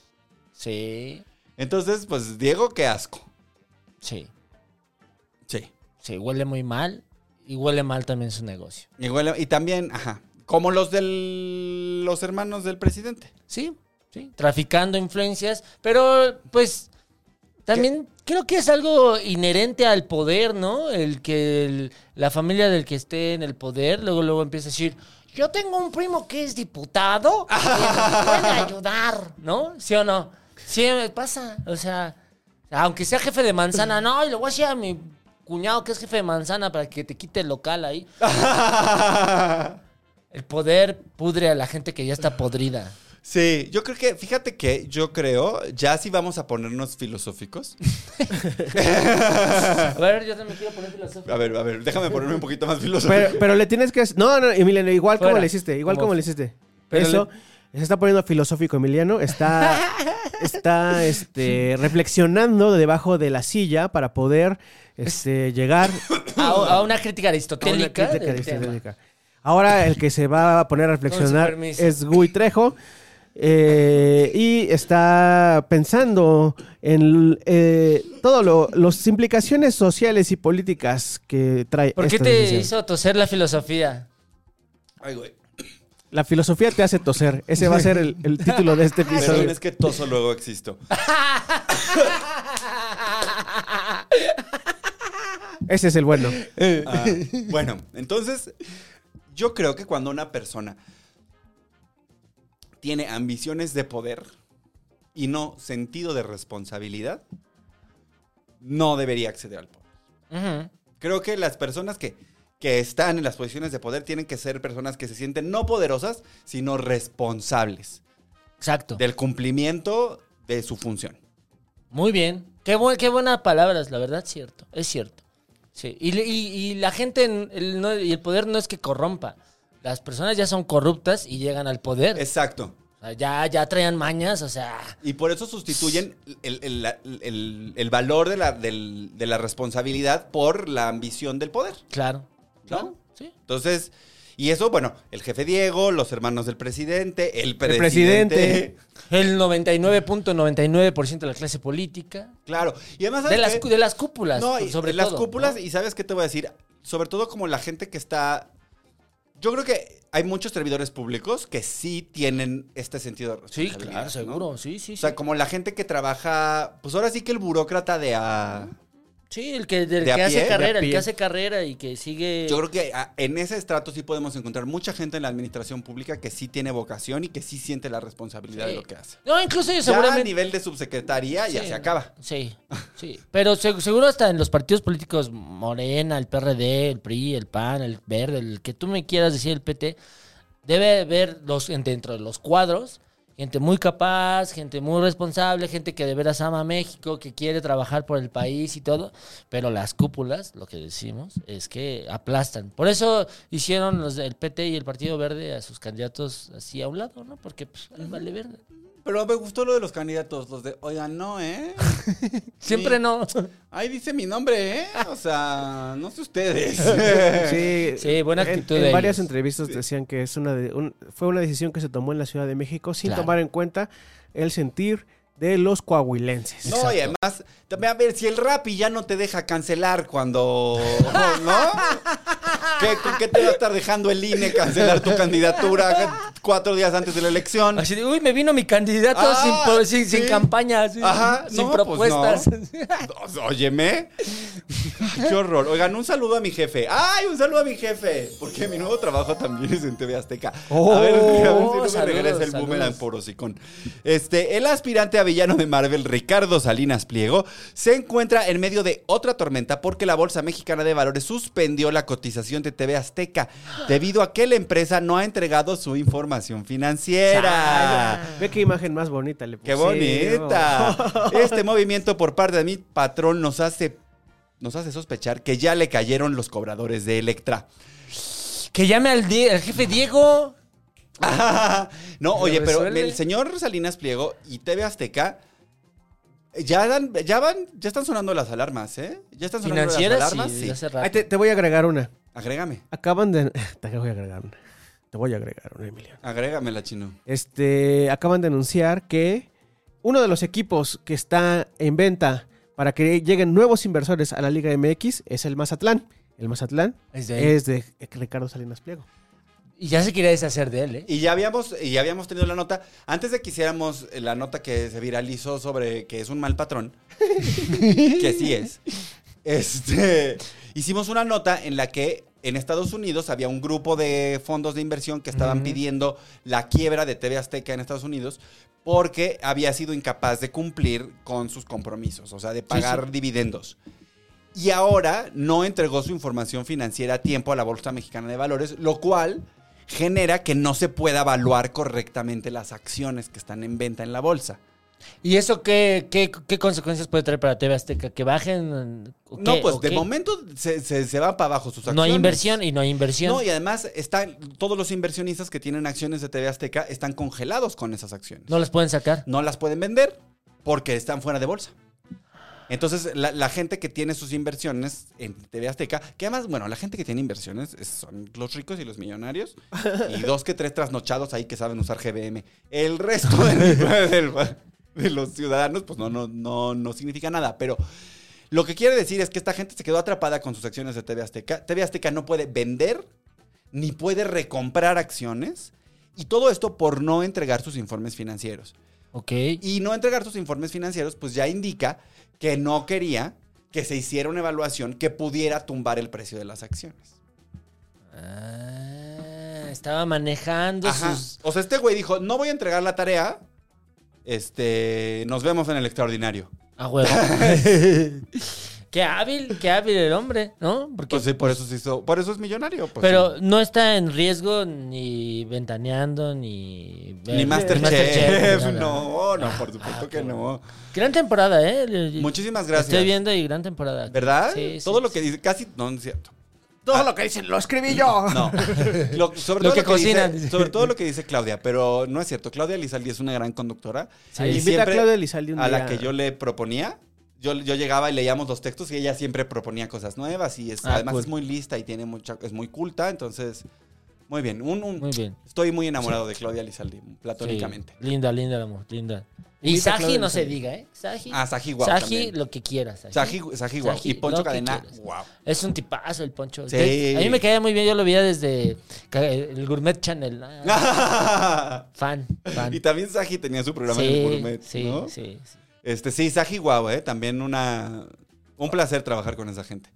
[SPEAKER 4] Sí,
[SPEAKER 3] Entonces, pues Diego, qué asco.
[SPEAKER 4] sí,
[SPEAKER 3] Sí.
[SPEAKER 4] sí, huele muy mal y huele mal también su negocio.
[SPEAKER 3] Y, huele- y también, ajá, como los de los hermanos del presidente.
[SPEAKER 4] Sí, sí, traficando influencias, pero pues también creo que es algo inherente al poder, ¿no? El que el- la familia del que esté en el poder luego luego empieza a decir, "Yo tengo un primo que es diputado, que me puede ayudar", ¿no? ¿Sí o no? Sí me pasa, o sea, aunque sea jefe de manzana, no, y lo voy a decir a mi cuñado que es jefe de manzana para que te quite el local ahí. El poder pudre a la gente que ya está podrida.
[SPEAKER 3] Sí, yo creo que, fíjate que yo creo, ya si vamos a ponernos filosóficos.
[SPEAKER 4] A ver, yo también quiero poner filosófico.
[SPEAKER 3] A ver, a ver, déjame ponerme un poquito más filosófico.
[SPEAKER 5] Pero, pero le tienes que. No, no, Emiliano, igual como
[SPEAKER 4] Fuera.
[SPEAKER 5] le hiciste, igual
[SPEAKER 4] Como-
[SPEAKER 5] como le hiciste.
[SPEAKER 4] Pero
[SPEAKER 5] Eso se está poniendo filosófico, Emiliano.
[SPEAKER 4] *laughs*
[SPEAKER 5] Está. está este, reflexionando debajo de la silla para poder este,
[SPEAKER 4] *laughs*
[SPEAKER 5] llegar
[SPEAKER 4] A, a
[SPEAKER 3] *coughs*
[SPEAKER 4] una crítica
[SPEAKER 5] a una
[SPEAKER 4] aristotélica.
[SPEAKER 5] crítica
[SPEAKER 4] del tema.
[SPEAKER 5] aristotélica. Ahora el que se va a poner a reflexionar
[SPEAKER 4] permiso.
[SPEAKER 5] es Gui Trejo. eh, y está pensando en todas las implicaciones sociales y políticas que trae.
[SPEAKER 4] ¿Por qué
[SPEAKER 5] esta
[SPEAKER 4] te
[SPEAKER 5] decisión.
[SPEAKER 4] hizo toser
[SPEAKER 3] *laughs*
[SPEAKER 4] la filosofía?
[SPEAKER 3] Ay, güey.
[SPEAKER 5] La filosofía te hace toser. Ese va a ser el, el título de este
[SPEAKER 3] Perdón,
[SPEAKER 5] episodio.
[SPEAKER 3] es que toso luego existo.
[SPEAKER 5] Ese es el bueno.
[SPEAKER 3] Ah, bueno, entonces, yo creo que cuando una persona tiene ambiciones de poder y no sentido de responsabilidad, no debería acceder al poder.
[SPEAKER 4] Ujú.
[SPEAKER 3] Creo que las personas que, que están en las posiciones de poder tienen que ser personas que se sienten no poderosas, sino responsables
[SPEAKER 4] Exacto.
[SPEAKER 3] del cumplimiento de su función.
[SPEAKER 4] Muy bien. Qué, buen- qué buenas palabras, la verdad, cierto. Es cierto. Sí. Y, le- y- y la gente en- el, no- y el poder no es que corrompa. Las personas ya son corruptas y llegan al poder.
[SPEAKER 3] Exacto.
[SPEAKER 4] O sea, ya, ya traen mañas, o sea.
[SPEAKER 3] Y por eso sustituyen el, el- la- el- el valor de la, del- de la responsabilidad por la ambición del poder.
[SPEAKER 4] Claro.
[SPEAKER 3] ¿No?
[SPEAKER 4] Sí.
[SPEAKER 3] Entonces, y eso, bueno, el jefe Diego, los hermanos del presidente, el
[SPEAKER 5] El
[SPEAKER 3] presidente.
[SPEAKER 5] presidente.
[SPEAKER 4] El 99.99% de la clase política.
[SPEAKER 3] Claro. Y además,
[SPEAKER 4] De
[SPEAKER 3] ¿sabes
[SPEAKER 4] las,
[SPEAKER 3] qué?
[SPEAKER 4] cu- de las cúpulas,
[SPEAKER 3] No, y-
[SPEAKER 4] sobre
[SPEAKER 3] las
[SPEAKER 4] todo,
[SPEAKER 3] cúpulas,
[SPEAKER 4] ¿no?
[SPEAKER 3] y ¿sabes qué te voy a decir? Sobre todo como la gente que está... Yo creo que hay muchos servidores públicos que sí tienen este sentido de
[SPEAKER 4] Sí,
[SPEAKER 3] responsabilidad.
[SPEAKER 4] claro,
[SPEAKER 3] ¿no?
[SPEAKER 4] seguro. Sí, sí, sí.
[SPEAKER 3] O sea, como la gente que trabaja, pues ahora sí que el burócrata de a...
[SPEAKER 4] Sí, el que, del
[SPEAKER 3] De a
[SPEAKER 4] que hace
[SPEAKER 3] pie,
[SPEAKER 5] de
[SPEAKER 4] carrera,
[SPEAKER 5] a
[SPEAKER 4] el que
[SPEAKER 5] pie.
[SPEAKER 4] hace carrera y que sigue.
[SPEAKER 3] Yo creo que ah, en ese estrato sí podemos encontrar mucha gente en la administración pública que sí tiene vocación y que sí siente la respesponsabilidad de
[SPEAKER 4] Sí.
[SPEAKER 3] lo que hace.
[SPEAKER 4] No, incluso
[SPEAKER 3] Ya
[SPEAKER 4] yo
[SPEAKER 3] a
[SPEAKER 4] seguramente.
[SPEAKER 3] nivel de subsecretaría ya
[SPEAKER 4] Sí,
[SPEAKER 3] se acaba.
[SPEAKER 4] Sí, sí. Pero seg- seguro hasta en los partidos políticos Morena, el PRD, el PRI, el PAN, el Verde, el que tú me quieras decir, el PT, debe haber los, en- dentro de los cuadros gente muy capaz, gente muy responsable, gente que de veras ama a México, que quiere trabajar por el país y todo. Pero las cúpulas, lo que decimos, es que aplastan. Por eso hicieron los del PT y el Partido Verde a sus candidatos así a un lado, ¿no? Porque pues, ahí vale verde.
[SPEAKER 3] Pero me gustó lo de los candidatos, los de, oigan, no, ¿eh?
[SPEAKER 4] Siempre
[SPEAKER 3] Sí.
[SPEAKER 4] no. *laughs*
[SPEAKER 3] Ahí dice mi nombre, ¿eh? O sea, no sé ustedes.
[SPEAKER 5] Sí,
[SPEAKER 4] Sí, buena
[SPEAKER 5] en-
[SPEAKER 4] actitud
[SPEAKER 5] En,
[SPEAKER 4] de
[SPEAKER 5] varias
[SPEAKER 4] ellos.
[SPEAKER 5] entrevistas decían que es una de- un- fue una decisión que se tomó en la Ciudad de México sin
[SPEAKER 4] Claro.
[SPEAKER 5] tomar en cuenta el sentir de los coahuilenses.
[SPEAKER 3] No, y además, también a ver, si el Rappi ya no te deja cancelar cuando. ¿No? ¿Qué, con qué te va a estar dejando el INE cancelar tu candidatura cuatro días antes de la elección?
[SPEAKER 4] Así de, uy, me vino mi candidato
[SPEAKER 3] Ah,
[SPEAKER 4] sin, pro- sin,
[SPEAKER 3] sí.
[SPEAKER 4] sin campaña, así,
[SPEAKER 3] Ajá,
[SPEAKER 4] sin
[SPEAKER 3] no,
[SPEAKER 4] propuestas.
[SPEAKER 3] pues O- Óyeme. Qué horror. Oigan, un saludo a mi jefe. ¡Ay, un saludo a mi jefe! Porque mi nuevo trabajo también es en TV Azteca. a ver, a ver si no me
[SPEAKER 4] Oh, saludos,
[SPEAKER 3] regresa el
[SPEAKER 4] saludos.
[SPEAKER 3] boomerang por hocicón. Este, el aspirante a villano de Marvel, Ricardo Salinas Pliego, se encuentra en medio de otra tormenta porque la Bolsa Mexicana de Valores suspendió la cotización de TV Azteca debido a que la empresa no ha entregado su información financiera.
[SPEAKER 5] Ve qué imagen más bonita le
[SPEAKER 3] ¡Qué
[SPEAKER 5] pusieron.
[SPEAKER 4] *laughs*
[SPEAKER 3] bonita! Este movimiento por parte de mi patrón nos hace. nos hace sospechar que ya le cayeron los cobradores de Electra.
[SPEAKER 4] *laughs*
[SPEAKER 3] *laughs*
[SPEAKER 4] Que llame al, Die- al jefe Diego.
[SPEAKER 3] no,
[SPEAKER 4] Lo
[SPEAKER 3] oye, pero
[SPEAKER 4] resuelve.
[SPEAKER 3] el señor Salinas Pliego y TV Azteca ya, dan- ya van, ya están sonando las alarmas, ¿eh? Ya están sonando las
[SPEAKER 4] Financiera,
[SPEAKER 3] alarmas.
[SPEAKER 4] sí,
[SPEAKER 3] Sí.
[SPEAKER 4] hace rato.
[SPEAKER 5] Ahí te, te voy a agregar una.
[SPEAKER 3] Agrégame,
[SPEAKER 5] Acaban de. *laughs* Te voy a agregar una. Te voy a agregar una, Emiliano.
[SPEAKER 3] agrégamela, chino.
[SPEAKER 5] Este, acaban de anunciar que uno de los equipos que está en venta para que lleguen nuevos inversores a la Liga MX es el Mazatlán. El Mazatlán
[SPEAKER 4] Es de ahí.
[SPEAKER 3] Eh,
[SPEAKER 5] es de Ricardo Salinas Pliego.
[SPEAKER 4] Y ya se quería deshacer de él, ¿eh?
[SPEAKER 3] Y ya habíamos, y ya habíamos tenido la nota. Antes de que hiciéramos la nota que se viralizó sobre que es un mal patrón, que sí es, este, hicimos una nota en la que en Estados Unidos había un grupo de fondos de inversión que estaban pidiendo la quiebra de TV Azteca en Estados Unidos porque había sido incapaz de cumplir con sus compromisos, o sea, de pagar dividendos. Y ahora no entregó su información financiera a tiempo a la Bolsa Mexicana de Valores, lo cual genera que no se pueda evaluar correctamente las acciones que están en venta en la bolsa.
[SPEAKER 4] ¿Y eso qué, qué, qué consecuencias puede traer para TV Azteca? ¿Que bajen? ¿O qué?
[SPEAKER 3] no, pues
[SPEAKER 4] ¿O
[SPEAKER 3] de
[SPEAKER 4] qué?
[SPEAKER 3] momento se, se- se van para abajo sus acciones.
[SPEAKER 4] No hay inversión y no hay inversión.
[SPEAKER 3] No, y además están todos los inversionistas que tienen acciones de TV Azteca están congelados con esas acciones.
[SPEAKER 4] No las pueden sacar.
[SPEAKER 3] no las pueden vender porque están fuera de bolsa. Entonces, la, la gente que tiene sus inversiones en TV Azteca, que además, bueno, la gente que tiene inversiones es- son los ricos y los millonarios, y dos que tres trasnochados ahí que saben usar GBM. El resto del- del- de los ciudadanos, pues no, no, no, no significa nada. Pero lo que quiere decir es que esta gente se quedó atrapada con sus acciones de TV Azteca. TV Azteca no puede vender ni puede recomprar acciones, y todo esto por no entregar sus informes financieros
[SPEAKER 4] Ok.
[SPEAKER 3] y no entregar sus informes financieros, pues ya indica que no quería que se hiciera una evaluación que pudiera tumbar el precio de las acciones.
[SPEAKER 4] Ah, estaba manejando
[SPEAKER 3] Ajá.
[SPEAKER 4] sus...
[SPEAKER 3] O sea, este güey dijo, no voy a entregar la tarea, este, nos vemos en el extraordinario.
[SPEAKER 4] A
[SPEAKER 3] *laughs*
[SPEAKER 4] huevo. qué hábil, qué hábil el hombre, ¿no? Porque,
[SPEAKER 3] Pues sí, por eso se hizo, por eso es millonario. pues
[SPEAKER 4] pero
[SPEAKER 3] sí.
[SPEAKER 4] no está en riesgo ni ventaneando, ni...
[SPEAKER 3] Ni
[SPEAKER 4] eh,
[SPEAKER 3] Masterchef,
[SPEAKER 4] Masterchef, nada.
[SPEAKER 3] *laughs* no, no,
[SPEAKER 4] Ah,
[SPEAKER 3] por supuesto
[SPEAKER 4] ah,
[SPEAKER 3] que
[SPEAKER 4] qué
[SPEAKER 3] no.
[SPEAKER 4] Gran temporada, ¿eh? Le-
[SPEAKER 3] Muchísimas gracias.
[SPEAKER 4] Estoy viendo y gran temporada.
[SPEAKER 3] ¿Verdad?
[SPEAKER 4] Sí, sí,
[SPEAKER 3] Todo lo
[SPEAKER 4] sí.
[SPEAKER 3] que dice, casi, no, no es cierto.
[SPEAKER 5] Todo lo que dicen lo escribí yo.
[SPEAKER 4] *laughs*
[SPEAKER 3] No. Lo- sobre
[SPEAKER 4] Lo
[SPEAKER 3] todo
[SPEAKER 4] que
[SPEAKER 3] lo que dice-
[SPEAKER 4] cocinan.
[SPEAKER 3] sobre todo lo que dice Claudia, pero no es cierto. Claudia Lizaldi es una gran conductora.
[SPEAKER 4] Sí.
[SPEAKER 3] Y
[SPEAKER 5] Invita a
[SPEAKER 3] siempre-
[SPEAKER 5] Claudia Elizalde un
[SPEAKER 3] a
[SPEAKER 5] día.
[SPEAKER 3] la que yo le proponía. Yo, yo llegaba y leíamos los textos y ella siempre proponía cosas nuevas y es,
[SPEAKER 4] Ah,
[SPEAKER 3] además
[SPEAKER 4] cool.
[SPEAKER 3] es muy lista y tiene mucha, es muy culta, entonces muy bien. Un, un-
[SPEAKER 4] Muy bien.
[SPEAKER 3] Estoy muy enamorado de Claudia Lizaldi, platónicamente.
[SPEAKER 4] Sí, linda, linda la mujer, linda. Y
[SPEAKER 5] Linda
[SPEAKER 4] Saji
[SPEAKER 5] Claudia
[SPEAKER 4] no se
[SPEAKER 5] Lizaldi.
[SPEAKER 4] diga, ¿eh? Saji.
[SPEAKER 3] Ah, Saji guau
[SPEAKER 4] Saji,
[SPEAKER 3] también.
[SPEAKER 4] lo que quieras.
[SPEAKER 3] Saji, Saji guau.
[SPEAKER 4] Saji,
[SPEAKER 3] y Poncho
[SPEAKER 4] lo que
[SPEAKER 3] Cadena
[SPEAKER 4] quieras.
[SPEAKER 3] guau.
[SPEAKER 4] Es un tipazo el Poncho.
[SPEAKER 3] Sí.
[SPEAKER 4] De- A mí me caía muy bien, yo lo veía desde ca- el Gourmet Channel. Ah,
[SPEAKER 3] *laughs*
[SPEAKER 4] fan, fan.
[SPEAKER 3] y también Saji tenía su programa en el Gourmet,
[SPEAKER 4] sí,
[SPEAKER 3] ¿no?
[SPEAKER 4] sí, sí.
[SPEAKER 3] Este, sí, Saji guau, eh, también una un placer trabajar con esa gente.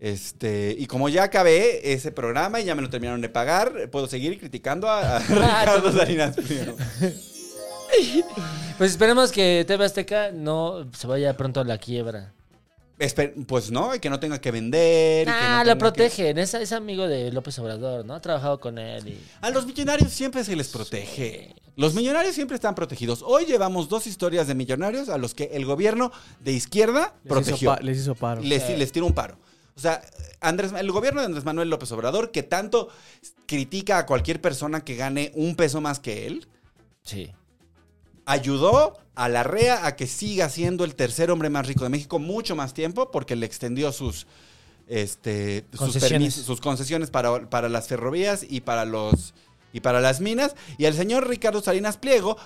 [SPEAKER 3] Este, y como ya acabé ese programa y ya me lo terminaron de pagar, puedo seguir criticando
[SPEAKER 4] *laughs*
[SPEAKER 3] a, a
[SPEAKER 4] Ah,
[SPEAKER 3] Ricardo Salinas Pliego.
[SPEAKER 4] Pues esperemos que TV Azteca no se vaya pronto a la quiebra.
[SPEAKER 3] Espe- pues no, y que no tenga que vender. y que no
[SPEAKER 4] Ah,
[SPEAKER 3] tenga
[SPEAKER 4] lo protegen. Es, es amigo de López Obrador, ¿no? Ha trabajado con él. y-
[SPEAKER 3] que- A los millonarios siempre se les protege. Los millonarios siempre están protegidos. Hoy llevamos dos historias de millonarios a los que el gobierno de izquierda
[SPEAKER 5] Les hizo,
[SPEAKER 3] protegió.
[SPEAKER 5] pa- les hizo paro.
[SPEAKER 3] les, les tira un paro. O sea, Andrés, el gobierno de Andrés Manuel López Obrador, que tanto critica a cualquier persona que gane un peso más que él,
[SPEAKER 4] Sí.
[SPEAKER 3] ayudó a la REA a que siga siendo el tercer hombre más rico de México mucho más tiempo porque le extendió sus este sus
[SPEAKER 4] Concesiones.
[SPEAKER 3] permisos, sus concesiones para, para las ferrovías y para los y para las minas y el señor Ricardo Salinas Pliego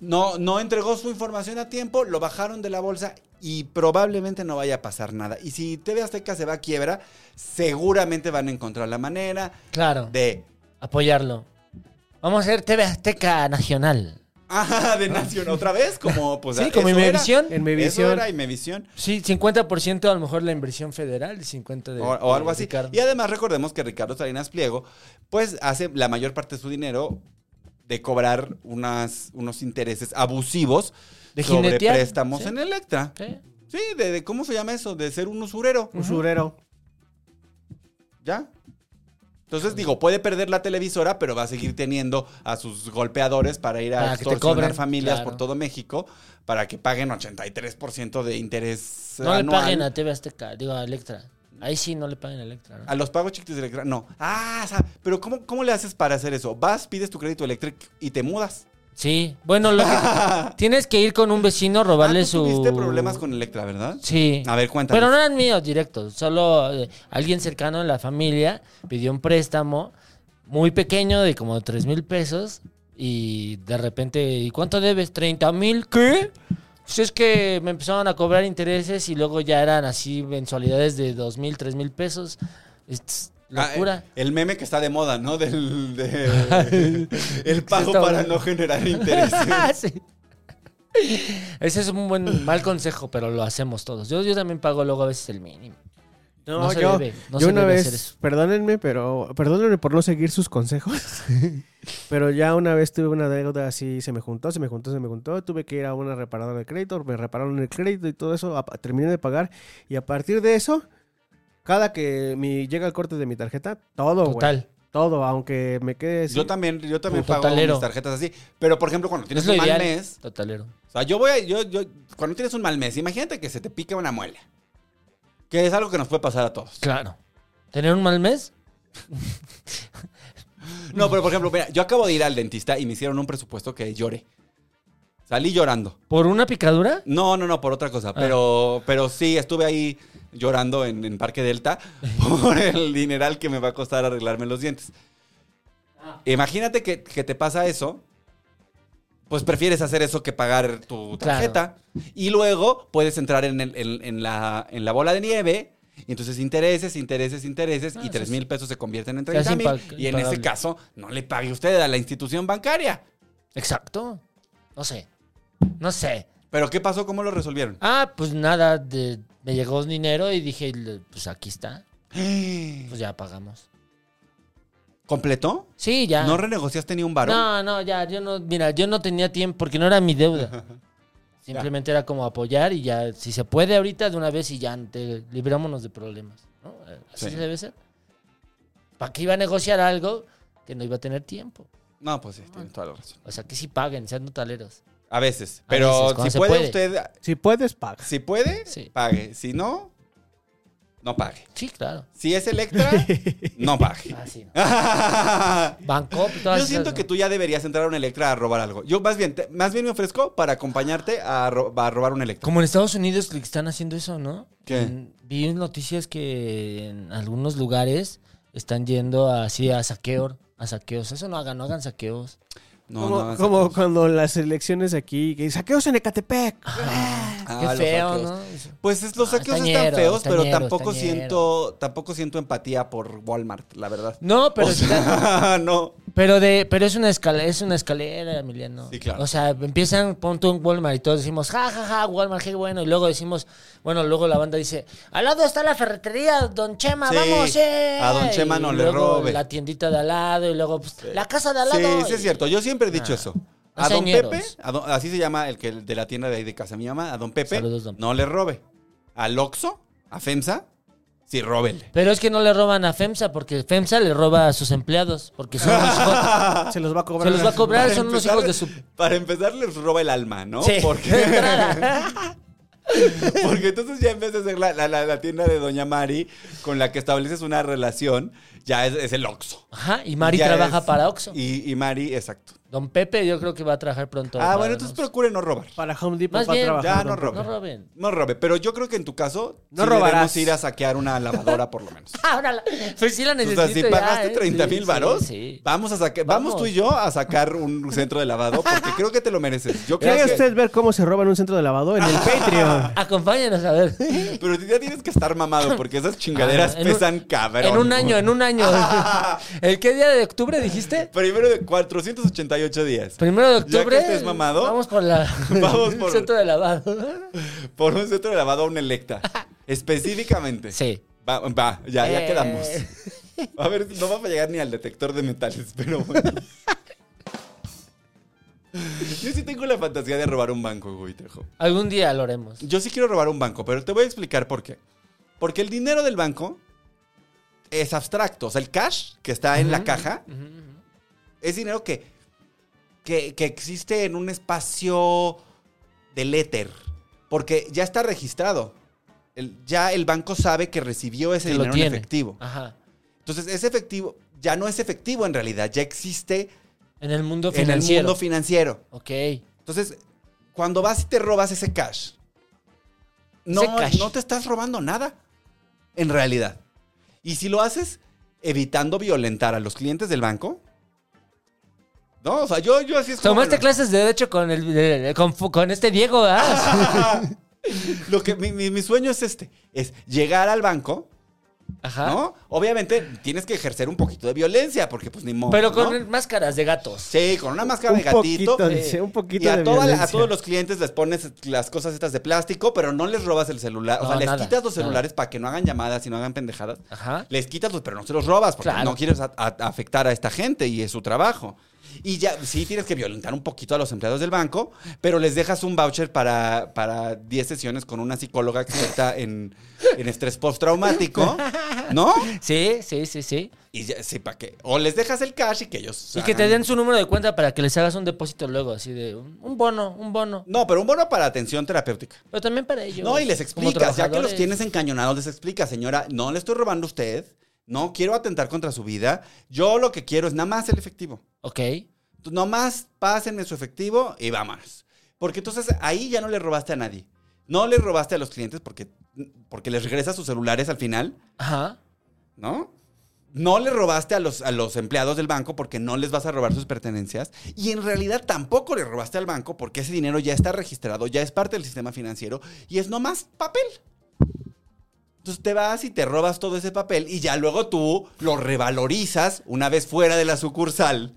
[SPEAKER 3] no, no entregó su información a tiempo, lo bajaron de la bolsa y probablemente no vaya a pasar nada. Y si TV Azteca se va a quiebra, seguramente van a encontrar la manera
[SPEAKER 4] Claro.
[SPEAKER 3] de *laughs*
[SPEAKER 4] apoyarlo. Vamos a ser TV Azteca Nacional.
[SPEAKER 3] ah, de nación otra vez, como pues
[SPEAKER 4] sí, como
[SPEAKER 3] eso era.
[SPEAKER 4] Imevisión.
[SPEAKER 5] En mi
[SPEAKER 3] Eso
[SPEAKER 5] visión.
[SPEAKER 3] era y me visión.
[SPEAKER 4] Sí, 50% a lo mejor la inversión federal y 50% de.
[SPEAKER 3] O, o algo
[SPEAKER 4] de
[SPEAKER 3] así.
[SPEAKER 4] Ricardo.
[SPEAKER 3] Y además recordemos que Ricardo Salinas Pliego, pues hace la mayor parte de su dinero de cobrar unas, unos intereses abusivos
[SPEAKER 4] De
[SPEAKER 3] sobre
[SPEAKER 4] jinetear,
[SPEAKER 3] préstamos
[SPEAKER 4] sí.
[SPEAKER 3] en Electra.
[SPEAKER 4] Sí.
[SPEAKER 3] Sí, de, de-
[SPEAKER 4] Mm.
[SPEAKER 3] cómo se llama eso, de ser un usurero.
[SPEAKER 5] Usurero.
[SPEAKER 3] ¿Ya? Entonces, digo, puede perder la televisora, pero va a seguir teniendo a sus golpeadores para ir a
[SPEAKER 4] Para que te
[SPEAKER 3] extorsionar
[SPEAKER 4] cobren,
[SPEAKER 3] familias
[SPEAKER 4] claro.
[SPEAKER 3] por todo México para que paguen 83% de interés
[SPEAKER 4] No le
[SPEAKER 3] anual.
[SPEAKER 4] paguen a TV Azteca, digo a Electra. Ahí sí no le paguen a Electra, ¿no?
[SPEAKER 3] A los pagos chiquitos de Electra, no. Ah, o sea, pero ¿cómo, ¿cómo le haces para hacer eso? Vas, pides tu crédito eléctrico y te mudas.
[SPEAKER 4] Sí, bueno, lo que
[SPEAKER 3] *laughs*
[SPEAKER 4] tienes que ir con un vecino, robarle
[SPEAKER 3] Ah,
[SPEAKER 4] su.
[SPEAKER 3] tú tuviste problemas con Electra, ¿verdad?
[SPEAKER 4] Sí.
[SPEAKER 3] A ver, cuéntanos.
[SPEAKER 4] Pero no eran míos directos, solo eh, alguien cercano en la familia pidió un préstamo muy pequeño de como 3 mil pesos y de repente, ¿y cuánto debes? ¿30 mil? ¿Qué? Pues es que me empezaron a cobrar intereses y luego ya eran así mensualidades de 2 mil, 3 mil pesos. Es
[SPEAKER 3] Ah,
[SPEAKER 4] locura.
[SPEAKER 3] eh, el meme que está de moda, ¿no? Del
[SPEAKER 4] *laughs*
[SPEAKER 3] de- Ah, eh. *laughs* el pago
[SPEAKER 4] Está
[SPEAKER 3] para
[SPEAKER 4] bueno.
[SPEAKER 3] no generar interés.
[SPEAKER 4] *laughs* Sí. Ese es un buen mal consejo, pero lo hacemos todos. Yo, yo también pago luego a veces el mínimo.
[SPEAKER 5] No,
[SPEAKER 4] No se
[SPEAKER 5] yo,
[SPEAKER 4] debe, no
[SPEAKER 5] yo
[SPEAKER 4] se
[SPEAKER 5] una
[SPEAKER 4] debe hacer
[SPEAKER 5] vez,
[SPEAKER 4] eso.
[SPEAKER 5] perdónenme, pero perdónenme por no seguir sus
[SPEAKER 4] *laughs*
[SPEAKER 5] consejos. pero ya una vez tuve una deuda así, se me juntó, se me juntó, se me juntó. Tuve que ir a una reparadora de crédito, me repararon el crédito y todo eso. ap- Terminé de pagar y a partir de eso, cada que me llega el corte de mi tarjeta, todo, güey.
[SPEAKER 4] Total.
[SPEAKER 5] Todo, aunque me quede. sin-
[SPEAKER 3] Yo también, yo también
[SPEAKER 4] Puto
[SPEAKER 3] pago
[SPEAKER 4] talero.
[SPEAKER 3] mis tarjetas así. Pero, por ejemplo, cuando tienes
[SPEAKER 4] es lo
[SPEAKER 3] un mal
[SPEAKER 4] ideal.
[SPEAKER 3] mes.
[SPEAKER 4] Totalero.
[SPEAKER 3] O sea, yo voy a. Yo, yo, cuando tienes un mal mes, imagínate que se te pica una muela. Que es algo que nos puede pasar a todos.
[SPEAKER 4] Claro. ¿Tener un mal mes?
[SPEAKER 3] No, pero por ejemplo, mira, yo acabo de ir al dentista y me hicieron un presupuesto que lloré. Salí llorando.
[SPEAKER 4] ¿Por una picadura?
[SPEAKER 3] No, no, no, por otra
[SPEAKER 4] Ah.
[SPEAKER 3] cosa. Pero, pero sí, estuve ahí llorando en, en Parque Delta *laughs* por el dineral que me va a costar arreglarme los dientes.
[SPEAKER 4] Ah.
[SPEAKER 3] Imagínate que, que te pasa eso. Pues prefieres hacer eso que pagar tu tarjeta. Y luego puedes entrar en, el- en- en la, en la bola de nieve. Y entonces intereses, intereses, intereses.
[SPEAKER 4] Ah,
[SPEAKER 3] y
[SPEAKER 4] eso
[SPEAKER 3] 3 mil pesos se convierten en 30
[SPEAKER 4] Casi
[SPEAKER 3] mil.
[SPEAKER 4] impag-
[SPEAKER 3] Y en ese
[SPEAKER 4] impagable.
[SPEAKER 3] caso, no le pague usted a la institución bancaria.
[SPEAKER 4] Exacto. No sé. No sé.
[SPEAKER 3] Pero ¿qué pasó? ¿Cómo lo resolvieron?
[SPEAKER 4] Ah, pues nada, de- me llegó un dinero y dije, le- pues aquí está. Pues ya pagamos.
[SPEAKER 3] ¿Completó?
[SPEAKER 4] Sí, ya.
[SPEAKER 3] ¿No renegociaste ni un varón?
[SPEAKER 4] no, no, ya, yo no, mira, yo no tenía tiempo porque no era
[SPEAKER 3] *laughs*
[SPEAKER 4] mi deuda. Simplemente era como apoyar y ya, si se puede ahorita de una vez y ya, te- librámonos de problemas. ¿no? Eh, Así
[SPEAKER 3] Sí.
[SPEAKER 4] se debe ser. ¿Para qué iba a negociar algo que no iba a tener tiempo?
[SPEAKER 3] No, pues sí, tienes toda la razón.
[SPEAKER 4] O sea, que sí paguen, sean totaleros.
[SPEAKER 3] A veces.
[SPEAKER 4] A veces,
[SPEAKER 3] Pero
[SPEAKER 4] cuando
[SPEAKER 3] si
[SPEAKER 4] se
[SPEAKER 3] puede,
[SPEAKER 4] puede.
[SPEAKER 3] usted,
[SPEAKER 5] Si puedes, paga.
[SPEAKER 3] si puede,
[SPEAKER 4] *laughs* Sí.
[SPEAKER 3] pague. Si no, no pague.
[SPEAKER 4] Sí, claro.
[SPEAKER 3] Si es
[SPEAKER 4] *laughs*
[SPEAKER 3] Electra, no pague.
[SPEAKER 4] Ah, sí. Banco, todas
[SPEAKER 3] Yo siento
[SPEAKER 4] esas,
[SPEAKER 3] que
[SPEAKER 4] ¿no?
[SPEAKER 3] tú ya deberías entrar a un Electra a robar algo. Yo más bien, te- más bien me ofrezco para acompañarte a, ro- a robar un Electra.
[SPEAKER 4] Como en Estados Unidos que están haciendo eso, ¿no?
[SPEAKER 3] ¿Qué?
[SPEAKER 4] En- vi en noticias que en algunos lugares están yendo así a saqueos, a saqueos. Eso no hagan, no hagan saqueos.
[SPEAKER 3] No,
[SPEAKER 5] como
[SPEAKER 3] no,
[SPEAKER 5] como cuando las elecciones aquí, que saqueos en Ecatepec.
[SPEAKER 3] Ah,
[SPEAKER 4] Qué
[SPEAKER 3] los
[SPEAKER 4] feo,
[SPEAKER 3] saqueos.
[SPEAKER 4] ¿no?
[SPEAKER 3] Pues es- los
[SPEAKER 4] Ah,
[SPEAKER 3] saqueos
[SPEAKER 4] estañero,
[SPEAKER 3] están feos, pero
[SPEAKER 4] estañero,
[SPEAKER 3] tampoco
[SPEAKER 4] estañero.
[SPEAKER 3] siento, tampoco siento empatía por Walmart, la verdad.
[SPEAKER 4] No, pero
[SPEAKER 3] O *laughs* sea, no.
[SPEAKER 4] Pero de, pero es una escalera, es una escalera, Emiliano.
[SPEAKER 3] Sí, claro.
[SPEAKER 4] O sea, empiezan, pon tú en Walmart y todos decimos, ja, ja, ja, Walmart, qué bueno. Y luego decimos, bueno, luego la banda dice, al lado está la ferretería, Don Chema,
[SPEAKER 3] Sí,
[SPEAKER 4] vamos, eh.
[SPEAKER 3] a Don Chema no
[SPEAKER 4] Y
[SPEAKER 3] le
[SPEAKER 4] luego
[SPEAKER 3] robe.
[SPEAKER 4] La tiendita de al lado y luego, pues, la casa de al
[SPEAKER 3] Sí,
[SPEAKER 4] lado.
[SPEAKER 3] sí es
[SPEAKER 4] Y-
[SPEAKER 3] cierto. Yo siempre he dicho
[SPEAKER 4] Ah.
[SPEAKER 3] eso.
[SPEAKER 4] No
[SPEAKER 3] A don
[SPEAKER 4] señeros.
[SPEAKER 3] Pepe, a don- así se llama el que el de la tienda de ahí de casa mi mamá, a don Pepe,
[SPEAKER 4] Saludos, don Pepe.
[SPEAKER 3] no le robe. Al Oxxo, a FEMSA, sí, róbele.
[SPEAKER 4] Pero es que no le roban a FEMSA porque FEMSA le roba a sus empleados porque son
[SPEAKER 3] *laughs*
[SPEAKER 4] unos hijos-
[SPEAKER 5] Se los va a
[SPEAKER 4] Se
[SPEAKER 5] cobrar.
[SPEAKER 4] los va a cobrar, son unos
[SPEAKER 3] empezar-
[SPEAKER 4] hijos de su...
[SPEAKER 3] Para empezar, les roba el alma, ¿no?
[SPEAKER 4] Sí, de
[SPEAKER 3] Porque, *laughs*
[SPEAKER 4] entrada.
[SPEAKER 3] porque entonces ya en vez de ser la, la- la- la tienda de doña Mari con la que estableces una relación, ya es, es el Oxxo.
[SPEAKER 4] Ajá, y Mari
[SPEAKER 3] Ya
[SPEAKER 4] trabaja
[SPEAKER 3] es-
[SPEAKER 4] para Oxxo.
[SPEAKER 3] Y, y Mari, exacto.
[SPEAKER 4] Don Pepe yo creo que va a trabajar pronto.
[SPEAKER 3] ah,
[SPEAKER 4] para
[SPEAKER 3] bueno, entonces
[SPEAKER 4] Oxxo.
[SPEAKER 3] procure no robar.
[SPEAKER 5] Para Home Depot
[SPEAKER 4] Más
[SPEAKER 5] va
[SPEAKER 4] bien,
[SPEAKER 5] a trabajar.
[SPEAKER 3] ya no
[SPEAKER 5] don Pepe.
[SPEAKER 3] robe.
[SPEAKER 4] No roben.
[SPEAKER 3] No robe, pero yo creo que en tu caso
[SPEAKER 5] No
[SPEAKER 3] sí
[SPEAKER 5] robarás.
[SPEAKER 3] debemos ir a saquear una lavadora por lo
[SPEAKER 4] *laughs*
[SPEAKER 3] menos.
[SPEAKER 4] Ahora, la- pues sí la
[SPEAKER 3] O
[SPEAKER 4] necesito
[SPEAKER 3] sea, si
[SPEAKER 4] ya,
[SPEAKER 3] pagaste
[SPEAKER 4] ¿eh?
[SPEAKER 3] 30
[SPEAKER 4] Sí,
[SPEAKER 3] mil
[SPEAKER 4] sí,
[SPEAKER 3] varos,
[SPEAKER 4] sí.
[SPEAKER 3] vamos a sacar, vamos.
[SPEAKER 4] Vamos.
[SPEAKER 3] tú y yo a sacar un centro de lavado porque creo que te lo mereces. Yo creo
[SPEAKER 5] ¿Quiere
[SPEAKER 3] que,
[SPEAKER 5] usted ver cómo se roban un centro de lavado en el Patreon?
[SPEAKER 4] Acompáñenos
[SPEAKER 3] *laughs*
[SPEAKER 4] a ver.
[SPEAKER 3] pero ya tienes que estar mamado porque
[SPEAKER 4] *laughs*
[SPEAKER 3] esas chingaderas
[SPEAKER 4] Ah, en un-
[SPEAKER 3] pesan cabrón.
[SPEAKER 4] En un año, en un
[SPEAKER 3] *laughs*
[SPEAKER 4] año. ¿El qué día de octubre dijiste?
[SPEAKER 3] Primero de 488 días
[SPEAKER 4] Primero de
[SPEAKER 3] Ya que
[SPEAKER 4] octubre.
[SPEAKER 3] estés mamado.
[SPEAKER 4] Vamos por la
[SPEAKER 3] *laughs* Vamos por-
[SPEAKER 4] *laughs* centro de lavado.
[SPEAKER 3] por un centro de lavado a un Electa.
[SPEAKER 4] *laughs*
[SPEAKER 3] Específicamente.
[SPEAKER 4] Sí.
[SPEAKER 3] Va, va, ya, ya
[SPEAKER 4] Eh.
[SPEAKER 3] quedamos. A ver, no vamos a llegar ni al detector de metales, pero bueno.
[SPEAKER 4] *laughs*
[SPEAKER 3] Yo sí tengo la fantasía de robar un banco, güey, Trejo.
[SPEAKER 4] Algún día lo haremos.
[SPEAKER 3] Yo sí quiero robar un banco, pero te voy a explicar por qué. Porque el dinero del banco es abstracto. O sea, el cash que está en la caja es dinero que, que, que existe en un espacio del éter. Porque ya está registrado. El- ya el banco sabe que recibió ese
[SPEAKER 4] Que lo
[SPEAKER 3] dinero en
[SPEAKER 4] tiene.
[SPEAKER 3] efectivo.
[SPEAKER 4] Ajá.
[SPEAKER 3] Entonces, ese efectivo ya no es efectivo en realidad. Ya existe
[SPEAKER 4] En el mundo
[SPEAKER 3] en el
[SPEAKER 4] financiero.
[SPEAKER 3] mundo financiero.
[SPEAKER 4] ok.
[SPEAKER 3] Entonces, cuando vas y te robas ese cash, no,
[SPEAKER 4] Ese cash.
[SPEAKER 3] no te estás robando nada, en realidad. Y si lo haces evitando violentar a los clientes del banco, no, o sea, yo, yo así es como
[SPEAKER 4] Tomaste
[SPEAKER 3] me lo-
[SPEAKER 4] clases de derecho con el de- con, fu- con este Diego, ¿verdad?
[SPEAKER 3] *laughs* Lo que mi, mi- mi sueño es este, es llegar al banco,
[SPEAKER 4] Ajá.
[SPEAKER 3] ¿no? Obviamente tienes que ejercer un poquito de violencia, porque pues ni modo.
[SPEAKER 4] Pero con
[SPEAKER 3] ¿no?
[SPEAKER 4] máscaras de gatos.
[SPEAKER 3] Sí, con una máscara de
[SPEAKER 5] un
[SPEAKER 3] gatito.
[SPEAKER 5] poquito,
[SPEAKER 3] eh,
[SPEAKER 5] dice, un poquito
[SPEAKER 3] Y a,
[SPEAKER 5] de
[SPEAKER 3] toda la- a
[SPEAKER 5] violencia.
[SPEAKER 3] todos los clientes les pones las cosas estas de plástico, pero no les robas el celular. o
[SPEAKER 4] No,
[SPEAKER 3] sea, les
[SPEAKER 4] nada,
[SPEAKER 3] quitas los
[SPEAKER 4] nada.
[SPEAKER 3] celulares para que no hagan llamadas y no hagan pendejadas.
[SPEAKER 4] Ajá.
[SPEAKER 3] Les quitas los, pero no se los robas porque
[SPEAKER 4] Claro.
[SPEAKER 3] no quieres a- a- afectar a esta gente y es su trabajo. Y ya sí tienes que violentar un poquito a los empleados del banco, pero les dejas un voucher para, para 10 sesiones con una psicóloga experta en, en estrés postraumático, ¿no?
[SPEAKER 4] Sí, sí, sí, sí.
[SPEAKER 3] Y ya, sí, para que. O les dejas el cash y que ellos.
[SPEAKER 4] Y que te
[SPEAKER 3] hagan-
[SPEAKER 4] den su número de cuenta para que les hagas un depósito luego, así de un un bono, un bono.
[SPEAKER 3] No, pero un bono para atención terapéutica.
[SPEAKER 4] Pero también para ellos.
[SPEAKER 3] No, y les
[SPEAKER 4] como
[SPEAKER 3] explicas, ya que los
[SPEAKER 4] trabajadores.
[SPEAKER 3] tienes encañonados, les explicas, señora, no le estoy robando a usted, no quiero atentar contra su vida, yo lo que quiero es nada más el efectivo.
[SPEAKER 4] Ok.
[SPEAKER 3] Tú Nomás pásenme su efectivo y vámonos. Porque entonces ahí ya no le robaste a nadie. No le robaste a los clientes porque, porque les regresas sus celulares al final,
[SPEAKER 4] Ajá.
[SPEAKER 3] ¿no? No le robaste a los, a los empleados del banco porque no les vas a robar sus pertenencias. Y en realidad tampoco le robaste al banco porque ese dinero ya está registrado, ya es parte del sistema financiero y es nomás papel. Entonces te vas y te robas todo ese papel y ya luego tú lo revalorizas una vez fuera de la sucursal.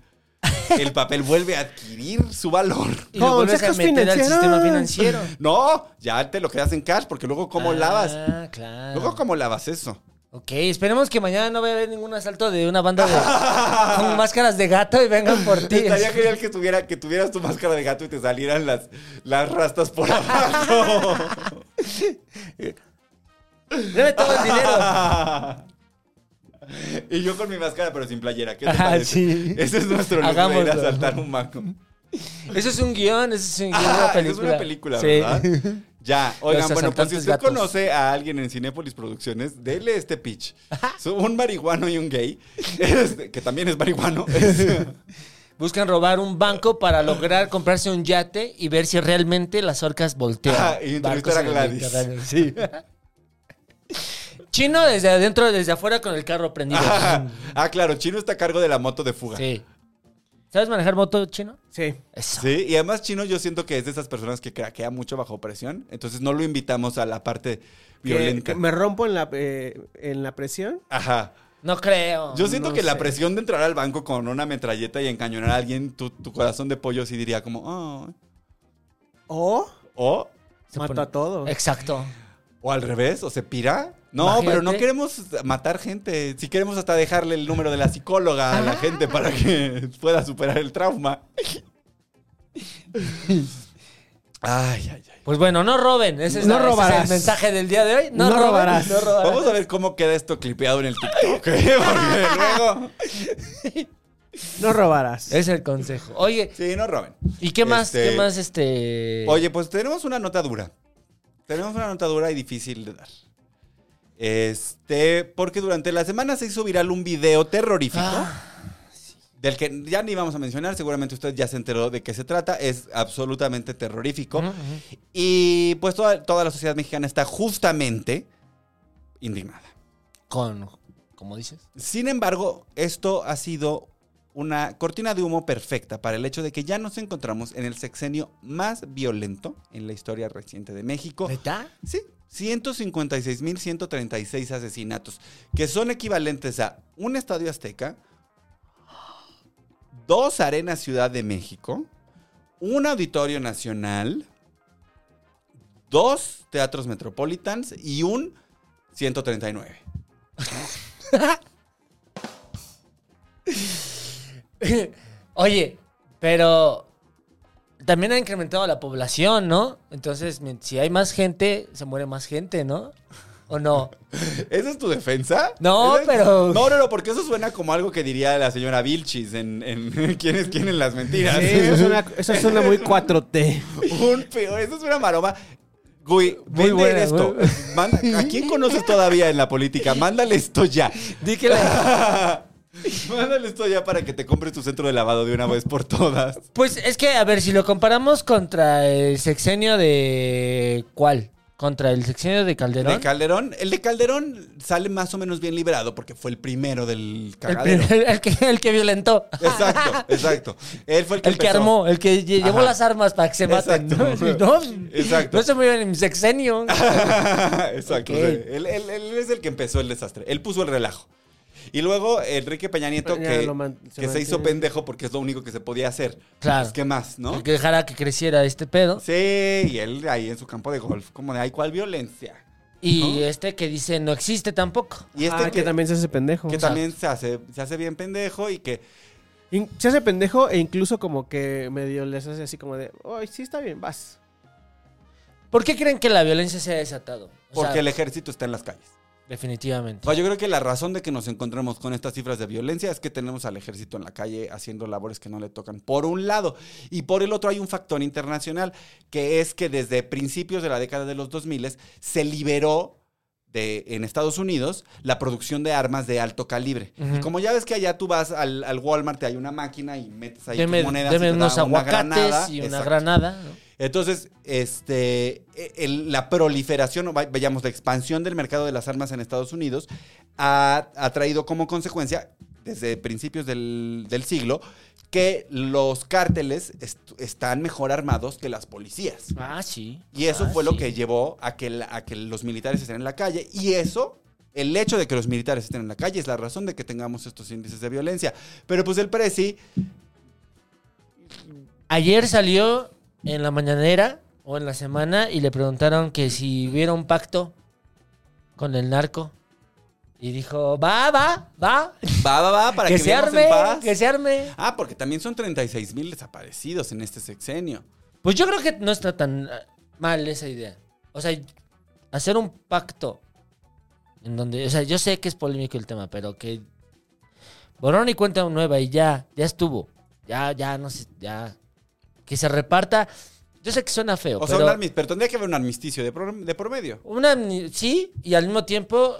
[SPEAKER 3] El papel vuelve a adquirir su valor.
[SPEAKER 4] Y lo vuelves a
[SPEAKER 5] Consejos
[SPEAKER 4] meter al
[SPEAKER 5] financieros.
[SPEAKER 4] sistema financiero.
[SPEAKER 3] No, ya te lo quedas en cash porque luego cómo
[SPEAKER 4] Ah,
[SPEAKER 3] lavas.
[SPEAKER 4] claro.
[SPEAKER 3] Luego cómo lavas eso.
[SPEAKER 4] Ok, esperemos que mañana no vaya a haber ningún asalto de una banda
[SPEAKER 3] *laughs*
[SPEAKER 4] de, con máscaras de gato y vengan por ti.
[SPEAKER 3] Estaría genial que, tuviera, que tuvieras tu máscara de gato y te salieran las, las rastas por abajo.
[SPEAKER 4] Deme todo el *laughs* dinero.
[SPEAKER 3] *laughs* y yo con mi máscara, pero sin playera. ¿Qué te
[SPEAKER 4] Ah,
[SPEAKER 3] parece?
[SPEAKER 4] sí.
[SPEAKER 3] Ese es nuestro lugar de ir a
[SPEAKER 4] Hagámoslo.
[SPEAKER 3] saltar un banco.
[SPEAKER 4] Eso es un guión, eso es un guión de
[SPEAKER 3] *laughs* Ah,
[SPEAKER 4] una
[SPEAKER 3] esa es una
[SPEAKER 4] película.
[SPEAKER 3] película,
[SPEAKER 4] Sí.
[SPEAKER 3] ¿verdad? Ya, oigan,
[SPEAKER 4] Los
[SPEAKER 3] bueno, pues si
[SPEAKER 4] asaltantes
[SPEAKER 3] usted
[SPEAKER 4] gatos.
[SPEAKER 3] conoce a alguien en Cinépolis Producciones, dele este pitch.
[SPEAKER 4] *laughs*
[SPEAKER 3] So, un marihuano y un gay, *laughs* este, que también es marihuano.
[SPEAKER 4] *laughs*
[SPEAKER 3] es- *laughs*
[SPEAKER 4] Buscan robar un banco para lograr comprarse un yate y ver si realmente las orcas voltean.
[SPEAKER 3] Ah, y entrevistar
[SPEAKER 4] Barcos
[SPEAKER 3] a
[SPEAKER 4] en el
[SPEAKER 3] Gladys.
[SPEAKER 4] Mediterráneo, sí. *laughs* Chino desde adentro, desde afuera con el carro prendido.
[SPEAKER 3] ah, ah, claro, Chino está a cargo de la moto de fuga.
[SPEAKER 4] Sí. ¿Sabes manejar moto, Chino?
[SPEAKER 5] *laughs* Sí.
[SPEAKER 4] Eso.
[SPEAKER 3] Sí, y además Chino yo siento que es de esas personas que craquea mucho bajo presión, entonces no lo invitamos a la parte
[SPEAKER 5] Que-
[SPEAKER 3] violenta.
[SPEAKER 5] que me rompo en la, eh, en la presión.
[SPEAKER 3] Ajá.
[SPEAKER 4] No creo.
[SPEAKER 3] Yo siento
[SPEAKER 4] no
[SPEAKER 3] que la
[SPEAKER 4] sé.
[SPEAKER 3] presión de entrar al banco con una metralleta y encañonar a alguien, tu, tu corazón de pollo sí diría como, "Ah".
[SPEAKER 5] O
[SPEAKER 3] o,
[SPEAKER 4] Se
[SPEAKER 5] mato
[SPEAKER 4] pone-
[SPEAKER 5] a todos.
[SPEAKER 4] Exacto.
[SPEAKER 3] o al revés, o se pira. No,
[SPEAKER 4] Imagínate.
[SPEAKER 3] pero no queremos matar gente. Si queremos hasta dejarle el número de la psicóloga a
[SPEAKER 4] Ah.
[SPEAKER 3] la gente para que pueda superar el
[SPEAKER 4] *laughs*
[SPEAKER 3] trauma. Ay, ay, ay.
[SPEAKER 4] Pues bueno, no roben. Ese es,
[SPEAKER 5] No
[SPEAKER 4] ese es
[SPEAKER 5] robarás.
[SPEAKER 4] el mensaje del día de hoy. No,
[SPEAKER 5] No
[SPEAKER 4] roben,
[SPEAKER 5] robarás.
[SPEAKER 4] No robarás.
[SPEAKER 3] Vamos a ver cómo queda esto clipeado en el TikTok. *laughs* ¿eh? Porque luego.
[SPEAKER 5] No robarás.
[SPEAKER 4] Es el consejo. Oye,
[SPEAKER 3] Sí, no roben.
[SPEAKER 4] ¿y qué más?
[SPEAKER 3] Este-
[SPEAKER 4] ¿Qué más este?
[SPEAKER 3] Oye, pues tenemos una nota dura. Tenemos una nota dura y difícil de dar. Este, porque durante la semana se hizo viral un video terrorífico. Del que ya ni vamos a mencionar, seguramente usted ya se enteró de qué se trata, es absolutamente terrorífico.
[SPEAKER 4] Ujú, ujú.
[SPEAKER 3] Y pues toda, toda la sociedad mexicana está justamente indignada.
[SPEAKER 4] Con, como dices.
[SPEAKER 3] Sin embargo, esto ha sido una cortina de humo perfecta para el hecho de que ya nos encontramos en el sexenio más violento en la historia reciente de México.
[SPEAKER 4] ¿Neta?
[SPEAKER 3] Sí, 156.136 asesinatos, que son equivalentes a un estadio azteca, dos arenas Ciudad de México, un auditorio nacional, dos teatros metropolitans y un 139.
[SPEAKER 4] Oye, pero también ha incrementado la población, ¿no? Entonces, mi- si hay más gente, se muere más gente, ¿no?
[SPEAKER 3] *laughs*
[SPEAKER 4] ¿O no?
[SPEAKER 3] ¿Esa es tu defensa?
[SPEAKER 4] No,
[SPEAKER 3] ¿Esa es-
[SPEAKER 4] pero-
[SPEAKER 3] No, no, no, porque eso suena como algo que diría la señora Vilchis en, en *laughs* ¿Quién es quién en las mentiras? *laughs*
[SPEAKER 5] Sí, eso suena, eso suena muy 4T.
[SPEAKER 3] Un peor, eso es una maroma. Güey,
[SPEAKER 4] Muy
[SPEAKER 3] venden
[SPEAKER 4] buena,
[SPEAKER 3] esto.
[SPEAKER 4] güey.
[SPEAKER 3] Manda- ¿A quién conoces todavía en la política? Mándale esto ya.
[SPEAKER 4] Di que la-
[SPEAKER 3] *laughs* Mándale esto ya para que te compres tu centro de lavado de una vez por todas.
[SPEAKER 4] Pues es que, a ver, si lo comparamos contra el sexenio de. ¿Cuál? Contra el sexenio de Calderón.
[SPEAKER 3] De Calderón, el de Calderón sale más o menos bien liberado porque fue el primero del
[SPEAKER 4] el,
[SPEAKER 3] cagadero.
[SPEAKER 4] primer- el que, el que violentó.
[SPEAKER 3] Exacto, exacto. Él fue el que
[SPEAKER 4] El que
[SPEAKER 3] empezó.
[SPEAKER 4] armó, el que lle- llevó
[SPEAKER 3] Ajá.
[SPEAKER 4] las armas para que se maten.
[SPEAKER 3] Exacto. *laughs*
[SPEAKER 4] No,
[SPEAKER 3] Exacto.
[SPEAKER 4] No se murió en mi sexenio.
[SPEAKER 3] *laughs* Exacto.
[SPEAKER 4] Ok.
[SPEAKER 3] o sea, Él, él- él es el que empezó el desastre. Él puso el relajo. Y luego Enrique Peña Nieto
[SPEAKER 5] Peña
[SPEAKER 3] que,
[SPEAKER 5] lo man- se
[SPEAKER 3] que se hizo
[SPEAKER 5] mantiene.
[SPEAKER 3] pendejo porque es lo único que se podía hacer.
[SPEAKER 4] Claro.
[SPEAKER 3] Pues, ¿Qué más, no?
[SPEAKER 4] El que dejara que creciera este pedo.
[SPEAKER 3] Sí, y él ahí en su campo de golf, como de, ay, ¿cuál violencia?
[SPEAKER 4] Y este que dice no existe tampoco.
[SPEAKER 3] Y este
[SPEAKER 5] Ah, que,
[SPEAKER 3] que,
[SPEAKER 5] también se hace pendejo.
[SPEAKER 3] que también se hace, se hace bien pendejo y que
[SPEAKER 5] In- se hace pendejo e incluso como que medio les hace así como de, ay, sí está bien,
[SPEAKER 3] *laughs*
[SPEAKER 5] vas.
[SPEAKER 4] ¿Por qué creen que la violencia se ha desatado? O
[SPEAKER 3] porque
[SPEAKER 4] sea,
[SPEAKER 3] el ejército está en las calles.
[SPEAKER 4] Definitivamente.
[SPEAKER 3] O sea, yo creo que la razón de que nos encontremos con estas cifras de violencia es que tenemos al ejército en la calle haciendo labores que no le tocan, por un lado. Y por el otro hay un factor internacional, que es que desde principios de la década de los 2000 se liberó de, en Estados Unidos la producción de armas de alto calibre.
[SPEAKER 4] Ujú.
[SPEAKER 3] Y como ya ves que allá tú vas al, al Walmart, te hay una máquina y metes ahí
[SPEAKER 4] Deme,
[SPEAKER 3] tus monedas
[SPEAKER 4] deme
[SPEAKER 3] y te da
[SPEAKER 4] unos
[SPEAKER 3] una
[SPEAKER 4] aguacates
[SPEAKER 3] granada.
[SPEAKER 4] y una
[SPEAKER 3] Exacto.
[SPEAKER 4] granada. ¿no?
[SPEAKER 3] Entonces, este, e- el- la proliferación, o va- vayamos, la expansión del mercado de las armas en Estados Unidos ha, ha traído como consecuencia, desde principios del, del siglo, que los cárteles est- están mejor armados que las policías.
[SPEAKER 4] Ah, sí.
[SPEAKER 3] Y eso
[SPEAKER 4] Ah,
[SPEAKER 3] fue lo
[SPEAKER 4] sí.
[SPEAKER 3] que llevó a que, la- a que los militares estén en la calle. Y eso, el hecho de que los militares estén en la calle es la razón de que tengamos estos índices de violencia. Pero pues el Prezi,
[SPEAKER 4] Ayer salió en la mañanera o en la semana y le preguntaron que si hubiera un pacto con el narco. Y dijo, va, va, va.
[SPEAKER 3] va, va, va, para
[SPEAKER 4] que,
[SPEAKER 3] que,
[SPEAKER 4] se
[SPEAKER 3] vivamos en
[SPEAKER 4] arme,
[SPEAKER 3] paz.
[SPEAKER 4] que se arme.
[SPEAKER 3] Ah, porque también son 36 mil desaparecidos en este sexenio.
[SPEAKER 4] Pues yo creo que no está tan ah, mal esa idea. O sea, hacer un pacto en donde, o sea, yo sé que es polémico el tema, pero que Borón y cuenta nueva y ya, ya estuvo. Ya, ya, no sé, ya. Que se reparta. Yo sé que suena feo,
[SPEAKER 3] O sea,
[SPEAKER 4] pero...
[SPEAKER 3] un armis- pero tendría que haber un armisticio de, pro- de promedio.
[SPEAKER 4] Una, amni- sí, y al mismo tiempo,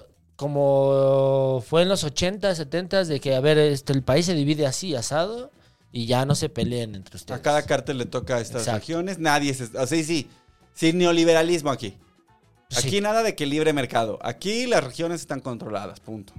[SPEAKER 4] como fue en los 80, 70, de que, a ver, este, el país se divide así, asado, y ya no se peleen entre ustedes.
[SPEAKER 3] A cada cártel le toca a estas
[SPEAKER 4] Exacto.
[SPEAKER 3] regiones. Nadie se. O sea, sí, sin neoliberalismo aquí.
[SPEAKER 4] Sí.
[SPEAKER 3] Aquí nada de que libre mercado. Aquí las regiones están controladas, punto.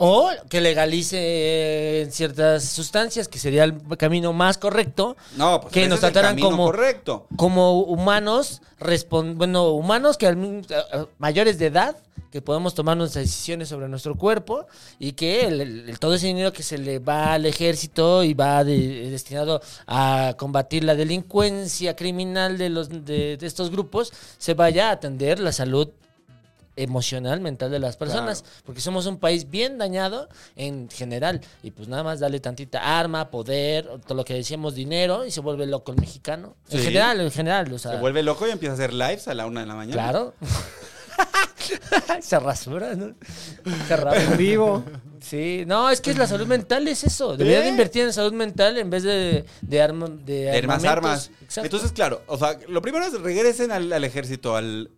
[SPEAKER 4] O que legalicen ciertas sustancias, que sería el camino más correcto,
[SPEAKER 3] No, pues
[SPEAKER 4] Que
[SPEAKER 3] ese
[SPEAKER 4] nos
[SPEAKER 3] es el
[SPEAKER 4] trataran
[SPEAKER 3] camino
[SPEAKER 4] como-
[SPEAKER 3] correcto.
[SPEAKER 4] como humanos, respon- bueno, humanos que al min- a- a- mayores de edad, que podemos tomar nuestras decisiones sobre nuestro cuerpo y que el- el- el- todo ese dinero que se le va al ejército y va de- destinado a combatir la delincuencia criminal de, los, de, de estos grupos se vaya a atender la salud emocional, mental de las personas, porque somos un país bien dañado en general y pues nada más dale tantita arma, poder, todo lo que decíamos dinero y se vuelve loco el mexicano. En
[SPEAKER 3] Sí.
[SPEAKER 4] general, en general, o sea,
[SPEAKER 3] Se vuelve loco y empieza a hacer lives a la una de la mañana.
[SPEAKER 4] claro. *laughs* se rasura, ¿no? Se rasura.
[SPEAKER 5] Vivo.
[SPEAKER 4] Sí, no, es que es la salud mental es eso. Deberían de invertir en salud mental en vez de, de, arma, de,
[SPEAKER 3] De más
[SPEAKER 4] armamentos.
[SPEAKER 3] armas.
[SPEAKER 4] Exacto.
[SPEAKER 3] Entonces, claro, o sea, lo primero es regresen al, al ejército, al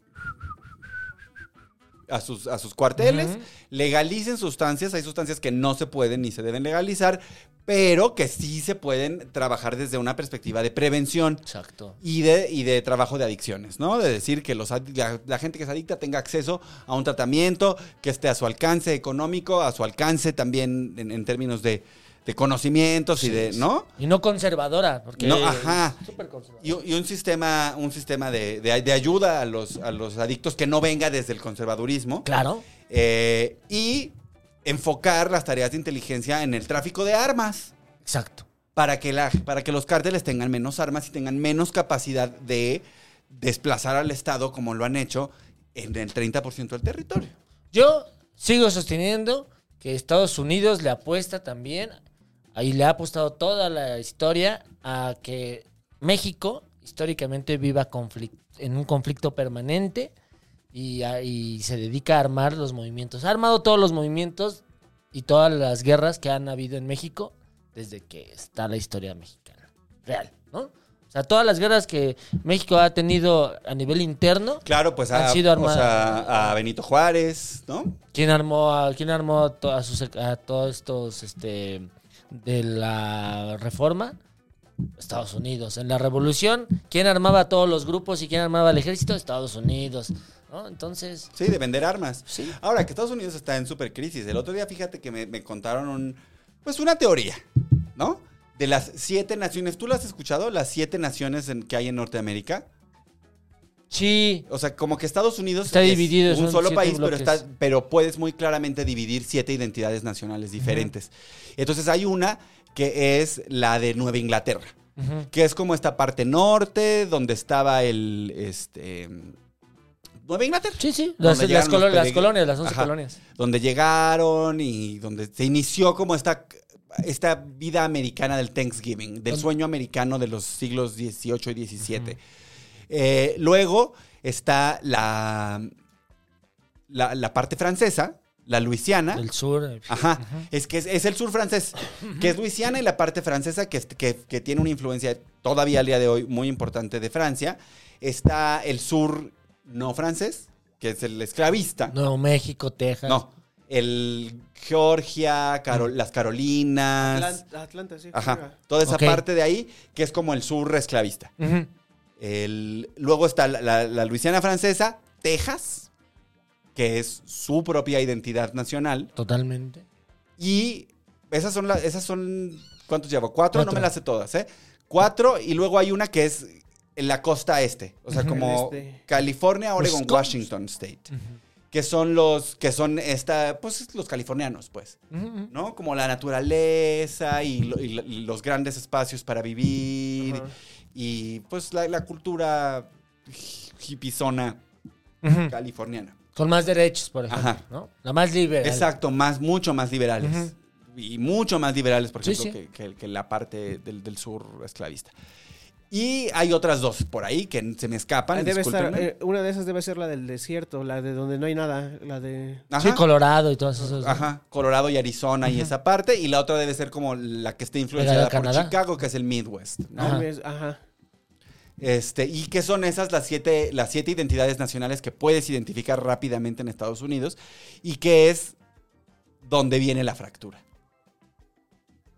[SPEAKER 3] a sus, a sus cuarteles, legalicen sustancias, hay sustancias que no se pueden ni se deben legalizar, pero que sí se pueden trabajar desde una perspectiva de prevención
[SPEAKER 4] Exacto.
[SPEAKER 3] y de, y de trabajo de adicciones, ¿no? De decir que los, adi- la, la gente que es adicta tenga acceso a un tratamiento que esté a su alcance económico, a su alcance también en, en términos de, de conocimientos y de, ¿no?
[SPEAKER 4] Y no conservadora, porque
[SPEAKER 3] No, ajá.
[SPEAKER 4] Súper conservadora.
[SPEAKER 3] Y, y un sistema, un sistema de, de- de ayuda a los, a los adictos que no venga desde el conservadurismo.
[SPEAKER 4] Claro.
[SPEAKER 3] Eh, y enfocar las tareas de inteligencia en el tráfico de armas.
[SPEAKER 4] Exacto.
[SPEAKER 3] Para que, la, para que los cárteles tengan menos armas y tengan menos capacidad de desplazar al Estado como lo han hecho en el 30% del territorio.
[SPEAKER 4] Yo sigo sosteniendo que Estados Unidos le apuesta también y le ha apostado toda la historia a que México históricamente viva conflic- en un conflicto permanente y, a- y se dedica a armar los movimientos. Ha armado todos los movimientos y todas las guerras que han habido en México desde que está la historia mexicana. Real, ¿no? O sea, todas las guerras que México ha tenido a nivel interno,
[SPEAKER 3] Claro, pues
[SPEAKER 4] Han
[SPEAKER 3] a,
[SPEAKER 4] sido
[SPEAKER 3] o
[SPEAKER 4] armadas.
[SPEAKER 3] sea, a Benito Juárez, ¿no?
[SPEAKER 4] ¿quién armó a, quién armó a, to- a sus, a todos estos este, de la reforma? Estados Unidos. En la revolución, ¿quién armaba a todos los grupos y quién armaba el ejército? Estados Unidos. ¿no? Entonces,
[SPEAKER 3] Sí, de vender armas.
[SPEAKER 4] sí.
[SPEAKER 3] Ahora que Estados Unidos está en super crisis. El otro día, fíjate que me, me contaron un, pues una teoría, ¿no? De las siete naciones. ¿Tú las has escuchado? Las siete naciones en- que hay en Norteamérica.
[SPEAKER 4] Sí,
[SPEAKER 3] O sea, como que Estados Unidos
[SPEAKER 4] Está dividido,
[SPEAKER 3] es un
[SPEAKER 4] son
[SPEAKER 3] solo
[SPEAKER 4] siete
[SPEAKER 3] país, pero
[SPEAKER 4] bloques.
[SPEAKER 3] está, pero puedes muy claramente dividir siete identidades nacionales diferentes. Entonces hay una que es la de Nueva Inglaterra,
[SPEAKER 4] Ujú.
[SPEAKER 3] que es como esta parte norte donde estaba el este Nueva Inglaterra.
[SPEAKER 4] Sí, sí.
[SPEAKER 3] Donde
[SPEAKER 4] Las, las
[SPEAKER 3] llegaron
[SPEAKER 4] colo-
[SPEAKER 3] los
[SPEAKER 4] las
[SPEAKER 3] peregrinos.
[SPEAKER 4] colonias, las 11
[SPEAKER 3] Ajá.
[SPEAKER 4] colonias.
[SPEAKER 3] donde llegaron y donde se inició como esta, esta vida americana del Thanksgiving, del
[SPEAKER 4] Don-
[SPEAKER 3] sueño americano de los siglos XVIII y XVII. Eh, luego está la, la, la parte francesa, la Luisiana.
[SPEAKER 4] Del sur. eh,
[SPEAKER 3] Ajá, es que es, es el sur francés, que es Luisiana y la parte francesa que, es- que- que tiene una influencia todavía al día de hoy muy importante de Francia. Está el sur no francés, que es el esclavista.
[SPEAKER 4] Nuevo México, Texas.
[SPEAKER 3] No. El Georgia, Carol- las Carolinas.
[SPEAKER 5] Atlan- Atlanta, sí.
[SPEAKER 3] Ajá. Toda esa
[SPEAKER 4] Ok.
[SPEAKER 3] parte de ahí que es como el sur esclavista.
[SPEAKER 4] Ujú.
[SPEAKER 3] El, luego está la, la- la Luisiana francesa, Texas, que es su propia identidad nacional.
[SPEAKER 4] Totalmente.
[SPEAKER 3] Y esas son las. Esas son. ¿Cuántos llevo? Cuatro, no
[SPEAKER 4] Cuatro.
[SPEAKER 3] me las sé todas, ¿eh? Cuatro, y luego hay una que es en la costa este. O sea, como
[SPEAKER 5] El este.
[SPEAKER 3] California, Oregon,
[SPEAKER 4] Wisconsin.
[SPEAKER 3] Washington State. Que son los. Que son esta. Pues los californianos, pues.
[SPEAKER 4] Ujú, ujú.
[SPEAKER 3] ¿no? Como la naturaleza y, lo- y la- y los grandes espacios para vivir
[SPEAKER 5] Ajá.
[SPEAKER 3] y pues la, la cultura hi- hipizona
[SPEAKER 4] Ujú.
[SPEAKER 3] californiana.
[SPEAKER 4] Con más derechos, por ejemplo.
[SPEAKER 3] Ajá.
[SPEAKER 4] ¿no? La más liberal.
[SPEAKER 3] Exacto, más, mucho más liberales. Y mucho más liberales, por
[SPEAKER 4] Sí,
[SPEAKER 3] ejemplo, Que, que- que la parte del, del sur esclavista. Y hay otras dos por ahí que se me escapan.
[SPEAKER 5] Debe estar,
[SPEAKER 3] discúlpenme.
[SPEAKER 5] eh, una de esas debe ser la del desierto, la de donde no hay nada, la de...
[SPEAKER 3] Ajá.
[SPEAKER 4] Sí, Colorado y todas esas.
[SPEAKER 3] Ajá, Colorado y Arizona y esa parte. Y la otra debe ser como la que esté influenciada
[SPEAKER 4] Pegada a
[SPEAKER 3] por
[SPEAKER 4] Canadá.
[SPEAKER 3] Chicago, que es el Midwest. ¿no?
[SPEAKER 4] Ajá.
[SPEAKER 5] Ajá.
[SPEAKER 3] Este, y que son esas las siete, las siete identidades nacionales que puedes identificar rápidamente en Estados Unidos y que es donde viene la fractura.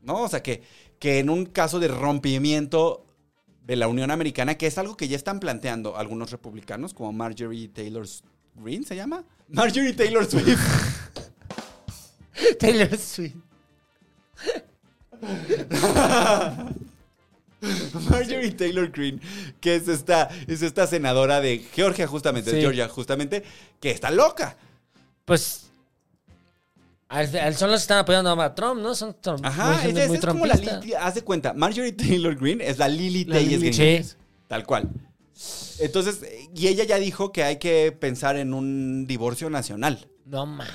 [SPEAKER 3] ¿No? O sea, que, que en un caso de rompimiento de la Unión Americana, que es algo que ya están planteando algunos republicanos, como Marjorie Taylor Green, ¿se llama? Marjorie Taylor Swift. *laughs*
[SPEAKER 4] *laughs* Taylor Swift.
[SPEAKER 3] Marjorie Taylor Green, que es esta, es esta senadora de Georgia, justamente, de
[SPEAKER 4] Sí.
[SPEAKER 3] Georgia, justamente, que está loca.
[SPEAKER 4] Pues. al- al- son los que están apoyando a Trump, ¿no? Son Trump,
[SPEAKER 3] Ajá,
[SPEAKER 4] muy,
[SPEAKER 3] esa-
[SPEAKER 4] gente
[SPEAKER 3] esa
[SPEAKER 4] Pues, muy
[SPEAKER 3] es como la
[SPEAKER 4] trumpista.
[SPEAKER 3] Lili, haz de cuenta, Marjorie Taylor Green es la Lily
[SPEAKER 5] La
[SPEAKER 3] Tellez
[SPEAKER 5] Lily
[SPEAKER 3] Green,
[SPEAKER 4] Sí.
[SPEAKER 3] tal cual. Entonces, eh, y ella ya dijo que hay que pensar en un divorcio nacional.
[SPEAKER 4] No más.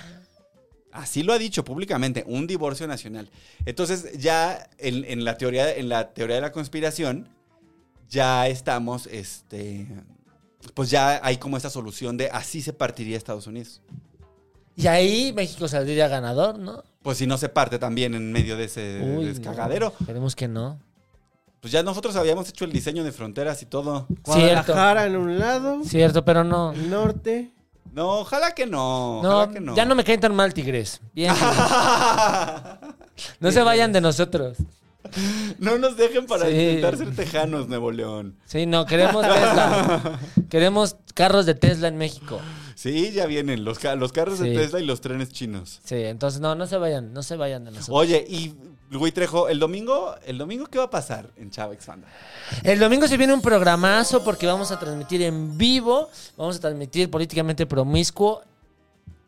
[SPEAKER 3] Así lo ha dicho públicamente, un divorcio nacional. Entonces, ya en, en la, teoría, en la teoría de la conspiración, ya estamos, este, pues ya hay como esta solución de así se partiría Estados Unidos.
[SPEAKER 4] Y ahí México saldría ganador, ¿no?
[SPEAKER 3] Pues si no se parte también en medio de ese
[SPEAKER 4] Uy, no.
[SPEAKER 3] Eh, descagadero.
[SPEAKER 4] Esperemos que no.
[SPEAKER 3] Pues ya nosotros habíamos hecho el diseño de fronteras y todo.
[SPEAKER 4] Cierto.
[SPEAKER 5] Guadalajara en un lado,
[SPEAKER 4] Cierto, pero no.
[SPEAKER 5] el norte.
[SPEAKER 3] No, ojalá que no.
[SPEAKER 4] No,
[SPEAKER 3] ojalá que no.
[SPEAKER 4] ya no me caen tan mal, Tigres. Bien. Tigres. no se vayan de nosotros.
[SPEAKER 3] *laughs* No nos dejen para
[SPEAKER 4] Sí.
[SPEAKER 3] intentar ser tejanos, Nuevo León.
[SPEAKER 4] Sí, no,
[SPEAKER 3] *laughs*
[SPEAKER 4] queremos Tesla. queremos carros de Tesla en México.
[SPEAKER 3] Sí, ya vienen los, ca- los carros
[SPEAKER 4] Sí.
[SPEAKER 3] de Tesla y los trenes chinos.
[SPEAKER 4] Sí, entonces no, no se vayan, no se vayan de nosotros.
[SPEAKER 3] Oye, y güey Trejo, el domingo, el domingo qué va a pasar en Chávez Banda?
[SPEAKER 4] El domingo se viene un programazo porque vamos a transmitir en vivo, vamos a transmitir políticamente promiscuo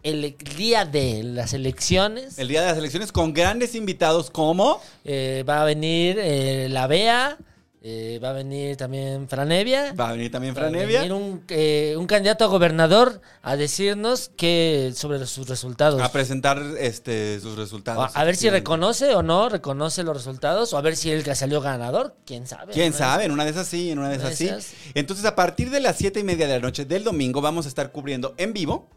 [SPEAKER 4] el día de las elecciones.
[SPEAKER 3] El día de las elecciones con grandes invitados como
[SPEAKER 4] Eh, va a venir eh, la BEA, Eh, va a venir también Franevia.
[SPEAKER 3] Va a venir también
[SPEAKER 4] Va a
[SPEAKER 3] Fran
[SPEAKER 4] venir
[SPEAKER 3] Evia.
[SPEAKER 4] un, eh, un candidato a gobernador a decirnos que sobre sus resultados.
[SPEAKER 3] A presentar este, sus resultados. Este,
[SPEAKER 4] A, a ver si reconoce o no reconoce los resultados, o a ver si el que salió ganador, quién sabe.
[SPEAKER 3] ¿Quién
[SPEAKER 4] ¿no?
[SPEAKER 3] sabe? En una de esas sí, en una de
[SPEAKER 4] Una
[SPEAKER 3] esas
[SPEAKER 4] de
[SPEAKER 3] sí.
[SPEAKER 4] esas.
[SPEAKER 3] Entonces, a partir de las siete y media de la noche del domingo, vamos a estar cubriendo en vivo,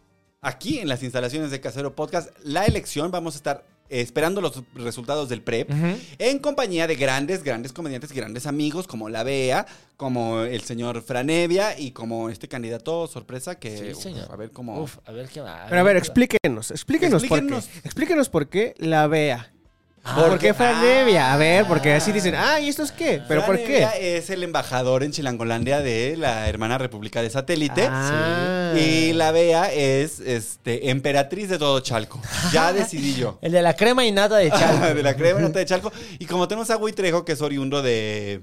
[SPEAKER 3] aquí en las instalaciones de Casero Podcast, la elección. Vamos a estar eh, esperando los resultados del PREP.
[SPEAKER 4] Ujú.
[SPEAKER 3] En compañía de grandes, grandes comediantes, grandes amigos como la Bea, como el señor Franevia y como este candidato sorpresa que
[SPEAKER 4] Sí, señor.
[SPEAKER 3] uf, a ver cómo
[SPEAKER 4] Uf, a ver qué va.
[SPEAKER 5] Pero a ver,
[SPEAKER 4] qué va.
[SPEAKER 5] explíquenos, explíquenos,
[SPEAKER 3] Explíquenos.
[SPEAKER 5] por qué. Explíquenos por qué la vea.
[SPEAKER 4] Ah,
[SPEAKER 5] ¿Por qué Fran
[SPEAKER 3] ah,
[SPEAKER 5] Evia? A ver, porque así dicen, ah, ¿y esto es qué? ¿Pero por qué?
[SPEAKER 3] Franevia es el embajador en Chilangolandia de la hermana República de Satélite.
[SPEAKER 5] Ah.
[SPEAKER 3] Y la Bea es este emperatriz de todo Chalco.
[SPEAKER 5] *laughs*
[SPEAKER 3] Ya decidí yo.
[SPEAKER 4] El de la crema
[SPEAKER 3] *laughs*
[SPEAKER 4] y nada de Chalco.
[SPEAKER 3] de la crema nata de Chalco. Y como tenemos a Gui Trejo, que es oriundo de,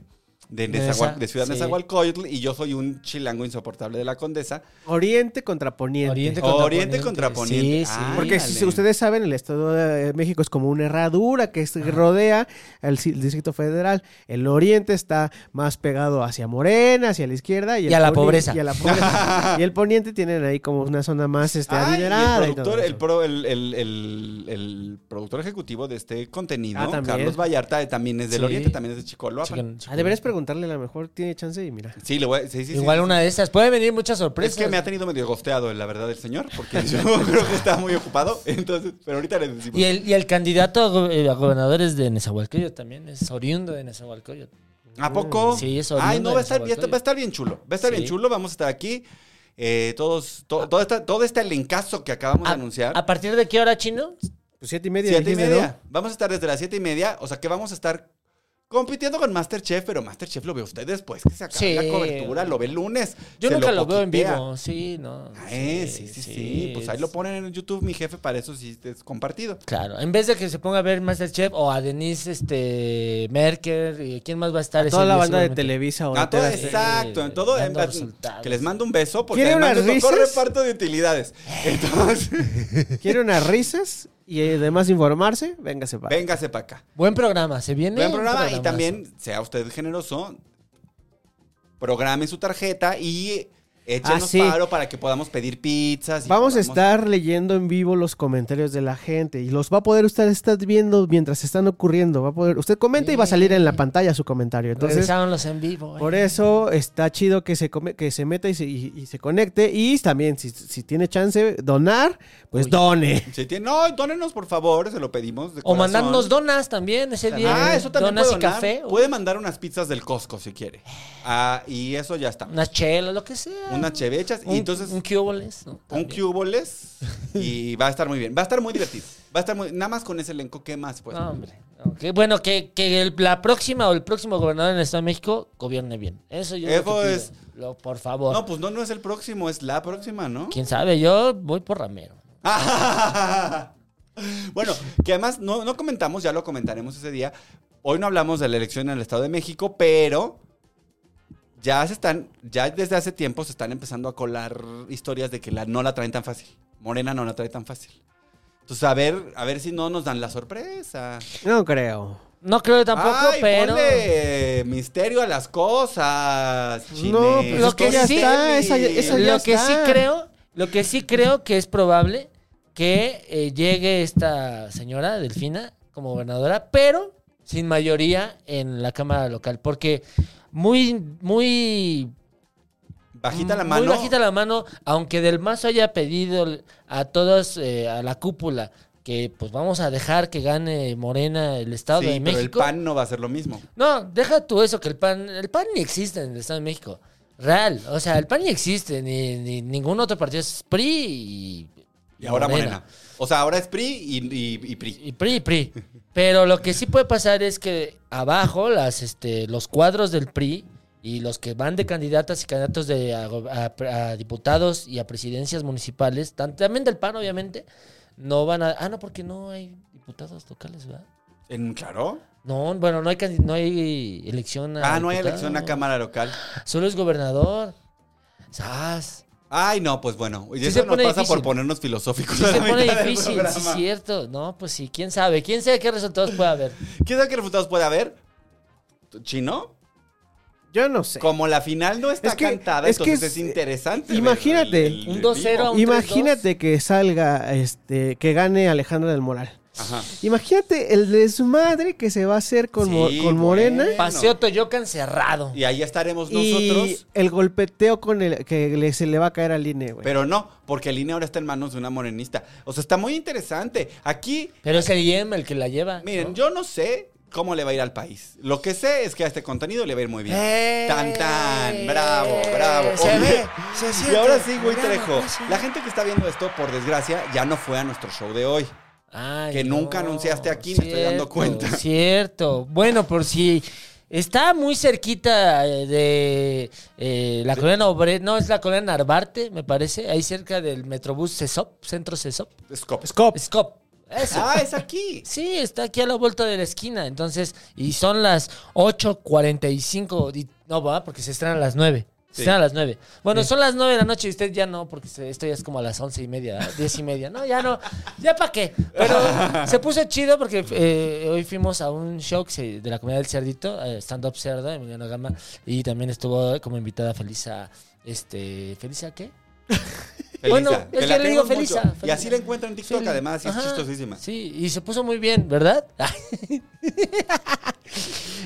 [SPEAKER 3] de,
[SPEAKER 4] De
[SPEAKER 3] Nezahual-
[SPEAKER 4] esa,
[SPEAKER 3] de Ciudad
[SPEAKER 4] sí.
[SPEAKER 3] Nezahualcóyotl, y yo soy un chilango insoportable de la condesa.
[SPEAKER 5] Oriente contra Poniente. Oh,
[SPEAKER 4] Oriente contra
[SPEAKER 3] Oriente
[SPEAKER 4] Poniente.
[SPEAKER 3] contra Poniente.
[SPEAKER 4] Sí, sí.
[SPEAKER 3] Ay,
[SPEAKER 5] Porque
[SPEAKER 3] dale.
[SPEAKER 5] si ustedes saben, el Estado de México es como una herradura que se rodea al ci- el Distrito Federal. El oriente está más pegado hacia Morena, hacia la izquierda. Y,
[SPEAKER 4] Y
[SPEAKER 5] el
[SPEAKER 4] a la
[SPEAKER 5] poni-
[SPEAKER 4] pobreza.
[SPEAKER 5] Y, a la pobreza. Y el poniente tienen ahí como una zona más este,
[SPEAKER 3] Ay, y
[SPEAKER 5] adinerada. y
[SPEAKER 3] el, productor,
[SPEAKER 5] todo
[SPEAKER 3] el,
[SPEAKER 5] eso.
[SPEAKER 3] pro- el- el- el- el productor ejecutivo de este contenido,
[SPEAKER 5] Ah, también.
[SPEAKER 3] Carlos Vallarta, eh, también es del
[SPEAKER 4] Sí.
[SPEAKER 3] Oriente, también es de Chicoloapan.
[SPEAKER 4] Chiquen- chiquen.
[SPEAKER 5] Ah, deberías preguntarle, a lo mejor tiene chance y mira.
[SPEAKER 3] Sí, le voy a- sí, sí, sí,
[SPEAKER 4] Igual
[SPEAKER 3] sí,
[SPEAKER 4] una de esas. Puede venir muchas
[SPEAKER 3] Es
[SPEAKER 4] sorpresas.
[SPEAKER 3] que me ha tenido medio gosteado, la verdad, el señor, porque yo *laughs* creo que estaba muy ocupado. Entonces, pero ahorita le decimos.
[SPEAKER 4] y, el, y el candidato a, go- eh, a gobernador es de Nezahualcóyotl también. Es oriundo de Nezahualcóyotl.
[SPEAKER 3] ¿A poco?
[SPEAKER 4] Mm, Sí, es
[SPEAKER 3] Ay,
[SPEAKER 4] oriundo
[SPEAKER 3] no, va a,
[SPEAKER 4] de
[SPEAKER 3] estar, bien-
[SPEAKER 4] Nezahualcóyotl.
[SPEAKER 3] va a estar bien chulo. Va a estar bien
[SPEAKER 4] Sí.
[SPEAKER 3] chulo. Vamos a estar aquí. eh, todos, to- todo, esta, todo este elencazo que acabamos de anunciar.
[SPEAKER 4] ¿A partir de qué hora, Chino?
[SPEAKER 5] Pues siete y media.
[SPEAKER 3] siete y
[SPEAKER 5] dijiste, ¿no?
[SPEAKER 3] media. Vamos a estar desde las siete y media. O sea que vamos a estar compitiendo con Masterchef, pero Masterchef lo ve usted después que se acabe
[SPEAKER 4] Sí.
[SPEAKER 3] la cobertura, lo ve el lunes.
[SPEAKER 4] Yo
[SPEAKER 3] se
[SPEAKER 4] nunca lo, veo en
[SPEAKER 3] poquitea.
[SPEAKER 4] vivo. Sí, no.
[SPEAKER 3] Ah, eh, sí, sí, sí, Pues ahí lo ponen en YouTube, mi jefe, para eso sí es compartido.
[SPEAKER 4] Claro, en vez de que se ponga a ver Masterchef o a Denise este, Merker, y ¿quién más va a estar? ese
[SPEAKER 5] Toda la
[SPEAKER 4] día
[SPEAKER 5] banda de
[SPEAKER 4] seguramente?
[SPEAKER 5] Televisa. o
[SPEAKER 3] Ah,
[SPEAKER 5] de
[SPEAKER 3] todo,
[SPEAKER 5] TV
[SPEAKER 4] sí.
[SPEAKER 3] exacto, en todo. en-
[SPEAKER 4] Dando resultados.
[SPEAKER 3] que les mando un beso porque
[SPEAKER 5] ¿Quiere
[SPEAKER 3] además
[SPEAKER 5] unas
[SPEAKER 3] me tocó
[SPEAKER 5] risas?
[SPEAKER 3] reparto de
[SPEAKER 4] *laughs*
[SPEAKER 3] utilidades. Entonces,
[SPEAKER 5] Quiere unas risas y eh, además informarse, véngase para.
[SPEAKER 3] véngase para acá.
[SPEAKER 4] Buen programa, se viene.
[SPEAKER 3] Buen
[SPEAKER 4] un
[SPEAKER 3] programa y
[SPEAKER 4] programazo.
[SPEAKER 3] también sea usted generoso. Programe su tarjeta y échenos
[SPEAKER 5] Ah, sí.
[SPEAKER 3] paro para que podamos pedir pizzas. y
[SPEAKER 5] Vamos a
[SPEAKER 3] podamos-
[SPEAKER 5] estar leyendo en vivo los comentarios de la gente y los va a poder usted estar viendo mientras están ocurriendo. Va a poder, usted comenta y va a salir en la pantalla su comentario. Entonces,
[SPEAKER 4] Regresaron los en vivo. eh.
[SPEAKER 5] por eso está chido que se, come- que se meta y se, y- y se conecte. Y también, si, si tiene chance, donar, pues done.
[SPEAKER 3] *laughs* Si tiene- no, dónenos por favor, se lo pedimos. de
[SPEAKER 4] O
[SPEAKER 3] corazón.
[SPEAKER 4] mandarnos donas también ese día.
[SPEAKER 3] Ah, eso también
[SPEAKER 4] Donas
[SPEAKER 3] puede
[SPEAKER 4] y
[SPEAKER 3] donar.
[SPEAKER 4] café. o
[SPEAKER 3] Puede mandar unas pizzas del Costco si quiere. Ah, y eso ya está.
[SPEAKER 4] Unas chelas, lo que sea.
[SPEAKER 3] Unas chevechas
[SPEAKER 4] Un-
[SPEAKER 3] y entonces
[SPEAKER 4] Un cuboles, ¿no?
[SPEAKER 3] un
[SPEAKER 4] También.
[SPEAKER 3] cuboles y va a estar muy bien. Va a estar muy divertido. Va a estar muy, nada más con ese elenco, ¿qué más? Pues
[SPEAKER 4] No, hombre. No, que- bueno, que, que el- la próxima o el próximo gobernador en el Estado de México gobierne bien. Eso yo es.
[SPEAKER 3] Eso
[SPEAKER 4] lo que pido.
[SPEAKER 3] es.
[SPEAKER 4] Lo- por favor.
[SPEAKER 3] No, pues no, no es el próximo, es la próxima, ¿no?
[SPEAKER 4] Quién sabe, yo voy por Ramero.
[SPEAKER 3] *laughs* bueno, que además no, no comentamos, ya lo comentaremos ese día. Hoy no hablamos de la elección en el Estado de México, pero ya se están, ya desde hace tiempo se están empezando a colar historias de que la, no la traen tan fácil. Morena no la trae tan fácil. Entonces, a ver, a ver si no nos dan la sorpresa.
[SPEAKER 5] No creo.
[SPEAKER 4] No creo tampoco,
[SPEAKER 3] Ay,
[SPEAKER 4] pero.
[SPEAKER 3] ponle misterio a las cosas. Chine.
[SPEAKER 5] No, pues
[SPEAKER 4] Lo
[SPEAKER 5] es que,
[SPEAKER 4] que
[SPEAKER 5] ya
[SPEAKER 4] sí- eh,
[SPEAKER 5] está. Esa, esa ya
[SPEAKER 4] Lo que
[SPEAKER 5] está.
[SPEAKER 4] sí creo, lo que sí creo que es probable que eh, llegue esta señora Delfina como gobernadora, pero sin mayoría en la cámara local, porque muy, muy
[SPEAKER 3] Bajita la
[SPEAKER 4] Mm, muy
[SPEAKER 3] mano.
[SPEAKER 4] bajita la mano, aunque Del Mazo haya pedido a todos, eh, a la cúpula, que pues vamos a dejar que gane Morena el Estado
[SPEAKER 3] Sí,
[SPEAKER 4] de
[SPEAKER 3] pero
[SPEAKER 4] México.
[SPEAKER 3] el PAN no va a ser lo mismo.
[SPEAKER 4] No, deja tú eso, que el PAN, el PAN ni existe en el Estado de México. Real, o sea, el PAN ni existe, ni, ni ningún otro partido es PRI y...
[SPEAKER 3] Y ahora Morena. O sea, ahora es PRI y, y- y PRI.
[SPEAKER 4] Y PRI, PRI. Pero lo que sí puede pasar es que abajo las, este, los cuadros del PRI y los que van de candidatas y candidatos de, a, go- a- a diputados y a presidencias municipales, tan- también del PAN obviamente, no van a... Ah, no, porque no hay diputados locales, ¿verdad?
[SPEAKER 3] En- claro.
[SPEAKER 4] No, bueno, no hay, candi- no hay elección a
[SPEAKER 3] Ah, no hay
[SPEAKER 4] diputado.
[SPEAKER 3] elección a Cámara Local.
[SPEAKER 4] Solo es gobernador. ¡Sas!
[SPEAKER 3] Ay, no, pues bueno. Y
[SPEAKER 4] Sí
[SPEAKER 3] eso
[SPEAKER 4] se
[SPEAKER 3] nos
[SPEAKER 4] pone
[SPEAKER 3] pasa
[SPEAKER 4] difícil.
[SPEAKER 3] por ponernos filosóficos.
[SPEAKER 4] Sí
[SPEAKER 3] a la
[SPEAKER 4] se pone
[SPEAKER 3] mitad del
[SPEAKER 4] difícil,
[SPEAKER 3] programa.
[SPEAKER 4] sí es cierto. No, pues sí, quién eh. sabe. ¿Quién sabe qué resultados puede haber?
[SPEAKER 3] ¿Quién sabe qué resultados puede haber? ¿Chino?
[SPEAKER 5] Yo no sé.
[SPEAKER 3] Como la final no está
[SPEAKER 5] Es que-
[SPEAKER 3] cantada,
[SPEAKER 5] es que
[SPEAKER 3] entonces
[SPEAKER 5] es-
[SPEAKER 3] es interesante.
[SPEAKER 5] imagínate,
[SPEAKER 3] ver el- el-
[SPEAKER 4] un
[SPEAKER 3] el
[SPEAKER 4] 2-0 a
[SPEAKER 3] vivo.
[SPEAKER 4] un-
[SPEAKER 5] Imagínate que salga, este, que gane Alejandra del Moral.
[SPEAKER 3] Ajá.
[SPEAKER 5] Imagínate el desmadre que se va a hacer con, Mo-
[SPEAKER 3] Sí,
[SPEAKER 5] con Morena
[SPEAKER 3] bueno.
[SPEAKER 4] Paseo Toyocan cerrado.
[SPEAKER 3] Y ahí estaremos
[SPEAKER 5] y
[SPEAKER 3] nosotros.
[SPEAKER 5] el golpeteo con el que le- se le va a caer al INE,
[SPEAKER 4] Pues
[SPEAKER 5] güey.
[SPEAKER 3] Pero no, porque el INE ahora está en manos de una morenista. O sea, está muy interesante. Aquí,
[SPEAKER 4] Pero es el IEM el que la lleva.
[SPEAKER 3] miren,
[SPEAKER 4] ¿no?
[SPEAKER 3] yo no sé cómo le va a ir al país. Lo que sé es que a este contenido le va a ir muy bien.
[SPEAKER 4] ¡Eh!
[SPEAKER 3] Tan tan, bravo, bravo.
[SPEAKER 4] Se
[SPEAKER 3] Oye,
[SPEAKER 4] ve, se
[SPEAKER 3] Y
[SPEAKER 4] siente.
[SPEAKER 3] ahora sí, güey
[SPEAKER 4] Bravo,
[SPEAKER 3] Trejo.
[SPEAKER 4] gracias.
[SPEAKER 3] La gente que está viendo esto, por desgracia, ya no fue a nuestro show de hoy.
[SPEAKER 4] Ay,
[SPEAKER 3] que nunca anunciaste aquí, me estoy dando cuenta. *laughs*
[SPEAKER 4] Cierto. Bueno, por si está muy cerquita eh, de eh, la colonia Obre, no, es la colonia Narvarte, me parece, ahí cerca del Metrobús Cesop, Centro Cesop.
[SPEAKER 3] Scope.
[SPEAKER 5] Scop.
[SPEAKER 4] Scop. Eso.
[SPEAKER 3] Ah, es aquí.
[SPEAKER 4] Sí, está aquí a la vuelta de la esquina. Entonces, y son las 8.45. y- No, va, porque se estrenan a las 9. Se
[SPEAKER 3] Sí.
[SPEAKER 4] estrenan a las 9. Bueno, son las 9 de la noche y usted ya no, porque se- esto ya es como a las 11 y media, 10 y media. No, ya no. ¿Ya para qué? Pero
[SPEAKER 3] *laughs*
[SPEAKER 4] se puso chido porque eh, hoy fuimos a un show que se- de la comunidad del Cerdito, eh, Stand Up Cerdo, Emiliano Gama. Y también estuvo como invitada Felisa. Este, ¿Felisa qué?
[SPEAKER 3] Felisa,
[SPEAKER 4] Bueno,
[SPEAKER 3] que
[SPEAKER 4] es que
[SPEAKER 3] la
[SPEAKER 4] le
[SPEAKER 3] queremos
[SPEAKER 4] digo
[SPEAKER 3] mucho.
[SPEAKER 4] Felisa,
[SPEAKER 3] Y
[SPEAKER 4] Felisa.
[SPEAKER 3] así la encuentran en TikTok,
[SPEAKER 4] Sí.
[SPEAKER 3] además, y es
[SPEAKER 4] Ajá.
[SPEAKER 3] chistosísima.
[SPEAKER 4] Sí, y se puso muy bien, ¿verdad? *laughs*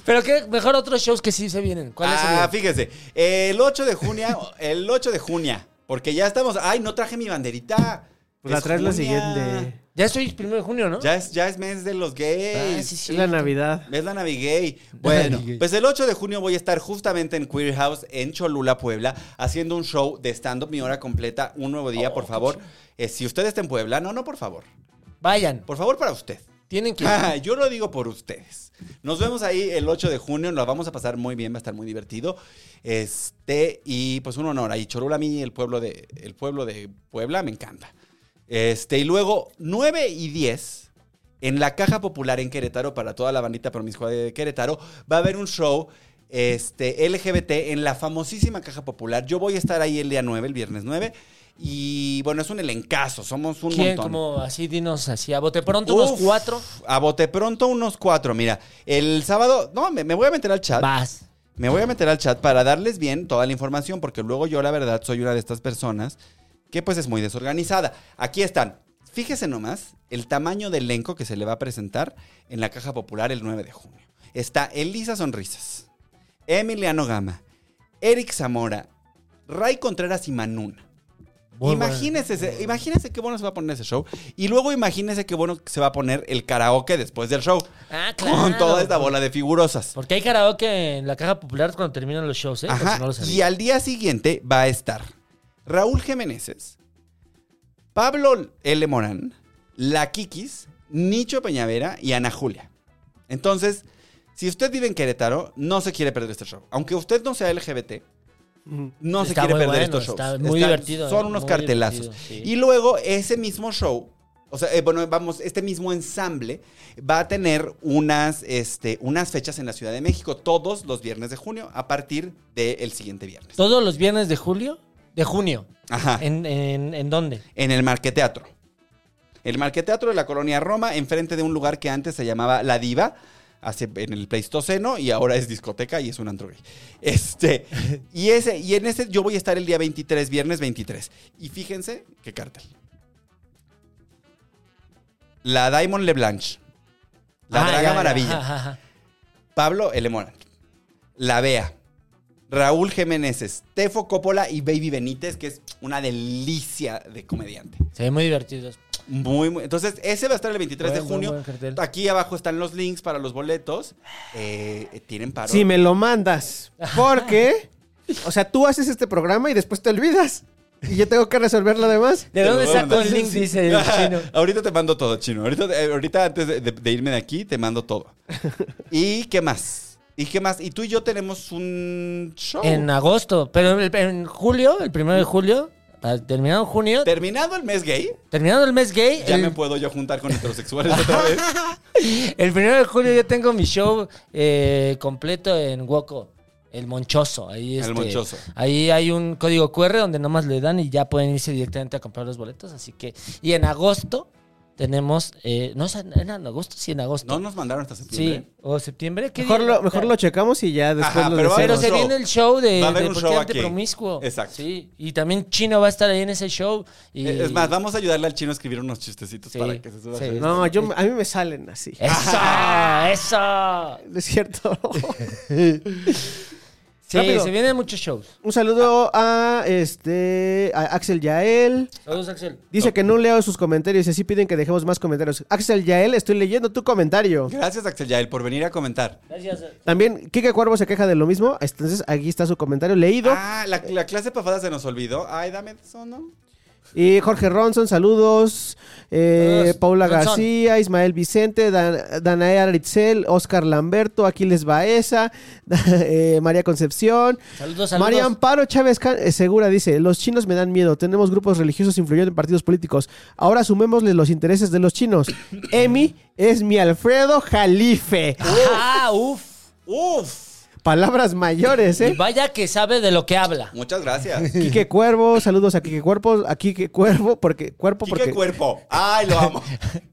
[SPEAKER 4] Pero qué mejor otros shows que sí se vienen. ¿Cuáles se
[SPEAKER 3] Ah,
[SPEAKER 4] vienen?
[SPEAKER 3] fíjese. El 8 de junio, el 8 de junio, porque ya estamos. Ay, no traje mi banderita.
[SPEAKER 5] Pues la
[SPEAKER 3] Es
[SPEAKER 5] traes la
[SPEAKER 3] junio.
[SPEAKER 5] siguiente.
[SPEAKER 4] Ya estoy primero de junio, ¿no?
[SPEAKER 3] Ya es, ya es mes de los gays.
[SPEAKER 4] Ah, sí,
[SPEAKER 5] Es
[SPEAKER 4] sí.
[SPEAKER 5] la Navidad.
[SPEAKER 3] Es la Navigay. Bueno,
[SPEAKER 4] Navigay.
[SPEAKER 3] pues el 8 de junio voy a estar justamente en Queer House en Cholula, Puebla, haciendo un show de stand-up, mi hora completa, un nuevo
[SPEAKER 5] Oh,
[SPEAKER 3] día, por favor. Eh, si usted está en Puebla, no, no, por favor.
[SPEAKER 4] Vayan,
[SPEAKER 3] Por favor, para usted.
[SPEAKER 4] tienen que...
[SPEAKER 3] Ah, yo lo digo por ustedes. Nos vemos ahí el 8 de junio, nos la vamos a pasar muy bien, va a estar muy divertido. Este, y pues un honor. Ahí Cholula a mí, el pueblo de, el pueblo de Puebla, me encanta. Este, y luego 9 y 10, en la Caja Popular en Querétaro, para toda la bandita promiscua de Querétaro, va a haber un show este, LGBT en la famosísima Caja Popular. Yo voy a estar ahí el día 9, el viernes 9. Y bueno, es un elencazo, somos un
[SPEAKER 4] ¿Quién?
[SPEAKER 3] montón.
[SPEAKER 4] Como así, dinos así. A bote pronto, unos
[SPEAKER 3] Uf,
[SPEAKER 4] cuatro.
[SPEAKER 3] A bote pronto unos cuatro. Mira, el sábado. No, me, me voy a meter al chat.
[SPEAKER 4] Vas.
[SPEAKER 3] Me voy a meter al chat para darles bien toda la información, porque luego yo, la verdad, soy una de estas personas que, pues, es muy desorganizada. Aquí están. Fíjese nomás el tamaño del elenco que se le va a presentar en la Caja Popular el 9 de junio. Está Elisa Sonrisas, Emiliano Gama, Eric Zamora, Ray Contreras y Manuna.
[SPEAKER 4] Muy
[SPEAKER 3] Imagínense,
[SPEAKER 4] bueno.
[SPEAKER 3] imagínense qué bueno se va a poner ese show. Y luego imagínense qué bueno que se va a poner el karaoke después del show.
[SPEAKER 4] Ah, claro.
[SPEAKER 3] Con toda esta bola de figurosas.
[SPEAKER 4] Porque hay karaoke en la caja popular cuando terminan los shows, ¿eh? Por
[SPEAKER 3] Ajá.
[SPEAKER 4] si no lo sabía.
[SPEAKER 3] y al día siguiente va a estar Raúl Jiménez, Pablo L. Morán, La Kikis, Nicho Peñavera y Ana Julia. Entonces, si usted vive en Querétaro, no se quiere perder este show. Aunque usted no sea LGBT,
[SPEAKER 5] Ujú.
[SPEAKER 3] no se
[SPEAKER 4] Está
[SPEAKER 3] quiere
[SPEAKER 4] muy
[SPEAKER 3] perder
[SPEAKER 4] bueno,
[SPEAKER 3] estos shows.
[SPEAKER 4] está muy divertido,
[SPEAKER 3] Son
[SPEAKER 4] eh,
[SPEAKER 3] unos
[SPEAKER 4] muy
[SPEAKER 3] cartelazos.
[SPEAKER 4] divertido, sí.
[SPEAKER 3] Y luego ese mismo show, o sea, eh, bueno, vamos, este mismo ensamble va a tener unas, este, unas fechas en la Ciudad de México todos los viernes de junio a partir del siguiente viernes.
[SPEAKER 4] Todos los viernes de julio, de junio.
[SPEAKER 3] Ajá. En,
[SPEAKER 4] ¿En, en, en dónde?
[SPEAKER 3] el Marqueteatro. El Marqueteatro de la colonia Roma, enfrente de un lugar que antes se llamaba La Diva. hace- en el Pleistoceno y ahora es discoteca y es un antro gay.
[SPEAKER 4] *laughs*
[SPEAKER 3] Este, y, ese, y en ese yo voy a estar el día 23, viernes 23. Y fíjense qué cartel. La Diamond LeBlanche. La
[SPEAKER 4] Ah,
[SPEAKER 3] Draga
[SPEAKER 4] ya, ya.
[SPEAKER 3] Maravilla.
[SPEAKER 4] Ajá, ajá.
[SPEAKER 3] Pablo L. Morán. La Bea. Raúl Jiménez, Tefo Coppola y Baby Benítez, que es una delicia de comediante.
[SPEAKER 4] Se ven muy divertidos.
[SPEAKER 3] Muy, muy. Entonces, ese va a estar el 23 de
[SPEAKER 4] Buen, buen,
[SPEAKER 3] junio.
[SPEAKER 4] buen cartel.
[SPEAKER 3] Aquí abajo están los links para los boletos. Eh, eh, tienen paro.
[SPEAKER 5] Si me lo mandas. Porque, o sea, tú haces este programa y después te olvidas. Y yo tengo que resolver lo demás.
[SPEAKER 4] ¿De
[SPEAKER 3] Te
[SPEAKER 4] dónde
[SPEAKER 3] lo voy a
[SPEAKER 4] saco el
[SPEAKER 3] mandar.
[SPEAKER 4] link? Dice
[SPEAKER 3] *laughs*
[SPEAKER 4] el chino.
[SPEAKER 3] ahorita te mando todo, chino. Ahorita, eh, ahorita antes de, de- de irme de aquí, te mando todo.
[SPEAKER 4] *laughs*
[SPEAKER 3] ¿Y qué más? ¿Y qué más? Y tú y yo tenemos un show.
[SPEAKER 4] En agosto, pero en, en julio, el primero de julio, para- terminado junio,
[SPEAKER 3] Terminado el mes gay,
[SPEAKER 4] terminando el mes gay,
[SPEAKER 3] ya
[SPEAKER 4] el,
[SPEAKER 3] me puedo yo juntar con heterosexuales otra vez.
[SPEAKER 4] el primero de julio yo tengo mi show eh, completo en Woco, el Monchoso. Ahí
[SPEAKER 3] El
[SPEAKER 4] *laughs* este,
[SPEAKER 3] Monchoso.
[SPEAKER 4] Ahí hay un código QR donde nomás le dan y ya pueden irse directamente a comprar los boletos. Así que, y en agosto tenemos. eh, no, es en en agosto, sí, en agosto.
[SPEAKER 3] No nos mandaron hasta septiembre.
[SPEAKER 4] sí, o septiembre. ¿qué
[SPEAKER 5] Mejor
[SPEAKER 4] día?
[SPEAKER 5] lo, mejor lo checamos y ya después
[SPEAKER 3] Ajá,
[SPEAKER 5] lo
[SPEAKER 3] pero va a haber
[SPEAKER 4] Pero
[SPEAKER 5] decimos.
[SPEAKER 4] se
[SPEAKER 3] show.
[SPEAKER 4] viene el show de,
[SPEAKER 3] Va a haber
[SPEAKER 4] de
[SPEAKER 3] un
[SPEAKER 4] ¿Por
[SPEAKER 3] show
[SPEAKER 4] qué ante
[SPEAKER 3] aquí.
[SPEAKER 4] promiscuo?
[SPEAKER 3] Exacto.
[SPEAKER 4] Sí, y también Chino va a estar ahí en ese show. Y...
[SPEAKER 3] Eh, Es más, vamos a ayudarle al chino a escribir unos chistecitos
[SPEAKER 4] Sí,
[SPEAKER 3] para que se suba. a
[SPEAKER 4] sí.
[SPEAKER 3] hacer.
[SPEAKER 5] No, yo, a mí me salen así. *laughs*
[SPEAKER 3] *laughs*
[SPEAKER 4] ¡Eso! ¡Eso!
[SPEAKER 5] Es cierto.
[SPEAKER 4] Sí,
[SPEAKER 5] Rápido.
[SPEAKER 4] se vienen muchos shows.
[SPEAKER 5] Un saludo a este a Axel Yael.
[SPEAKER 4] Saludos, Axel.
[SPEAKER 5] Dice que no leo sus comentarios y así piden que dejemos más comentarios. Axel Yael, estoy leyendo tu comentario.
[SPEAKER 3] Gracias, Axel Yael, por venir a comentar.
[SPEAKER 4] Gracias.
[SPEAKER 5] También Kike Cuervo se queja de lo mismo. Entonces aquí está su comentario leído.
[SPEAKER 3] Ah, la, la clase de pafadas se nos olvidó. Ay, dame eso, ¿no?
[SPEAKER 5] Y Jorge Ronson, saludos. Eh,
[SPEAKER 4] Saludos,
[SPEAKER 5] Paula
[SPEAKER 4] Ronson.
[SPEAKER 5] García, Ismael Vicente, Dan- Danae Aritzel, Oscar Lamberto, Aquiles Baeza, *laughs* eh, María Concepción.
[SPEAKER 4] Saludos, saludos.
[SPEAKER 5] María Amparo Chávez Can- eh, Segura dice, los chinos me dan miedo, tenemos grupos religiosos influyendo en partidos políticos, ahora sumémosles los intereses de los
[SPEAKER 4] *coughs*
[SPEAKER 5] chinos. Emi es mi Alfredo Jalife.
[SPEAKER 4] ¡Ah, uf!
[SPEAKER 3] ¡Uf!
[SPEAKER 5] Palabras mayores,
[SPEAKER 4] Y
[SPEAKER 5] ¿eh?
[SPEAKER 4] vaya que sabe de lo que habla.
[SPEAKER 3] Muchas
[SPEAKER 4] *laughs*
[SPEAKER 3] gracias.
[SPEAKER 5] Quique Cuervo, saludos a Quique Cuervo, a Quique Cuervo, porque cuerpo
[SPEAKER 3] Quique
[SPEAKER 5] porque...
[SPEAKER 3] Cuerpo. Ay, lo
[SPEAKER 4] *laughs*
[SPEAKER 3] amo.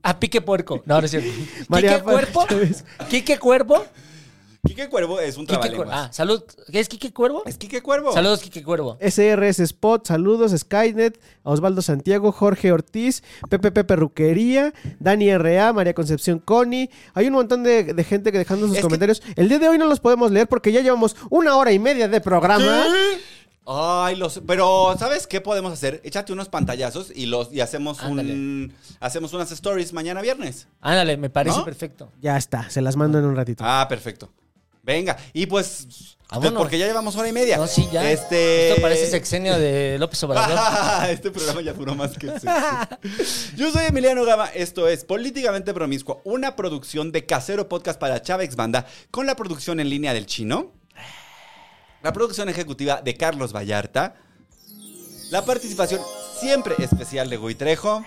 [SPEAKER 4] A pique puerco. No, no es cierto.
[SPEAKER 5] María
[SPEAKER 4] ¿Quique Cuerpo?
[SPEAKER 5] Chávez.
[SPEAKER 4] ¿Quique Cuervo?
[SPEAKER 3] Quique Cuervo es un
[SPEAKER 4] Quique Cuervo.
[SPEAKER 3] trabalenguas.
[SPEAKER 4] Ah, salud. ¿Qué es Quique Cuervo?
[SPEAKER 3] Es Quique Cuervo.
[SPEAKER 4] Saludos, Quique Cuervo.
[SPEAKER 5] SRS Spot, saludos, Skynet, a Osvaldo Santiago, Jorge Ortiz, Pepe Pepe Ruquería, Dani RA, María Concepción Coni. Hay un montón de, de gente que dejando sus
[SPEAKER 4] Es que-
[SPEAKER 5] comentarios. El día de hoy no los podemos leer porque ya llevamos una hora y media de programa.
[SPEAKER 3] Ay, los. Pero, ¿sabes qué podemos hacer? Échate unos pantallazos y los y hacemos
[SPEAKER 4] Ándale.
[SPEAKER 3] un. Hacemos unas stories mañana viernes.
[SPEAKER 4] Ándale, me parece
[SPEAKER 3] ¿No?
[SPEAKER 4] perfecto.
[SPEAKER 5] Ya está, se las mando en un ratito.
[SPEAKER 3] Ah, perfecto. Venga, y pues.
[SPEAKER 4] Vámonos.
[SPEAKER 3] Porque ya llevamos hora y media.
[SPEAKER 4] No, sí, ya.
[SPEAKER 3] Este.
[SPEAKER 4] Esto parece sexenio de López
[SPEAKER 3] *laughs*
[SPEAKER 4] Obrador.
[SPEAKER 3] este programa ya duró más que el sexo. Yo soy Emiliano Gama, esto es Políticamente Promiscuo, una producción de Casero Podcast para Chávez Banda, con la producción en línea del chino, la producción ejecutiva de Carlos Vallarta, la participación siempre especial de Gui Trejo,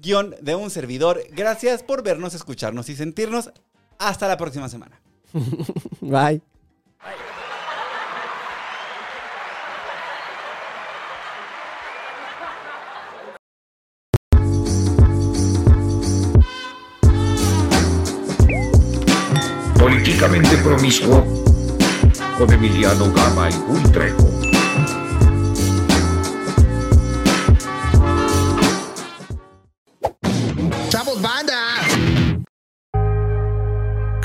[SPEAKER 3] guión de un servidor. Gracias por vernos, escucharnos y sentirnos. Hasta la próxima semana.
[SPEAKER 5] Bye.
[SPEAKER 2] Políticamente promiscuo con Emiliano Gama y Gul Trejo.
[SPEAKER 1] ¡Chavos, banda!